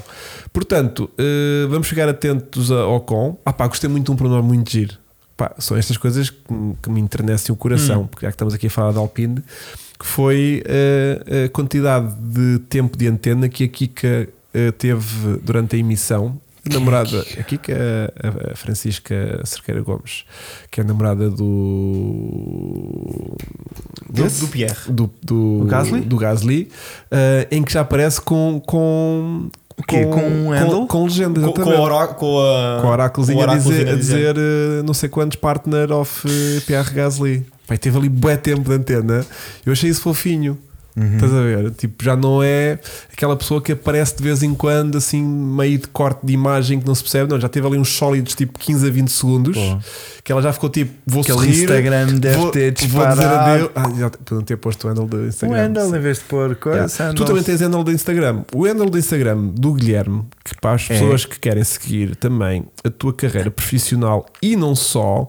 S1: portanto, eh, vamos chegar atentos a Ocon. Ah pá, gostei muito de um pronome muito giro. Pá, são estas coisas que, me- que me enternecem o coração, porque já que estamos aqui a falar de Alpine, que foi eh, a quantidade de tempo de antena que a Kika eh, teve durante a emissão. Namorada, a Kika, a- a Francisca Cerqueira Gomes, que é namorada do
S3: Do, do Pierre.
S1: do, do,
S2: Do Gasly?
S1: do Gasly, eh, em que já aparece com. com
S2: quê? Com um handle?
S1: com, com legenda,
S3: Com,
S1: exatamente.
S3: com, o orá- com a.
S1: Com a oráculozinha
S3: com o
S1: a dizer,
S3: oráculozinho
S1: a dizer eh, não sei quantos partner of eh, Pierre Gasly. Pai, teve ali bué tempo de antena. Eu achei isso fofinho.
S2: Uhum.
S1: Estás a ver? Tipo, já não é aquela pessoa que aparece de vez em quando, assim, meio de corte de imagem que não se percebe. Não, já teve ali uns sólidos, tipo 15 a 20 segundos,
S2: Pô.
S1: que ela já ficou tipo, vou
S2: Aquele
S1: sorrir,
S2: Instagram deve
S1: vou,
S2: ter
S1: vou dizer adeus.
S2: disparado.
S1: Ah, já te- não ter posto o handle do
S2: O
S1: Instagram.
S2: Um handle em vez de pôr coisa.
S1: Yeah. É. Tu também tens handle do Instagram. O handle do Instagram do Guilherme, que para as
S2: É.
S1: pessoas que querem seguir também a tua carreira profissional e não só,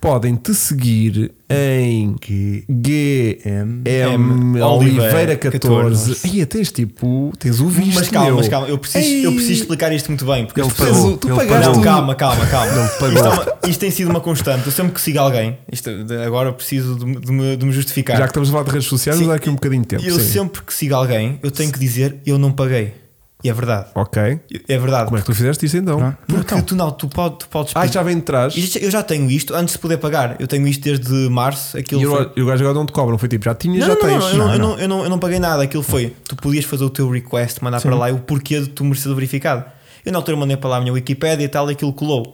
S1: podem te seguir em
S2: Que
S1: GM
S2: M.
S1: Oliveira 14.
S3: 14.
S1: Aí tens tipo, tens o visto.
S3: Mas calma,
S1: meu.
S3: mas calma, eu preciso, eu preciso explicar isto muito bem. Porque
S2: Ele
S3: as pessoas-
S2: pagou.
S1: Mas tu
S2: Ele
S1: pagaste
S2: pagou.
S3: Não,
S1: o-
S3: calma, calma, calma.
S2: pagou.
S3: Isto, é uma- isto tem sido uma constante. Eu sempre que sigo alguém, isto, é, de- agora eu preciso de, me- de me, de me justificar.
S1: Já que estamos a falar de redes sociais,
S3: Sim.
S1: vamos dar aqui um bocadinho de tempo.
S3: eu
S1: sim.
S3: sempre que sigo alguém, eu tenho que dizer eu não paguei. E é verdade.
S1: Ok.
S3: É verdade.
S1: Como é que tu fizeste isso então?
S2: Ah.
S3: Porque tu não, tu, pode, tu podes
S1: Ah, já vem de trás.
S3: Isto- Eu já tenho isto antes de poder pagar. Eu tenho isto desde março. Aquilo
S1: E
S3: foi-
S1: o e o gajo agora não te cobram. Foi tipo, já tinhas,
S3: Não,
S1: já
S3: não,
S1: tens.
S3: não, eu não- eu não- eu não- eu não paguei nada. Aquilo foi: tu podias fazer o teu request, mandar para lá e o porquê de tu mereceres o verificado. Eu na altura mandei para lá a minha Wikipédia e tal, e aquilo colou.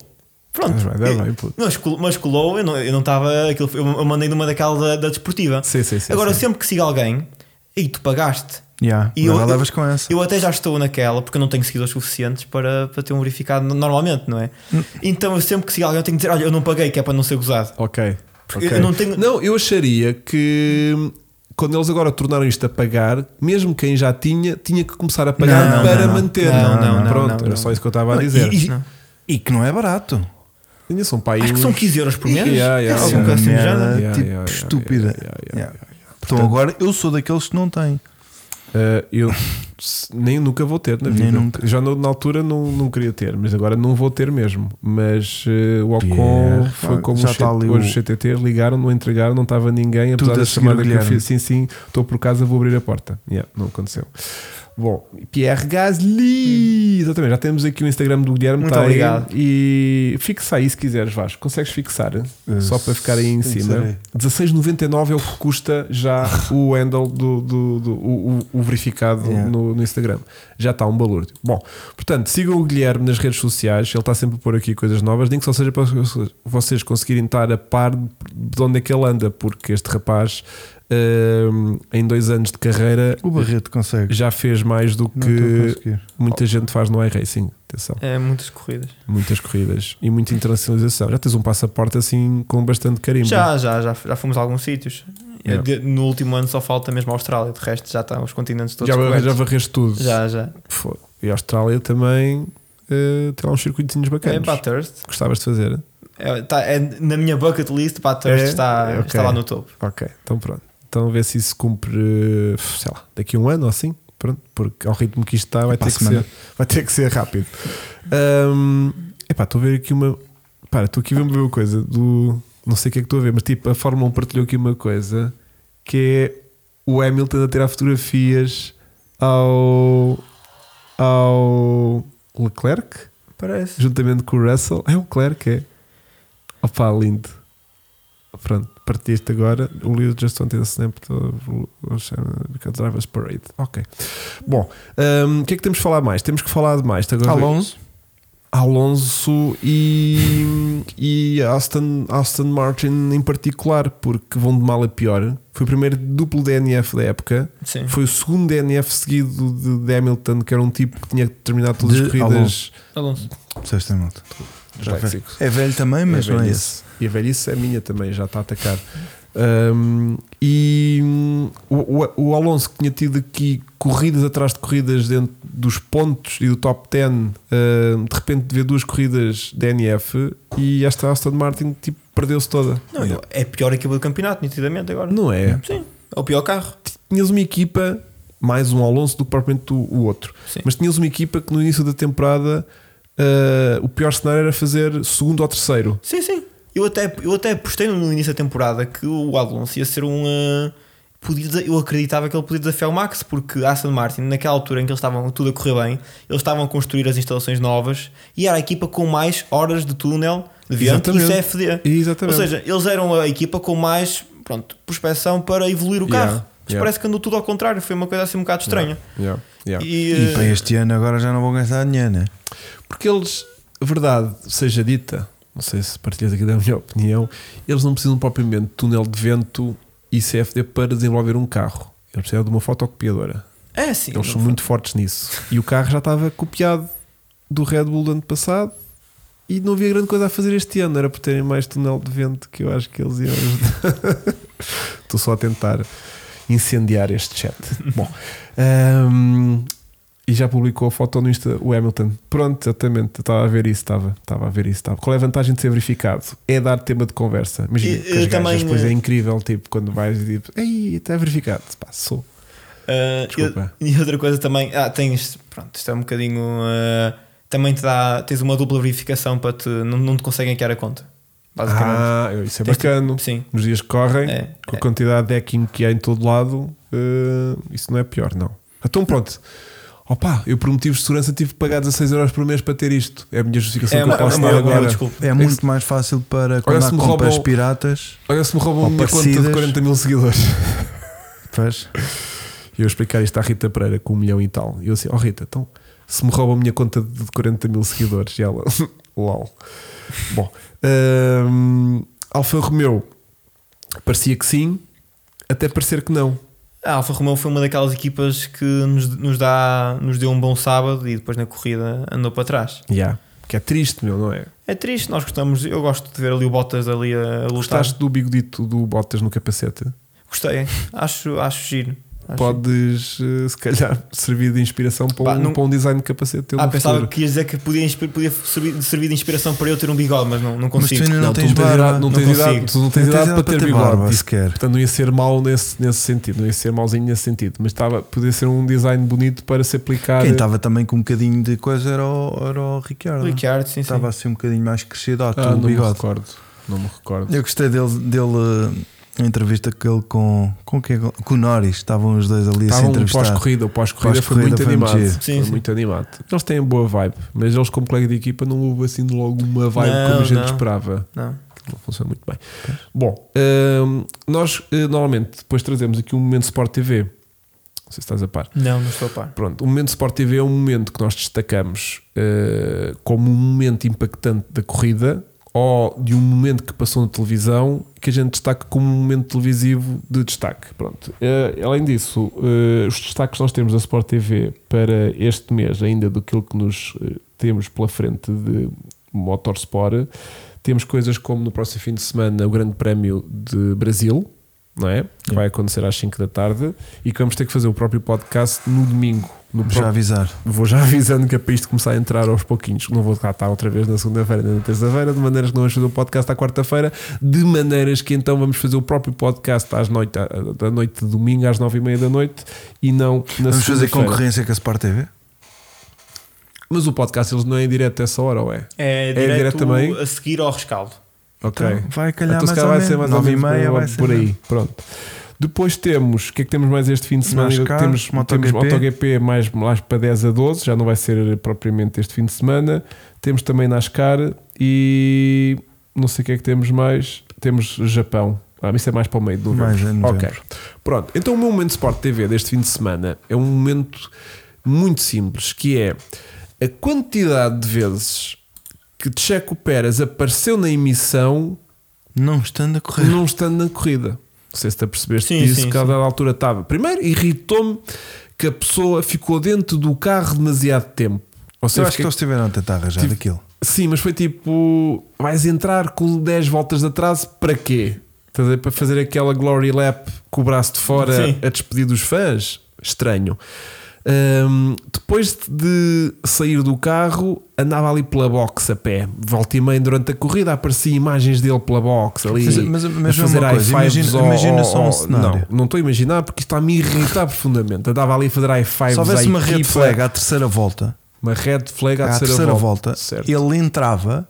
S3: Pronto.
S1: Mas É vai dar
S3: Eu-
S1: bem, puto.
S3: não, mas colou- mas colou, eu não eu não estava. aquilo foi- eu, eu mandei numa daquela da, da desportiva.
S1: Sim, sim, sim,
S3: Agora,
S1: sim.
S3: sempre que siga alguém, e tu pagaste.
S2: Yeah,
S3: E
S2: agora levas com essa.
S3: Eu até já estou naquela porque eu não tenho seguidores suficientes para, para ter um verificado no- normalmente, não é?
S1: Hum.
S3: Então eu sempre que sigo alguém eu tenho que dizer: olha, eu não paguei, que é para não ser gozado.
S1: Ok.
S3: Porque
S1: ok.
S3: eu não tenho-
S1: Não, eu acharia que hum, quando eles agora tornaram isto a pagar, mesmo quem já tinha, tinha que começar a pagar
S2: Não, não,
S1: para
S2: não.
S1: manter.
S3: Não, não, não,
S1: Pronto,
S3: não,
S1: era
S3: não.
S1: só isso que eu estava a
S2: Não,
S1: dizer.
S2: E, e- e que não é barato.
S1: Ainda são para aí
S3: Acho que são
S1: uns-
S3: 15 euros por mês.
S1: Yeah, yeah,
S3: é
S1: yeah.
S3: um
S2: Uma
S3: bocado assim,
S2: merda,
S3: já-
S1: Yeah,
S2: tipo
S1: yeah, yeah,
S2: estúpida.
S1: yeah, yeah, yeah,
S2: Yeah. Então agora eu sou daqueles que não têm.
S1: Ah, eu s- nem nunca vou ter na
S2: Nem
S1: vida.
S2: nunca.
S1: Já no- na altura não, não queria ter, mas agora não vou ter mesmo. Mas eh, o Ocon
S2: Pierre,
S1: foi
S2: pá,
S1: como
S2: já
S1: o,
S2: está ali
S1: hoje
S2: o-
S1: o CTT ligaram, não entregaram, não estava ninguém,
S2: Tudo
S1: apesar
S2: a
S1: da
S2: seguir o
S1: chamada que eu
S2: Guilherme.
S1: fiz. Sim, sim, estou por casa, vou abrir a porta. Yeah, não aconteceu. Bom, Pierre
S2: Hum.
S1: Gasly! Exatamente, já temos aqui o Instagram do Guilherme.
S3: Muito
S1: está aí.
S3: obrigado.
S1: E fixa aí se quiseres, Vasco. Consegues fixar? Só para ficar aí em
S2: Eh, sim,
S1: cima.
S2: sei.
S1: 16,99 é o que custa já o handle do, do- do- o, o- o verificado
S2: Yeah.
S1: no, no Instagram. Já está um balúrdio. Bom, portanto, sigam o Guilherme nas redes sociais, ele está sempre a pôr aqui coisas novas, nem que só seja para vocês conseguirem estar a par de onde é que ele anda, porque este rapaz hum, em dois anos de carreira
S2: O Barreto consegue.
S1: já fez mais do
S2: Não estou a
S1: que
S2: conseguir.
S1: muita gente faz no iRacing. Atenção.
S3: É muitas corridas.
S1: Muitas corridas e muita internacionalização. Já tens um passaporte assim com bastante carimbo.
S3: Já, já, já, já fomos a alguns sítios.
S1: Yeah.
S3: De- No último ano só falta mesmo a Austrália, de resto já estão os continentes todos.
S1: já,
S3: cobertos.
S1: já varreste tudo.
S3: já, já.
S1: Fo- E a Austrália também eh, tem lá uns circuitinhos
S3: É
S1: bacanas.
S3: para a Thirst.
S1: Gostavas de fazer?
S3: É, tá- é na minha bucket list, para a Thirst
S1: É?
S3: está,
S1: É, ok.
S3: está lá no topo.
S1: Ok, então pronto. Então vê se isso cumpre, eh, sei lá, daqui a um ano ou assim. Pronto, porque ao ritmo que isto está vai,
S2: Para
S1: ter
S2: a
S1: que,
S2: semana.
S1: ser, vai ter que ser rápido. Hum, epá, estou a ver aqui uma. Para, estou aqui a ver uma coisa do. Não sei o que é que estou a ver, mas tipo, a Fórmula 1 partilhou aqui uma coisa que é o Hamilton a tirar fotografias ao. ao. Leclerc?
S3: Parece.
S1: juntamente com o Russell. É o Clerc, é. Opa, lindo. Pronto, partiste agora. O Lewis just wanted a snap to- because drivers parade. Ok. Bom, hum, o que é que temos de falar mais? Temos que falar de mais. Agora
S2: Alonso,
S1: Alonso e, e Aston, Aston Martin em particular, porque vão de mal a pior. Foi o primeiro duplo DNF da época.
S2: Uhum.
S3: Sim.
S1: Foi o segundo DNF seguido de, de Hamilton, que era um tipo que tinha terminado todas as
S2: De
S1: corridas.
S2: Alonso.
S3: Alonso.
S2: disseste a malta.
S1: Léxico.
S2: É velho também, mas
S1: E a
S2: não é
S1: velhice-
S2: esse.
S1: E a velhice é minha também, já está a atacar. Um, e hum, o, o- o Alonso que tinha tido aqui corridas atrás de corridas dentro dos pontos e do top 10, hum, de repente vê duas corridas DNF e esta Aston Martin tipo, perdeu-se toda.
S3: Não, eu- é a pior equipa do campeonato, nitidamente agora.
S1: Não é?
S3: Sim. É o pior carro.
S1: Tinhas uma equipa, mais um Alonso do que propriamente o, o outro,
S3: Sim.
S1: mas tinhas uma equipa que no início da temporada hum, o pior cenário era fazer segundo ou terceiro.
S3: Sim, sim. Eu até, eu até postei no início da temporada que o Alonso ia ser um. eh, podia desa- eu acreditava que ele podia desafiar o Max, porque a Aston Martin, naquela altura em que eles estavam tudo a correr bem, eles estavam a construir as instalações novas e era a equipa com mais horas de túnel de vento e
S1: Exatamente.
S3: CFD. eh, Ou
S1: Exatamente.
S3: seja, eles eram a equipa com mais pronto, prospeção para evoluir o carro.
S1: Yeah,
S3: Mas
S1: yeah.
S3: parece que andou tudo ao contrário, foi uma coisa assim um bocado estranha.
S1: Yeah, yeah.
S3: E,
S2: E para
S3: eh,
S2: este ano agora já não vão gastar dinheiro, né?
S1: Porque eles, a verdade seja dita, não sei se partilhas aqui da minha opinião, eles não precisam propriamente de túnel de vento e CFD para desenvolver um carro. Eles precisam de uma fotocopiadora.
S3: é sim.
S1: eles
S3: não
S1: são
S3: foi-
S1: muito fortes nisso. E o carro já estava copiado do Red Bull do ano passado e não havia grande coisa a fazer este ano. Era por terem mais túnel de vento que eu acho que eles iam ajudar. Estou só a tentar incendiar este chat. Bom, hum, e já publicou a foto no Insta o Hamilton. Pronto, exatamente. Eu Estava a ver isso, estava, estava a ver isso. Estava. Qual é a vantagem de ser verificado? É dar tema de conversa. Imagina,
S3: E-
S1: que as
S3: eu também,
S1: gajas, depois é
S3: eh,
S1: incrível, tipo, quando vais e tipo, ei, está verificado. Pá, sou.
S3: Ah,
S1: Desculpa.
S3: e e outra coisa também, ah, tens, pronto, isto é um bocadinho. ah, também te dá, tens uma dupla verificação para te. Não, não te conseguem hackear a conta, basicamente.
S1: Ah, isso é
S3: Tens
S1: bacana.
S3: de- sim.
S1: Nos dias que correm,
S3: É,
S1: com a
S3: é.
S1: quantidade de hacking que há em todo lado, eh, isso não é pior, não. Então pronto. Opa, eu por motivos de segurança tive que pagar 16 euros por mês para ter isto. É a minha justificação
S3: É
S1: que
S3: uma,
S1: eu posso
S3: uma,
S1: dar
S3: uma,
S1: agora.
S3: desculpa.
S2: É muito mais fácil para quando
S1: Olha,
S2: há
S1: se me
S2: compras
S1: roubam-
S2: piratas.
S1: Olha se me roubam a
S2: Ou
S1: minha conta de
S2: parecidas.
S1: 40 mil seguidores.
S2: Faz.
S1: E eu explicar isto à Rita Pereira com um milhão e tal. E eu assim, ó Rita, então se me roubam a minha conta de 40 mil seguidores, e ela, lol. Bom, hum, Alfa Romeo, parecia que sim, até parecer que não.
S3: A Alfa Romeo foi uma daquelas equipas que nos, nos, dá, nos deu um bom sábado e depois na corrida andou para trás.
S1: Yeah. Que é triste, meu, não é?
S3: É triste, nós gostamos, eu gosto de ver ali o Bottas ali a, a lutar.
S1: Gostaste do bigodito do Bottas no capacete?
S3: Gostei, acho, acho giro. Acho giro.
S1: Podes, eh, se calhar, servir de inspiração para,
S3: Pá,
S1: um,
S3: não-
S1: para um design de capacete teu
S3: Ah,
S1: no
S3: pensava
S1: futuro.
S3: que ias dizer que podia, inspi- podia servir, servir de inspiração para eu ter um bigode, mas não, não
S2: Mas tu
S3: consigo.
S2: ainda não,
S1: tu
S2: tens barba.
S1: idade, não,
S3: não
S1: tens idade,
S3: consigo.
S1: tu não tens idade para ter bigode.
S2: barba
S1: Isso-
S2: sequer.
S1: Portanto, não ia ser mau nesse, nesse sentido, não ia ser mauzinho nesse sentido, mas estava, podia ser um design bonito para se aplicar.
S2: Quem estava também com um bocadinho de coisa era o, era o Ricciardo. é?
S3: Ricciardo, sim, sim.
S2: Estava assim um bocadinho mais crescido ao
S1: ah,
S2: ah,
S1: não me
S2: bigode.
S1: recordo. Não me recordo.
S2: Eu gostei dele, dele eh, a entrevista que ele com, com, quem, com o Norris. Estavam os dois ali a se
S1: Estavam um
S2: entrevistar.
S1: pós-corrida, o pós-corrida foi
S2: Pós-corrida
S1: muito
S2: foi muito
S1: animado.
S2: giro.
S3: Sim,
S1: foi
S3: sim.
S1: muito animado. Eles têm boa vibe, mas eles, como colega de equipa, não houve assim logo uma vibe
S3: Não,
S1: como a gente
S3: não.
S1: esperava.
S3: Não.
S1: não funciona muito bem. Bom, hum, nós eh, normalmente depois trazemos aqui um momento Sport TV. Não sei se estás a par.
S3: não, não estou a par.
S1: Pronto, o momento Sport TV é um momento que nós destacamos eh, como um momento impactante da corrida ou de um momento que passou na televisão que a gente destaca como um momento televisivo de destaque. Pronto. Eh, além disso, eh, os destaques que nós temos da Sport TV para este mês, ainda do que nos eh, temos pela frente de Motorsport, temos coisas como no próximo fim de semana o Grande Prémio de Brasil, não é? Que vai acontecer às 5 da tarde e que vamos ter que fazer o próprio podcast no domingo. No
S2: Já
S1: próprio-
S2: avisar.
S1: Vou já avisando que é para isto começar a entrar aos pouquinhos. Não vou cá estar outra vez na segunda-feira nem na terça-feira, de maneiras que não vamos fazer o podcast à quarta-feira, de maneiras que então vamos fazer o próprio podcast às noite, à- da noite de domingo às nove e meia da noite e não na
S2: Vamos fazer
S1: segunda-feira.
S2: concorrência com a Sport TV?
S1: Mas o podcast eles não é em direto a essa hora, ou é?
S3: É direto,
S1: direto também?
S3: a seguir ao rescaldo.
S1: Ok.
S2: Então, vai calhar
S1: Então, se
S2: mais
S1: calhar
S2: ou
S1: vai
S2: menos.
S1: ser mais ou
S2: 9 e
S1: menos
S2: meia
S1: por,
S2: vai ser.
S1: por aí. Pronto. Depois temos, o que é que temos mais este fim de semana?
S2: NASCAR,
S1: temos,
S2: MotoGP.
S1: temos MotoGP mais, mais para 10 a 12, já não vai ser propriamente este fim de semana. Temos também NASCAR e não sei o que é que temos mais. Temos Japão. Ah, isso é mais para o meio do
S2: Mais em novembro.
S1: Ok. Pronto. Então o meu momento de Sport TV deste fim de semana é um momento muito simples, que é a quantidade de vezes que Checo Pérez apareceu na emissão
S2: Não estando a correr.
S1: não estando na corrida. Não sei se te apercebeste
S3: Sim,
S1: disso,
S3: sim,
S1: que a dada altura estava. Primeiro, irritou-me que a pessoa ficou dentro do carro demasiado tempo. Ou
S2: Eu
S1: seja, é
S2: acho que
S1: fiquei-
S2: eles estiveram a tentar arranjar
S1: Tive-
S2: aquilo.
S1: Sim, mas foi tipo: vais entrar com 10 voltas de atraso para quê? Estás a ver? Para fazer aquela glory lap com o braço de fora
S3: Sim.
S1: a despedir dos fãs? Estranho. Hum, depois de sair do carro, andava ali pela box a pé. Volta e meia durante a corrida, aparecia imagens dele pela box ali.
S2: Mas- mas- mas
S1: a
S2: vê
S1: fazer
S2: uma
S1: high
S2: coisa,
S1: fives
S2: imagina-
S1: ao-
S2: imagina
S1: ao-
S2: só um
S1: ao-
S2: cenário.
S1: Não, não estou a imaginar porque isto está-me a irritar profundamente. Andava ali a fazer high fives
S2: Se houvesse
S1: à
S2: uma red
S1: equipa,
S2: flag à terceira volta,
S1: Uma red flag à,
S2: à
S1: terceira,
S2: terceira
S1: volta.
S2: volta,
S1: Certo.
S2: ele entrava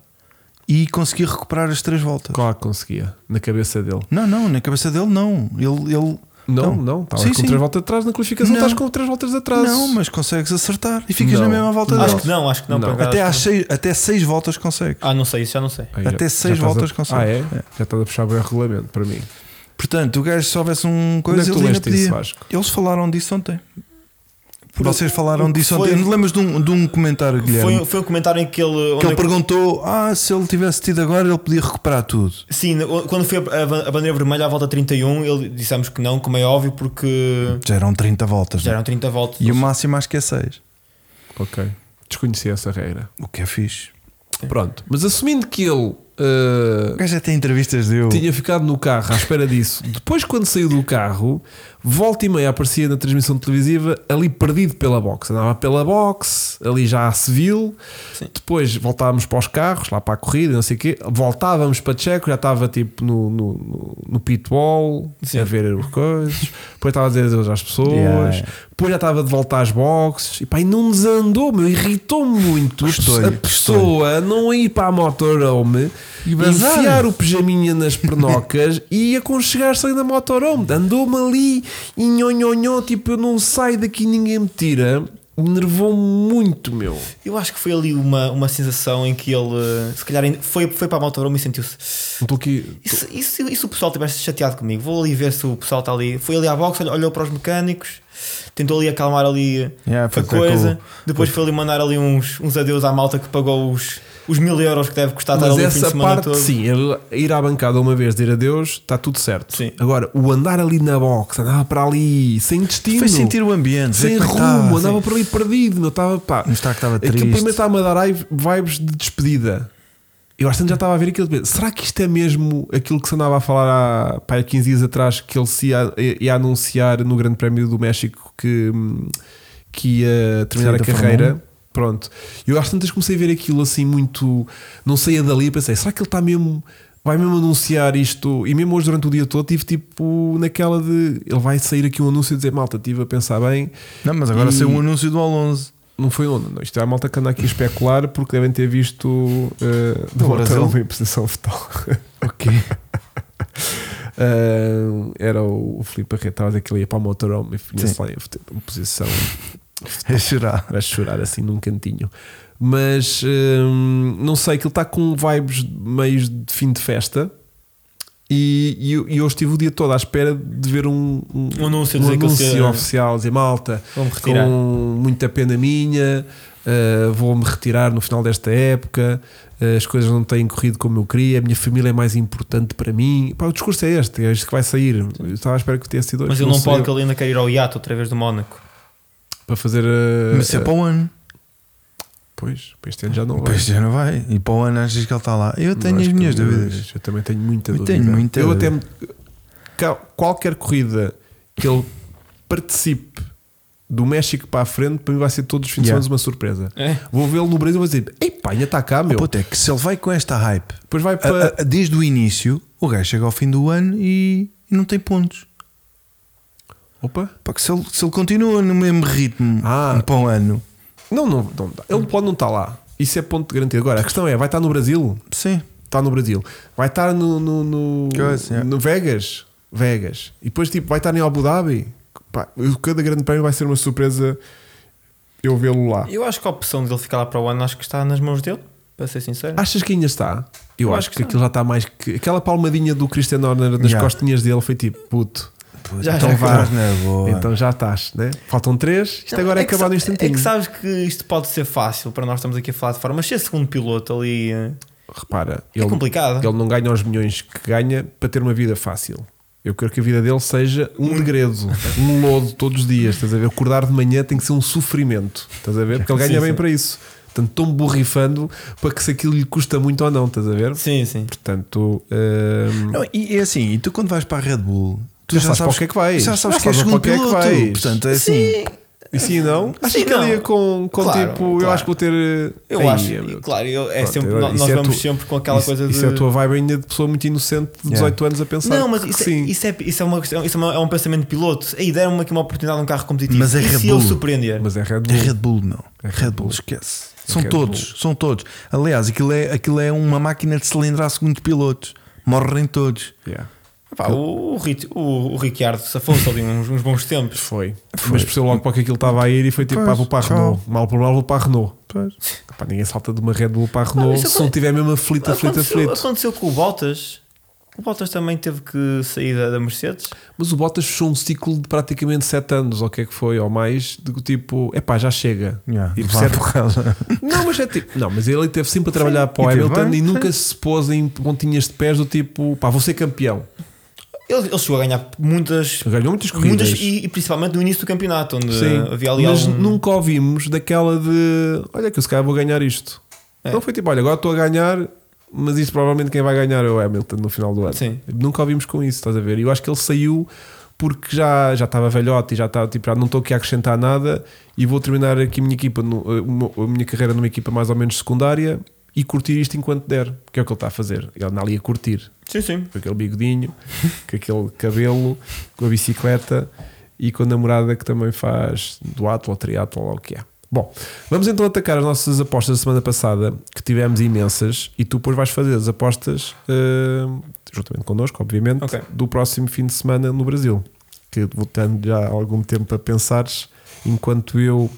S2: e conseguia recuperar as três voltas.
S1: Claro que conseguia, na cabeça dele.
S2: Não, não, na cabeça dele não. Ele, ele
S1: Não,
S2: Então,
S1: não, estavas
S2: sim,
S1: com
S2: sim.
S1: três voltas atrás, na qualificação
S2: Não.
S1: estás com três voltas atrás.
S2: não, mas consegues acertar e ficas
S1: Não.
S2: na mesma volta
S1: Não.
S2: dele.
S3: Acho que não, acho que não.
S1: Não.
S3: por acaso
S2: Até, às
S3: acho que
S2: seis, até seis voltas consegues.
S3: não. Ah, não sei, isso já não sei.
S1: Aí
S2: até seis
S1: estás
S2: voltas
S1: a...
S2: consegues.
S1: Ah, é?
S2: É.
S1: Já estás a puxar bem o regulamento para mim.
S2: Portanto, o gajo, se houvesse um coisa,
S1: Onde é que tu
S2: ele ainda
S1: leste isso,
S2: pedia.
S1: Vasco?
S2: Eles falaram disso ontem.
S3: Por-
S2: Vocês
S3: o
S2: falaram
S3: que
S2: disso
S3: foi-
S2: ontem. Não lembras de um, de um comentário, Guilherme?
S3: Foi, foi um comentário em que ele. onde
S2: que
S3: é
S2: ele
S3: que-
S2: perguntou: ah, se ele tivesse tido agora, ele podia recuperar tudo.
S3: Sim, quando foi a, a bandeira vermelha à volta 31, ele dissemos que não, como é óbvio, porque
S2: Já eram 30 voltas.
S3: já
S2: não é?
S3: eram 30 voltas.
S2: E o máximo acho que é 6.
S1: Ok. Desconhecia essa regra.
S2: O que é fixe.
S1: Pronto. Mas assumindo que ele ah,
S2: O gajo já tem entrevistas dele.
S1: tinha ficado no carro à espera disso, depois, quando saiu do carro, volta e meia aparecia na transmissão televisiva ali perdido pela box. Andava pela box, ali já a civil.
S3: Sim.
S1: Depois voltávamos para os carros, lá para a corrida, não sei o quê. Voltávamos para Checo, já estava tipo no, no, no- no pit wall,
S3: Sim.
S1: a ver as coisas. depois estava a dizer adeus às pessoas.
S2: Yeah.
S1: Depois já estava de volta às boxes. E pá, e não desandou, meu. Irritou-me muito.
S2: Gostei,
S1: a
S2: gostei.
S1: pessoa não ir para a motorhome
S2: E bazar.
S1: enfiar o pijaminha nas pernocas e aconchegar-se ali na motorhome. Andou-me ali e nhonhonhon, tipo, eu não saio daqui, ninguém me tira. Nervou-me muito, meu.
S3: Eu acho que foi ali uma, uma sensação em que ele, se calhar, ainda- foi, foi para a Motorhome e sentiu-se.
S1: Estou aqui.
S3: E se, e se- e se o pessoal estivesse chateado comigo? Vou ali ver se o pessoal está ali. Foi ali à box, olhou, olhou para os mecânicos, tentou ali acalmar ali
S2: Yeah, foi ter
S3: a coisa.
S2: com
S3: Depois foi ali mandar ali uns, uns adeus à malta que pagou os, os mil euros que deve custar estar
S1: Mas
S3: ali o fim de
S1: essa
S3: semana
S1: parte,
S3: todo.
S1: sim, ele ir à bancada uma vez, dizer adeus, está tudo certo.
S3: Sim.
S1: Agora, o andar ali na box, andava para ali, sem destino.
S2: Foi sentir o ambiente.
S1: sem
S2: ver como
S1: rumo,
S2: é que estava, assim.
S1: andava por ali perdido, não estava pá.
S2: Mostrar que estava
S1: Aquilo
S2: triste.
S1: primeiro estava a dar vibe- vibes de despedida. Eu acho que já estava a ver aquilo. de ver, Será que isto é mesmo aquilo que se andava a falar há pá, 15 dias atrás que ele se ia, ia anunciar no Grande Prémio do México que, hum, que ia terminar
S2: Sim,
S1: a
S2: da
S1: carreira?
S2: Fórmula um?
S1: Pronto. Eu às tantas comecei a ver aquilo assim muito. Não saía dali. Pensei, será que ele está mesmo. Vai mesmo anunciar isto? E mesmo hoje, durante o dia todo, tive tipo naquela de. Ele vai sair aqui um anúncio e dizer: Malta, estive a pensar bem.
S2: Não, mas agora
S1: E-
S2: saiu um anúncio do Alonso.
S1: Não foi onda, não. Isto é a malta que anda aqui a especular porque devem ter visto uh, do
S2: Brasil?
S1: uma imposição fetal. Ok. Ah, era o, o Filipe Arreta, estava a dizer que ele ia para o motorhome e punha-se
S2: Sim.
S1: lá em fute- em posição É
S2: A chorar.
S1: a chorar assim num cantinho. Mas hum, não sei, que ele está com vibes meios de fim de festa. E, e eu- e eu estive o dia todo à espera de ver um, um,
S3: Um anúncio a
S1: um
S3: dizer que ele se-
S1: anúncio oficial, dizer malta,
S3: Vamos retirar.
S1: com muita pena minha, eh, vou-me retirar no final desta época, eh, as coisas não têm corrido como eu queria, a minha família é mais importante para mim. Pá, o discurso é este, é isto que vai sair. Eu estava à espera que tivesse sido hoje.
S3: Mas ele não pode,
S1: saiu.
S3: que ele ainda quer ir ao hiato outra vez do Mónaco.
S1: para fazer. eh,
S2: Mas isso é
S1: eh,
S2: para o ano.
S1: Pois, para este ano já não vai.
S2: Pois já não vai. E para o ano achas que ele está lá. Eu
S1: Não,
S2: tenho
S1: acho
S2: as
S1: que
S2: minhas
S1: tenho
S2: dúvidas.
S1: Eu também tenho muita
S2: Eu
S1: dúvida.
S2: tenho muita
S1: eu
S2: dúvida.
S1: até me- ca- qualquer corrida que ele participe do México para a frente, para mim vai ser todos os fins
S2: Yeah.
S1: de semana uma surpresa.
S3: É.
S1: Vou vê-lo no Brasil e vou dizer: Ei, pá, ainda está cá, meu.
S2: Puta, é que se ele vai com esta hype
S1: Depois vai
S2: a-
S1: para.
S2: a- desde o início, o gajo chega ao fim do ano e, e não tem pontos.
S1: Opa.
S2: Pá, que se, ele, se ele continua no mesmo ritmo
S1: Ah.
S2: um para um ano,
S1: Não, não, não dá. ele pode não estar lá. Isso é ponto de garantia. Agora, a questão é: vai estar no Brasil?
S2: sim.
S1: Está tá no Brasil. Vai estar no, no, no,
S2: Coisa, yeah.
S1: no Vegas? Vegas. E depois, tipo, vai estar em Abu Dhabi? Pá, cada grande prémio vai ser uma surpresa eu vê-lo lá.
S3: Eu acho que a opção dele ficar lá para o ano acho que está nas mãos dele, para ser sincero.
S1: Achas que ainda está? Eu,
S3: Eu
S1: acho,
S3: acho que
S1: que
S3: está.
S1: aquilo já está mais que. Aquela palmadinha do Christian Horner nas
S2: Yeah.
S1: costinhas dele foi tipo, puto,
S2: Puta,
S3: Já-
S2: então
S3: já
S2: vá
S1: acabou.
S2: na boa.
S1: então já estás, né? Faltam três, isto agora é,
S3: que
S1: acabado
S3: sa-
S1: no instantinho.
S3: É que sabes que isto pode ser fácil para nós estamos aqui a falar de forma, mas ser segundo piloto ali eh,
S1: Repara,
S3: é
S1: ele,
S3: complicado.
S1: ele não ganha os milhões que ganha para ter uma vida fácil. Eu quero que a vida dele seja um
S3: Hum.
S1: degredo, um lodo todos os dias. Estás a ver? Acordar de manhã tem que ser um sofrimento. Estás a ver? Porque ele ganha
S3: Sim,
S1: bem
S3: sim.
S1: para isso. Portanto, estou-me borrifando para que se aquilo lhe custa muito ou não, estás a ver?
S3: Sim, sim.
S1: Portanto, hum,
S2: Não, e é assim, e tu quando vais para a Red Bull, tu
S1: Já
S2: já,
S1: sabes para
S2: sabes
S1: o que é que vais.
S2: Já sabes
S1: Já
S2: que é
S1: sabes para o
S2: segundo
S1: que é que
S2: piloto.
S1: vais.
S2: Portanto, é assim.
S1: e sim não? Acho
S3: Sim,
S1: que ele
S3: não.
S1: ia com, com
S3: Claro,
S1: tipo, eu
S3: claro.
S1: acho que vou ter.
S3: Eu
S1: Aí,
S3: acho,
S1: meu,
S3: claro, eu- é
S1: Pronto,
S3: sempre,
S1: agora,
S3: nós
S1: isso é
S3: vamos
S1: tu-
S3: sempre com aquela
S1: isso,
S3: coisa
S1: Isso
S3: de.
S1: é a tua vibe ainda de pessoa muito inocente de 18 anos a pensar.
S3: Não, mas
S1: que
S3: isso, é,
S1: sim.
S3: isso, é, isso é uma questão, isso é, uma- é um pensamento de piloto. Aí deram-me aqui uma oportunidade de um carro competitivo.
S2: Mas é
S3: e
S2: Red
S3: se
S2: Bull.
S3: ele surpreender?
S1: Mas é Red
S2: É
S1: Bull.
S2: Red Bull, meu.
S1: É
S2: É
S1: Red
S2: Red
S1: Bull.
S2: Bull, esquece. São
S1: Red
S2: todos, são todos. Aliás, aquilo é, aquilo é uma máquina de cilindrar segundo pilotos. Morrem todos.
S1: Yeah.
S3: Pá, o, o, Rit- o, o Ricciardo safou-se ali uns, uns bons tempos.
S1: Foi. Mas percebeu logo para que aquilo estava a ir e foi tipo,
S2: Pois,
S1: pá, vou para a
S2: tchau.
S1: Renault. Mal por mal, vou para a Renault. Pá, ninguém salta de uma Red Bull para a Renault
S3: isso
S1: se não
S3: aconte-
S1: tiver mesmo aflito, aflito,
S3: aconteceu,
S1: aflito.
S3: aconteceu com o Bottas. O Bottas também teve que sair da, da Mercedes.
S1: Mas o Bottas fechou um ciclo de praticamente 7 anos, ou o que é que foi, ou mais, de tipo, é pá, já chega.
S2: Yeah,
S1: E
S2: vá
S1: percebe-
S2: porrada.
S1: Não, mas é tipo. Não, mas ele teve sempre a trabalhar para o
S2: e teve
S1: Hamilton
S2: bem,
S1: e
S2: sim.
S1: nunca se pôs em pontinhas de pés do tipo, pá, vou ser campeão.
S3: Ele, ele chegou a ganhar muitas,
S1: Ganhou muitas corridas.
S3: muitas e, e principalmente no início do campeonato, onde
S1: Sim,
S3: havia ali
S1: mas
S3: algum-
S1: nunca ouvimos daquela de olha que eu se calhar vou ganhar isto.
S3: É.
S1: Não foi tipo, olha, agora estou a ganhar, mas isso provavelmente quem vai ganhar é o Hamilton no final do ano.
S3: Sim.
S1: Nunca ouvimos com isso, estás a ver? E Eu acho que ele saiu porque já, já estava velhote e já estava tipo, já não estou aqui a acrescentar nada e vou terminar aqui a minha equipa, no- a mo- a minha carreira numa equipa mais ou menos secundária e curtir isto enquanto der, que é o que ele está a fazer. Ele anda ali a curtir
S3: Sim, sim.
S1: com aquele bigodinho, com aquele cabelo, com a bicicleta e com a namorada que também faz duato ou triatlo ou lá o que é. Bom, vamos então atacar as nossas apostas da semana passada, que tivemos imensas, e tu depois vais fazer as apostas, eh, juntamente connosco, obviamente,
S3: Ok.
S1: do próximo fim de semana no Brasil. Que vou tendo já algum tempo a pensares, enquanto eu.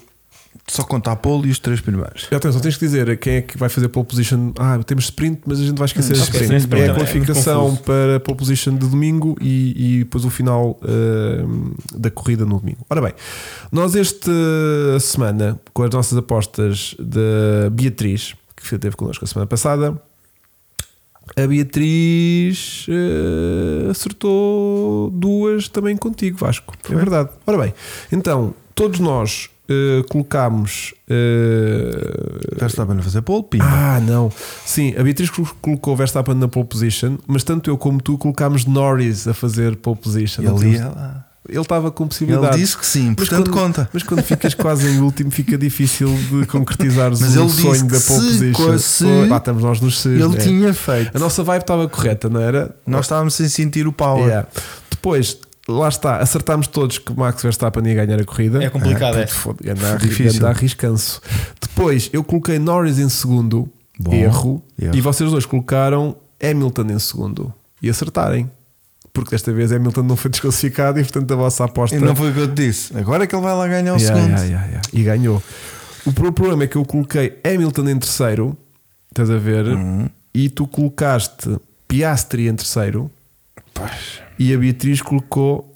S2: Só conta a polo e os três primeiros.
S1: E Atenção, tens que dizer quem é que vai fazer pole position. Ah, temos sprint, mas a gente vai esquecer
S3: Hum,
S1: a
S3: ok,
S1: sprint.
S3: sim, sprint
S1: É a
S3: também, é muito
S1: qualificação
S3: confuso.
S1: para pole position de domingo e, e depois o final hum, da corrida no domingo. Ora bem, nós esta semana, com as nossas apostas da Beatriz, que esteve connosco a semana passada, a Beatriz eh, acertou duas também contigo, Vasco. É verdade. Ora bem, então, todos nós eh, colocámos. eh,
S2: Verstappen Então a fazer polo, pimba.
S1: ah, não. Sim, a Beatriz col- colocou Verstappen na pole position, mas tanto eu como tu colocámos Norris a fazer pole position. Não
S2: ele
S1: tínhamos-
S2: ia lá.
S1: ele estava com
S2: Ele
S1: possibilidade.
S2: disse que sim,
S1: então Mas
S2: portanto
S1: quando-
S2: conta.
S1: Mas quando ficas quase em último, fica difícil de concretizares
S2: Mas
S1: o
S2: ele disse
S1: sonho
S2: que
S1: da pole
S2: se
S1: position.
S2: fosse-
S1: Pô, lá estamos nós nos seis,
S2: Ele
S1: né?
S2: tinha feito.
S1: A nossa vibe estava correta, não era?
S2: É. Nós estávamos sem sentir o power.
S1: Yeah. Depois, lá está, acertámos todos que Max Verstappen ia ganhar a corrida. Ah,
S3: É complicado, é.
S1: Puto, foda- Anda a
S2: Difícil.
S1: anda a arriscanço. Depois, eu coloquei Norris em segundo,
S2: Bom.
S1: erro,
S2: Erro.
S1: e vocês dois colocaram Hamilton em segundo e acertarem. Porque desta vez Hamilton não foi desclassificado e portanto a vossa aposta
S2: E não foi o que eu te disse. Agora é que ele vai lá ganhar o
S1: Yeah,
S2: segundo.
S1: yeah, yeah, yeah. E ganhou. O pro- problema é que eu coloquei Hamilton em terceiro, estás a ver?
S2: Uhum.
S1: E tu colocaste Piastri em terceiro
S2: Pois.
S1: e a Beatriz colocou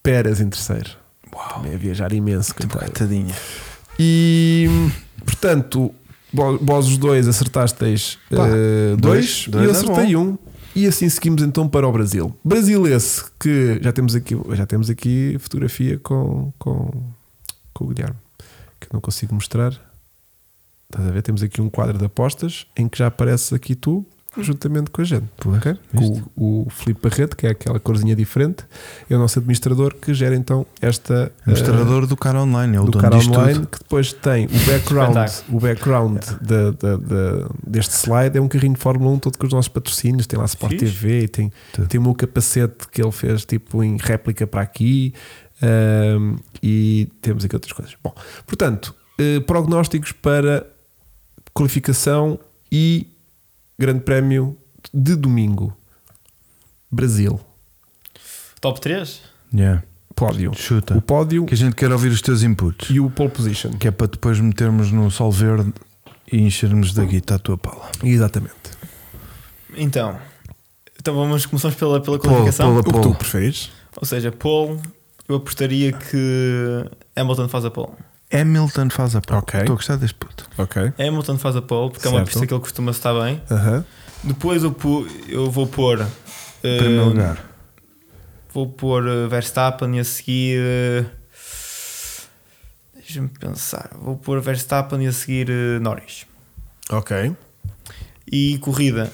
S1: Peras em terceiro.
S2: Oh.
S1: Também a viajar imenso. coitada.
S2: Tadinha.
S1: Eh, E portanto, vo- vós os dois acertasteis
S2: Pá,
S1: eh, dois,
S2: dois- dois
S1: e eu
S2: é
S1: acertei
S2: bom.
S1: um. E assim seguimos então para o Brasil. Brasil esse que já temos aqui, já temos aqui fotografia com, com, com o Guilherme, que eu não consigo mostrar. Estás a ver? Temos aqui um quadro de apostas em que já apareces aqui tu juntamente com a gente.
S2: Pois,
S1: ok?
S2: viste?
S1: Com o, o Filipe Barreto, que é aquela corzinha diferente, é o nosso administrador que gera então esta. eh,
S2: Administrador do cara online, é o
S1: do
S2: dono
S1: cara
S2: disto
S1: online
S2: tudo.
S1: que depois tem o background,
S3: Espetáculo. É.
S1: o background da- da- da- deste slide é um carrinho de Fórmula 1 todo com os nossos patrocínios, tem lá Sport
S3: Fixe.
S1: TV, e tem,
S2: Tudo.
S1: tem o meu capacete que ele fez tipo em réplica para aqui ahm, e temos aqui outras coisas. Bom, portanto, eh, prognósticos para qualificação e grande prémio de domingo. Brasil,
S3: Top 3?
S2: Yeah.
S1: pódio. O
S2: Chuta.
S1: pódio
S2: Tá. Que a gente quer ouvir os teus inputs.
S1: e o pole position.
S2: Que é para depois metermos no sol verde e enchermos da guita a tua pala.
S1: Exatamente.
S3: Então, então vamos, começamos pela, pela
S2: Polo,
S3: qualificação.
S2: polo.
S1: O que tu preferes?
S3: Ou seja, pole, eu apostaria que Hamilton faz a pole.
S2: Hamilton faz a pala.
S1: Ok.
S2: Estou a gostar deste puto.
S1: Ok.
S3: Hamilton faz a pole porque é uma
S1: Certo.
S3: pista que ele costuma estar bem.
S1: Aham.
S3: Depois eu, pu- eu vou pôr. eh,
S2: Primeiro lugar.
S3: Vou pôr eh, Verstappen e a seguir. eh, Deixa-me pensar. Vou pôr Verstappen e a seguir eh, Norris.
S1: Ok.
S3: E corrida,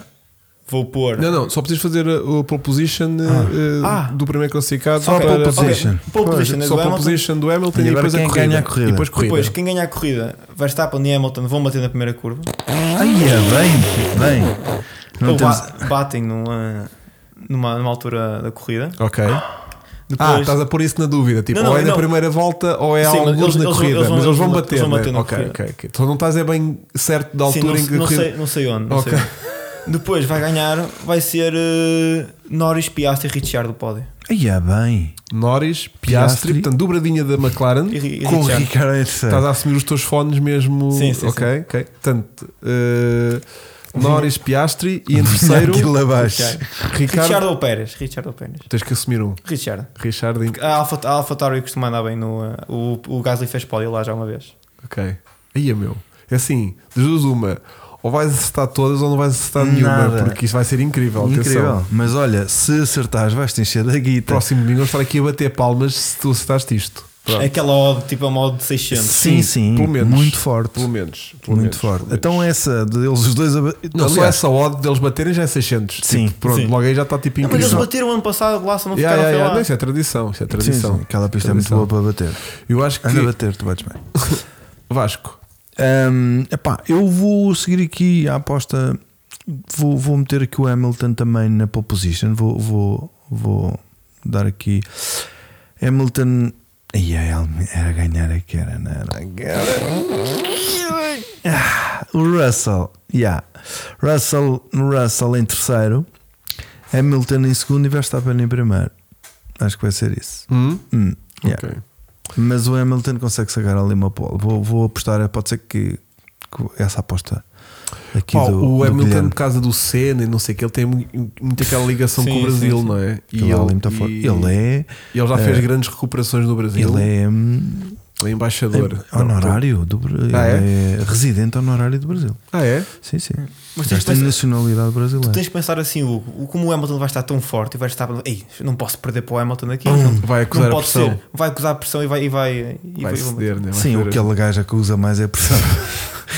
S3: vou pôr.
S1: Não, não, só precisas fazer uh, o pole position uh,
S3: Ah.
S1: uh, do primeiro classificado.
S2: Só
S1: para-
S2: pole
S1: para-
S2: position.
S3: Pole
S1: Pois,
S3: position, é
S1: Só
S3: do
S1: pole
S3: Hamilton.
S1: position do Hamilton
S2: E
S1: e,
S2: agora
S1: depois
S2: quem
S1: a corrida.
S2: ganha a corrida?
S1: E depois corrida.
S3: Depois, quem ganhar a corrida, Verstappen e Hamilton vão bater na primeira curva.
S2: Ai, é bem, bem. Não
S3: Ou
S2: temos...
S3: ba- batem numa, numa, numa altura da corrida.
S1: Ok. Ah,
S3: Depois,
S1: estás a pôr isso na dúvida. Tipo,
S3: Não, não,
S1: ou é na
S3: não.
S1: primeira volta ou é
S3: Sim, mas
S1: alguns
S3: eles-
S1: na
S3: eles vão-
S1: corrida.
S3: eles vão-
S1: mas eles vão
S3: eles
S1: bater.
S3: vão
S1: né?
S3: bater na
S1: ok,
S3: corrida.
S1: ok, ok. Tu não estás é bem certo da
S3: sim,
S1: altura em
S3: não,
S1: que a
S3: não,
S1: corrida.
S3: sei, não sei onde. Não
S1: Ok.
S3: sei onde. Depois vai ganhar, vai ser eh, Norris, Piastri e Richard do pódio.
S2: Ai, é bem.
S1: Norris,
S2: Piastri.
S1: Piastri, portanto, dobradinha da McLaren.
S3: E, Ri- e
S2: Com o
S3: Ricciardo.
S2: Ricardo em terceiro.
S1: Estás a assumir os teus fones mesmo.
S3: Sim, sim,
S1: ok, ok. Portanto, uh, Norris, Piastri e em terceiro,
S2: Aquilo abaixo.
S3: Richard. Richard
S1: Ricardo.
S3: ou Pérez? Richard ou Pérez?
S1: Tens que assumir um.
S3: Richard.
S1: Richard em
S3: A Alfa, a Alfa Tauri costuma andar bem no. eh, o, o Gasly fez pódio lá já uma vez.
S1: Ok. Aí é meu. É assim, das duas uma. Ou vais acertar todas ou não vais acertar
S2: Nada.
S1: nenhuma, porque isto vai ser incrível. Atenção.
S2: Incrível. Mas olha, se acertares, vais te encher da guita.
S1: Próximo domingo vou estar aqui a bater palmas se tu acertaste isto. Pronto.
S3: Aquela odd, tipo a modo de 600.
S2: É Sim, sim.
S1: pelo menos.
S2: Muito forte.
S1: Pelo menos. Pelo
S2: Muito
S1: menos,
S2: forte.
S1: pelo menos.
S2: Então essa deles os dois. a-
S1: não, só
S2: Aliás,
S1: essa odd deles baterem já é 600.
S2: Sim,
S1: Tipo, pronto,
S3: sim.
S1: logo aí já está tipo
S3: Não, mas
S1: incrível.
S3: É eles bateram ano passado lá, só não
S1: Yeah, yeah,
S3: ficaram até
S1: yeah.
S3: lá.
S1: Não, isso é tradição, isso é
S2: Sim,
S1: tradição.
S2: sim, Aquela pista é muito
S1: Tradição.
S2: boa para bater.
S1: Eu acho que
S2: Anda a bater, tu bates bem.
S1: Vasco,
S2: Hum, epá, eu vou seguir aqui a aposta. Vou, vou meter aqui o Hamilton também na pole position. Vou, vou, vou dar aqui Hamilton. Ai, ai, era ganhar é que era, não era? Ah, O Russell, yeah. Russell, Russell em terceiro, Hamilton em segundo e Verstappen em primeiro. Acho que vai ser isso.
S1: Hum?
S2: Hum, yeah.
S1: Ok.
S2: Mas o Hamilton consegue sacar ali uma pole. Vou, vou apostar, pode ser que, que essa aposta aqui
S1: Pá,
S2: do,
S1: o
S2: do
S1: Hamilton,
S2: Guilherme.
S1: por causa do Senna e não sei o que, ele tem mu- muito aquela ligação
S3: Sim,
S1: com o Brasil,
S3: sim, sim.
S1: não é? E
S2: Ele, ali muito forte.
S1: e-
S2: ele é,
S1: e ele já fez
S2: é,
S1: grandes recuperações no Brasil.
S2: ele é, hum,
S1: é embaixador.
S2: é honorário do Brasil.
S1: Ah,
S2: é? residente honorário do Brasil.
S1: Ah, é?
S2: Sim, sim. Mas
S3: Mas tens
S2: tem
S3: de pensar-
S2: nacionalidade brasileira.
S3: Tu tens de pensar assim, Hugo, o- como o Hamilton vai estar tão forte e vai estar. Ei, não posso perder para o Hamilton aqui. não,
S1: Hum, Vai acusar
S3: não
S1: a
S3: pode
S1: pressão.
S3: ser. Vai acusar a pressão e vai. E vai, e
S1: Vai ceder, né? Vai
S2: Sim,
S1: ceder.
S2: o que aquele gajo que usa mais é pressão.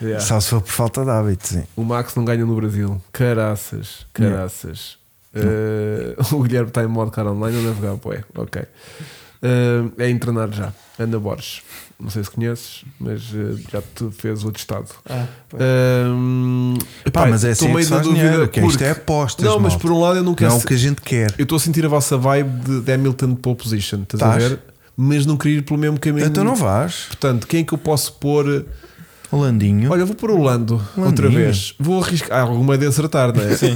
S1: Yeah.
S2: Só se for por falta de hábito, sim.
S1: O Max não ganha no Brasil. Caraças, caraças. Eh, o Guilherme está em modo cara online, não deve ganhar, pô, é. Ok. Eh, é entrenar já. Ana Borges. Não sei se conheces, mas eh, já te fez o testado.
S3: Ah, pois.
S1: Hum,
S2: Pá,
S1: pá,
S2: mas é
S1: tô
S2: assim que
S1: meio
S2: se
S1: na
S2: faz
S1: dúvida
S2: dinheiro, que isto
S1: porque-
S2: é apostas,
S1: Não, mas
S2: malta.
S1: por um lado eu não
S2: Não
S1: quero.
S2: é o
S1: se-
S2: que a gente quer.
S1: Eu estou a sentir a vossa vibe de, de Hamilton pole position, estás a
S2: Tás.
S1: ver? Mas não queria ir pelo mesmo caminho.
S2: Então não vais.
S1: Portanto, quem é que eu posso pôr?
S2: Holandinho.
S1: Olha, eu vou pôr o Lando outra
S2: Landinho.
S1: vez. Vou arriscar. Ah, alguma de acertar, não é? Sim.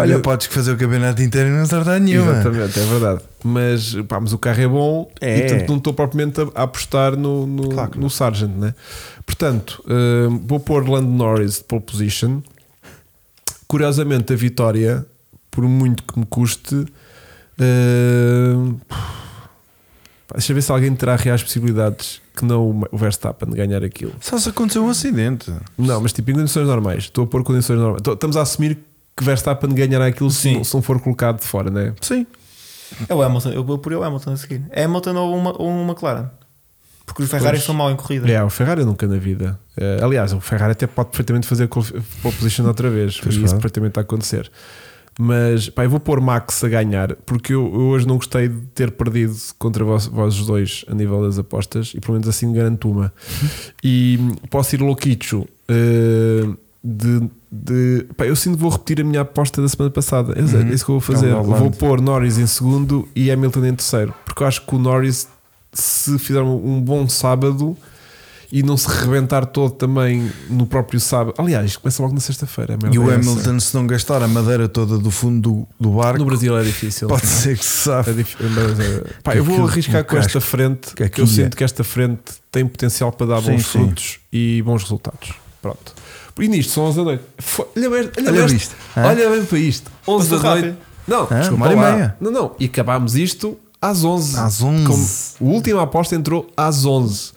S2: Olha, podes é que fazer o campeonato inteiro e não acertar nenhuma.
S1: Exatamente, é verdade. Mas, pá, mas o carro é bom
S2: É.
S1: e portanto não estou propriamente a, a apostar no, no,
S2: Claro que
S1: no Sargent, né? Portanto, hum, vou pôr Lando Norris de pole position. Curiosamente, a vitória, por muito que me custe, hum, pá, deixa eu ver se alguém terá reais possibilidades que não o o Verstappen de ganhar aquilo.
S2: Só se aconteceu um acidente.
S1: Não, mas tipo em condições normais, estou a pôr condições normais. Estou- Estamos a assumir que Verstappen ganhará aquilo se
S3: Sim.
S1: não, se não for colocado de fora, né?
S2: Sim.
S3: É o Hamilton, eu vou por o Hamilton a seguir. Hamilton ou uma, ou uma McLaren. Porque os Ferrari
S1: Pois.
S3: são mal em corrida.
S1: É, o Ferrari nunca na vida. Eh, aliás, o Ferrari até pode perfeitamente fazer qual- pole position outra vez.
S2: Pois
S1: e
S2: pode.
S1: isso perfeitamente a acontecer. Mas, pá, eu vou pôr Max a ganhar, porque eu, eu hoje não gostei de ter perdido contra vós, vós os dois a nível das apostas, e pelo menos assim garanto uma.
S2: Uhum.
S1: e posso ir louquicho. eh, de, de- pá, eu sinto que vou repetir a minha aposta da semana passada. É
S2: Uhum.
S1: isso que eu vou fazer.
S2: Calma, Holanda.
S1: Vou pôr Norris em segundo e Hamilton em terceiro, porque eu acho que o Norris, se fizer um um bom sábado e não se rebentar todo também no próprio sábado, aliás, isto começa logo na sexta-feira. a merda
S2: E o
S1: é essa.
S2: Hamilton, se não gastar a madeira toda do fundo do, assim. do barco,
S1: no Brasil é difícil.
S2: pode ser que se sabe.
S1: É dif- mas, é- pá,
S2: eh, Que
S1: eu vou
S2: aquilo-
S1: arriscar
S2: um
S1: com esta frente,
S2: que
S1: que eu
S2: aquilo é.
S1: sinto que esta frente tem potencial para dar
S2: Sim,
S1: bons
S2: sim.
S1: frutos e bons resultados. Pronto. E nisto, são 11 da noite. Fo- Olha, bem- olha,
S2: Olha
S1: bem-
S2: isto. hã?
S1: olha bem para isto. 11
S3: Passou
S1: da noite.
S3: rápido.
S1: Não,
S2: Hã?
S1: desculpa
S2: Uma hora e
S1: lá.
S2: meia.
S1: Não, não. E acabámos isto às 11.
S2: Às 11.
S1: Como a última aposta entrou às 11.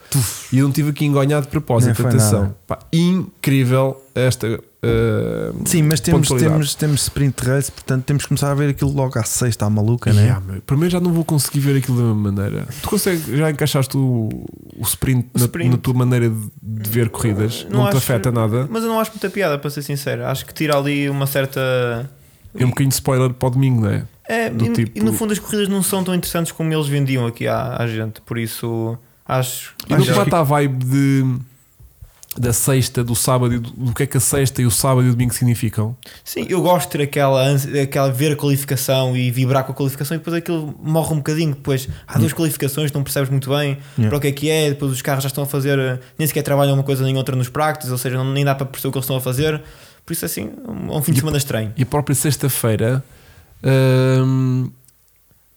S1: E eu não tive aqui engonhar de
S2: Nem
S1: propósito.
S2: foi
S1: Atenção.
S2: nada.
S1: Pá, incrível esta. eh,
S2: Sim, mas temos,
S1: pontualidade.
S2: temos, temos sprint race, portanto temos que começar a ver aquilo logo à sexta, à maluca, né?
S1: Yeah, meu. Para mim já não vou conseguir ver aquilo da mesma maneira. Tu consegues, já encaixaste o, o sprint,
S3: O
S1: na-
S3: sprint.
S1: Na, tua maneira de, de ver corridas?
S3: Não
S1: Não, te
S3: acho-
S1: afeta nada?
S3: Mas eu não acho muita piada, para ser sincero. Acho que tira ali uma certa.
S1: É um bocadinho de spoiler para o domingo, não é?
S3: É,
S1: Do
S3: e,
S1: tipo-
S3: e no fundo as corridas não são tão interessantes como eles vendiam aqui à, à gente, por isso acho.
S1: E
S3: acho
S1: não mata a vibe de, da sexta, do sábado, e do, do que é que a sexta e o sábado e o domingo significam?
S3: Sim, eu gosto de ter aquela, ânsia- aquela ver a qualificação e vibrar com a qualificação e depois aquilo morre um bocadinho. Depois há duas qualificações, não percebes muito bem
S2: Yeah.
S3: para o que é que é. Depois os carros já estão a fazer, eh, nem sequer trabalham uma coisa nem outra nos practices, ou seja, não, nem dá para perceber o que eles estão a fazer. Por isso, assim, é um é um fim de
S1: E-
S3: semana estranho.
S1: E a própria sexta-feira, hum,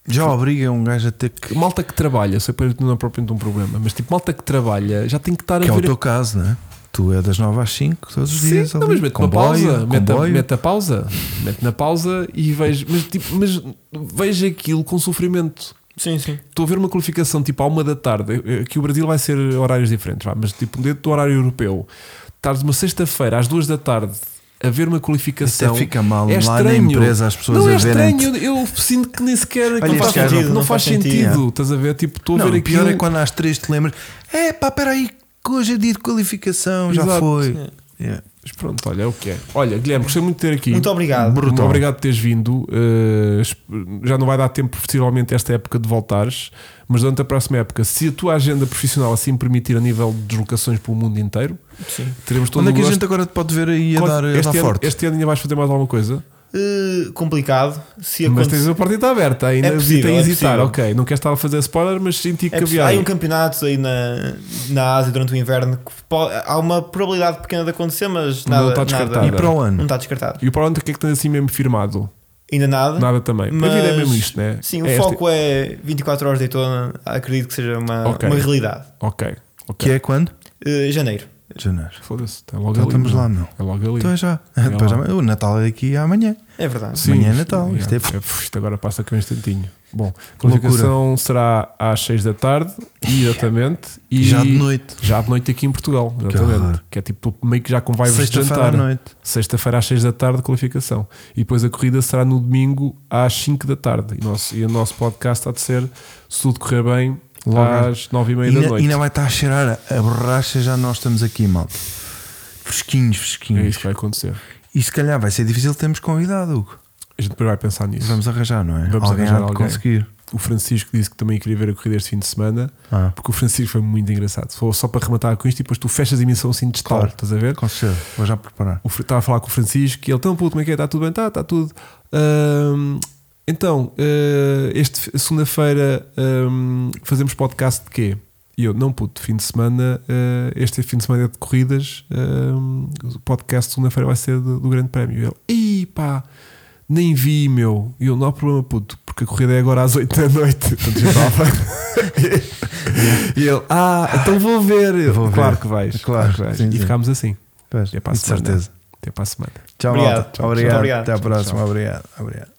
S2: Já obriga um gajo a ter que.
S1: que malta que trabalha, sei para não é propriamente um problema, mas tipo, malta que trabalha já tem que estar
S2: Que é
S1: a
S2: o
S1: ver.
S2: teu caso, né? Tu é das 9 às 5 todos os dias.
S1: Sim, não,
S2: ali.
S1: mas mete
S2: Comboio,
S1: na pausa, mete, a,
S2: comboio.
S1: mete a pausa, mete na pausa e vejo, mas, tipo, mas vejo aquilo com sofrimento.
S3: Sim, sim.
S1: Estou a ver uma qualificação tipo à uma da tarde, eh, que o Brasil vai ser horários diferentes, vá, mas tipo dentro do horário europeu, estás uma sexta-feira às duas da tarde a ver uma qualificação.
S2: Até fica mal
S1: É
S2: lá na
S1: estranho.
S2: empresa as pessoas
S1: não é
S2: a verem.
S1: estranho, eu, eu sinto que nem sequer aquilo
S2: este
S1: faz
S2: gajo-
S1: sentido, não,
S3: não
S1: faz
S3: faz
S1: sentido.
S2: sentido.
S1: Estás a ver? Tipo, estou a
S2: Não,
S1: ver
S2: o pior
S1: aquilo.
S2: é quando às 3 te lembras: é pá, peraí, que hoje é dia de qualificação, já
S1: Exato.
S2: foi. Yeah.
S1: Mas pronto, olha, é o que é. Olha, Guilherme, gostei muito de ter aqui.
S3: Muito obrigado.
S1: Brutal.
S2: Brutal.
S1: obrigado por teres vindo. Uh, esp- já não vai dar tempo, possivelmente, esta época de voltares, mas durante a próxima época, se a tua agenda profissional assim permitir a nível de deslocações pelo mundo inteiro,
S3: Sim.
S1: teremos todo
S2: Onde é
S1: o
S2: que a
S1: gosto.
S2: gente agora te pode ver aí a
S1: Quando-
S2: dar, a
S1: este,
S2: dar
S1: ano,
S2: forte?
S1: este ano ainda vais fazer mais alguma coisa,
S3: Eh, complicado. Se
S1: mas
S3: acontecer.
S1: tens um a partida aberta ainda.
S3: É possível,
S1: hesitei em
S3: é
S1: hesitar,
S3: possível.
S1: ok. Não queres estar a fazer spoiler, mas senti que
S3: É
S1: havia.
S3: possível. Há aí
S1: algo.
S3: um campeonato aí na, na Ásia durante o inverno que po- há uma probabilidade pequena de acontecer, mas
S1: Não
S3: nada,
S1: está
S3: nada-
S1: descartado.
S2: E para o ano?
S3: Não está descartado.
S1: E o Paulo, o que é que tens assim mesmo firmado?
S3: Ainda nada.
S1: Nada também. Mas... A vida é mesmo isto, né?
S3: Sim, o
S1: é? este-
S3: foco é 24 horas de Daytona, acredito que seja uma,
S1: Ok.
S3: uma realidade.
S1: Ok,
S2: Que
S1: ok.
S2: é quando?
S3: Eh, janeiro.
S2: Janeiro.
S1: Foda-se, é logo
S2: Já
S1: ali,
S2: estamos
S1: não é?
S2: lá, meu.
S1: É logo ali.
S2: Então é já.
S1: É
S2: Depois
S1: lá.
S2: já- O Natal é aqui amanhã.
S3: É verdade.
S2: Amanhã é Natal,
S1: yeah.
S2: isto é-
S1: Isto agora passa aqui um instantinho. Bom, a
S2: Loucura.
S1: qualificação será às 6 da tarde, exatamente. E
S2: Já de noite.
S1: Já de noite aqui em Portugal, exatamente.
S2: horror.
S1: Que, é tipo meio que já com vibes de
S2: Sexta-feira à
S1: jantar.
S2: noite.
S1: Sexta-feira às 6 da tarde, qualificação. E depois a corrida será no domingo às 5 da tarde. E, nosso- e o nosso podcast há de ser, se tudo correr bem,
S2: Logo
S1: às 9 e meia da
S2: ainda,
S1: noite.
S2: ainda vai estar a cheirar a, a borracha, já nós estamos aqui, malta. Fresquinhos,
S1: É
S2: fresquinhos.
S1: isso que vai acontecer.
S2: e se calhar vai ser difícil termos convidado, Hugo.
S1: A gente depois vai pensar nisso.
S2: Vamos arranjar, não é?
S1: Vamos
S2: alguém
S1: arranjar
S2: há de
S1: alguém.
S2: conseguir.
S1: O Francisco disse que também queria ver a corrida este fim de semana.
S2: Ah,
S1: Porque o Francisco foi muito engraçado. Só, só para rematar com isto e depois tu fechas a emissão assim de estar,
S2: Claro.
S1: estás a ver?
S2: com certeza, vou já preparar.
S1: O Fr- Estava a falar com o Francisco e ele, então, puto, como é que é? Está tudo bem? Está, está tudo. Ahm, então, ah, este fi- segunda-feira ahm, fazemos podcast de quê? E eu, não, puto, fim de semana, ah, este fim de semana é de corridas, ahm, o podcast de segunda-feira vai ser do, do Grande Prémio. E ele, ih pá, nem vi, meu. E eu, não há problema, puto, porque a corrida é agora às 8 da noite. Portanto, já estava. e ele, ah, então vou ver. Eu,
S2: Vou ver.
S1: claro que vais.
S2: Claro,
S1: que vais.
S2: sim,
S1: e
S2: sim.
S1: ficámos assim.
S2: Pois,
S1: É para a
S2: de
S1: semana.
S2: certeza.
S1: Até É para a semana.
S2: Tchau,
S3: Obrigado.
S2: malta.
S3: Tchau,
S2: obrigado.
S3: tchau.
S2: Até à próxima.
S1: Tchau.
S2: Obrigado. Obrigado.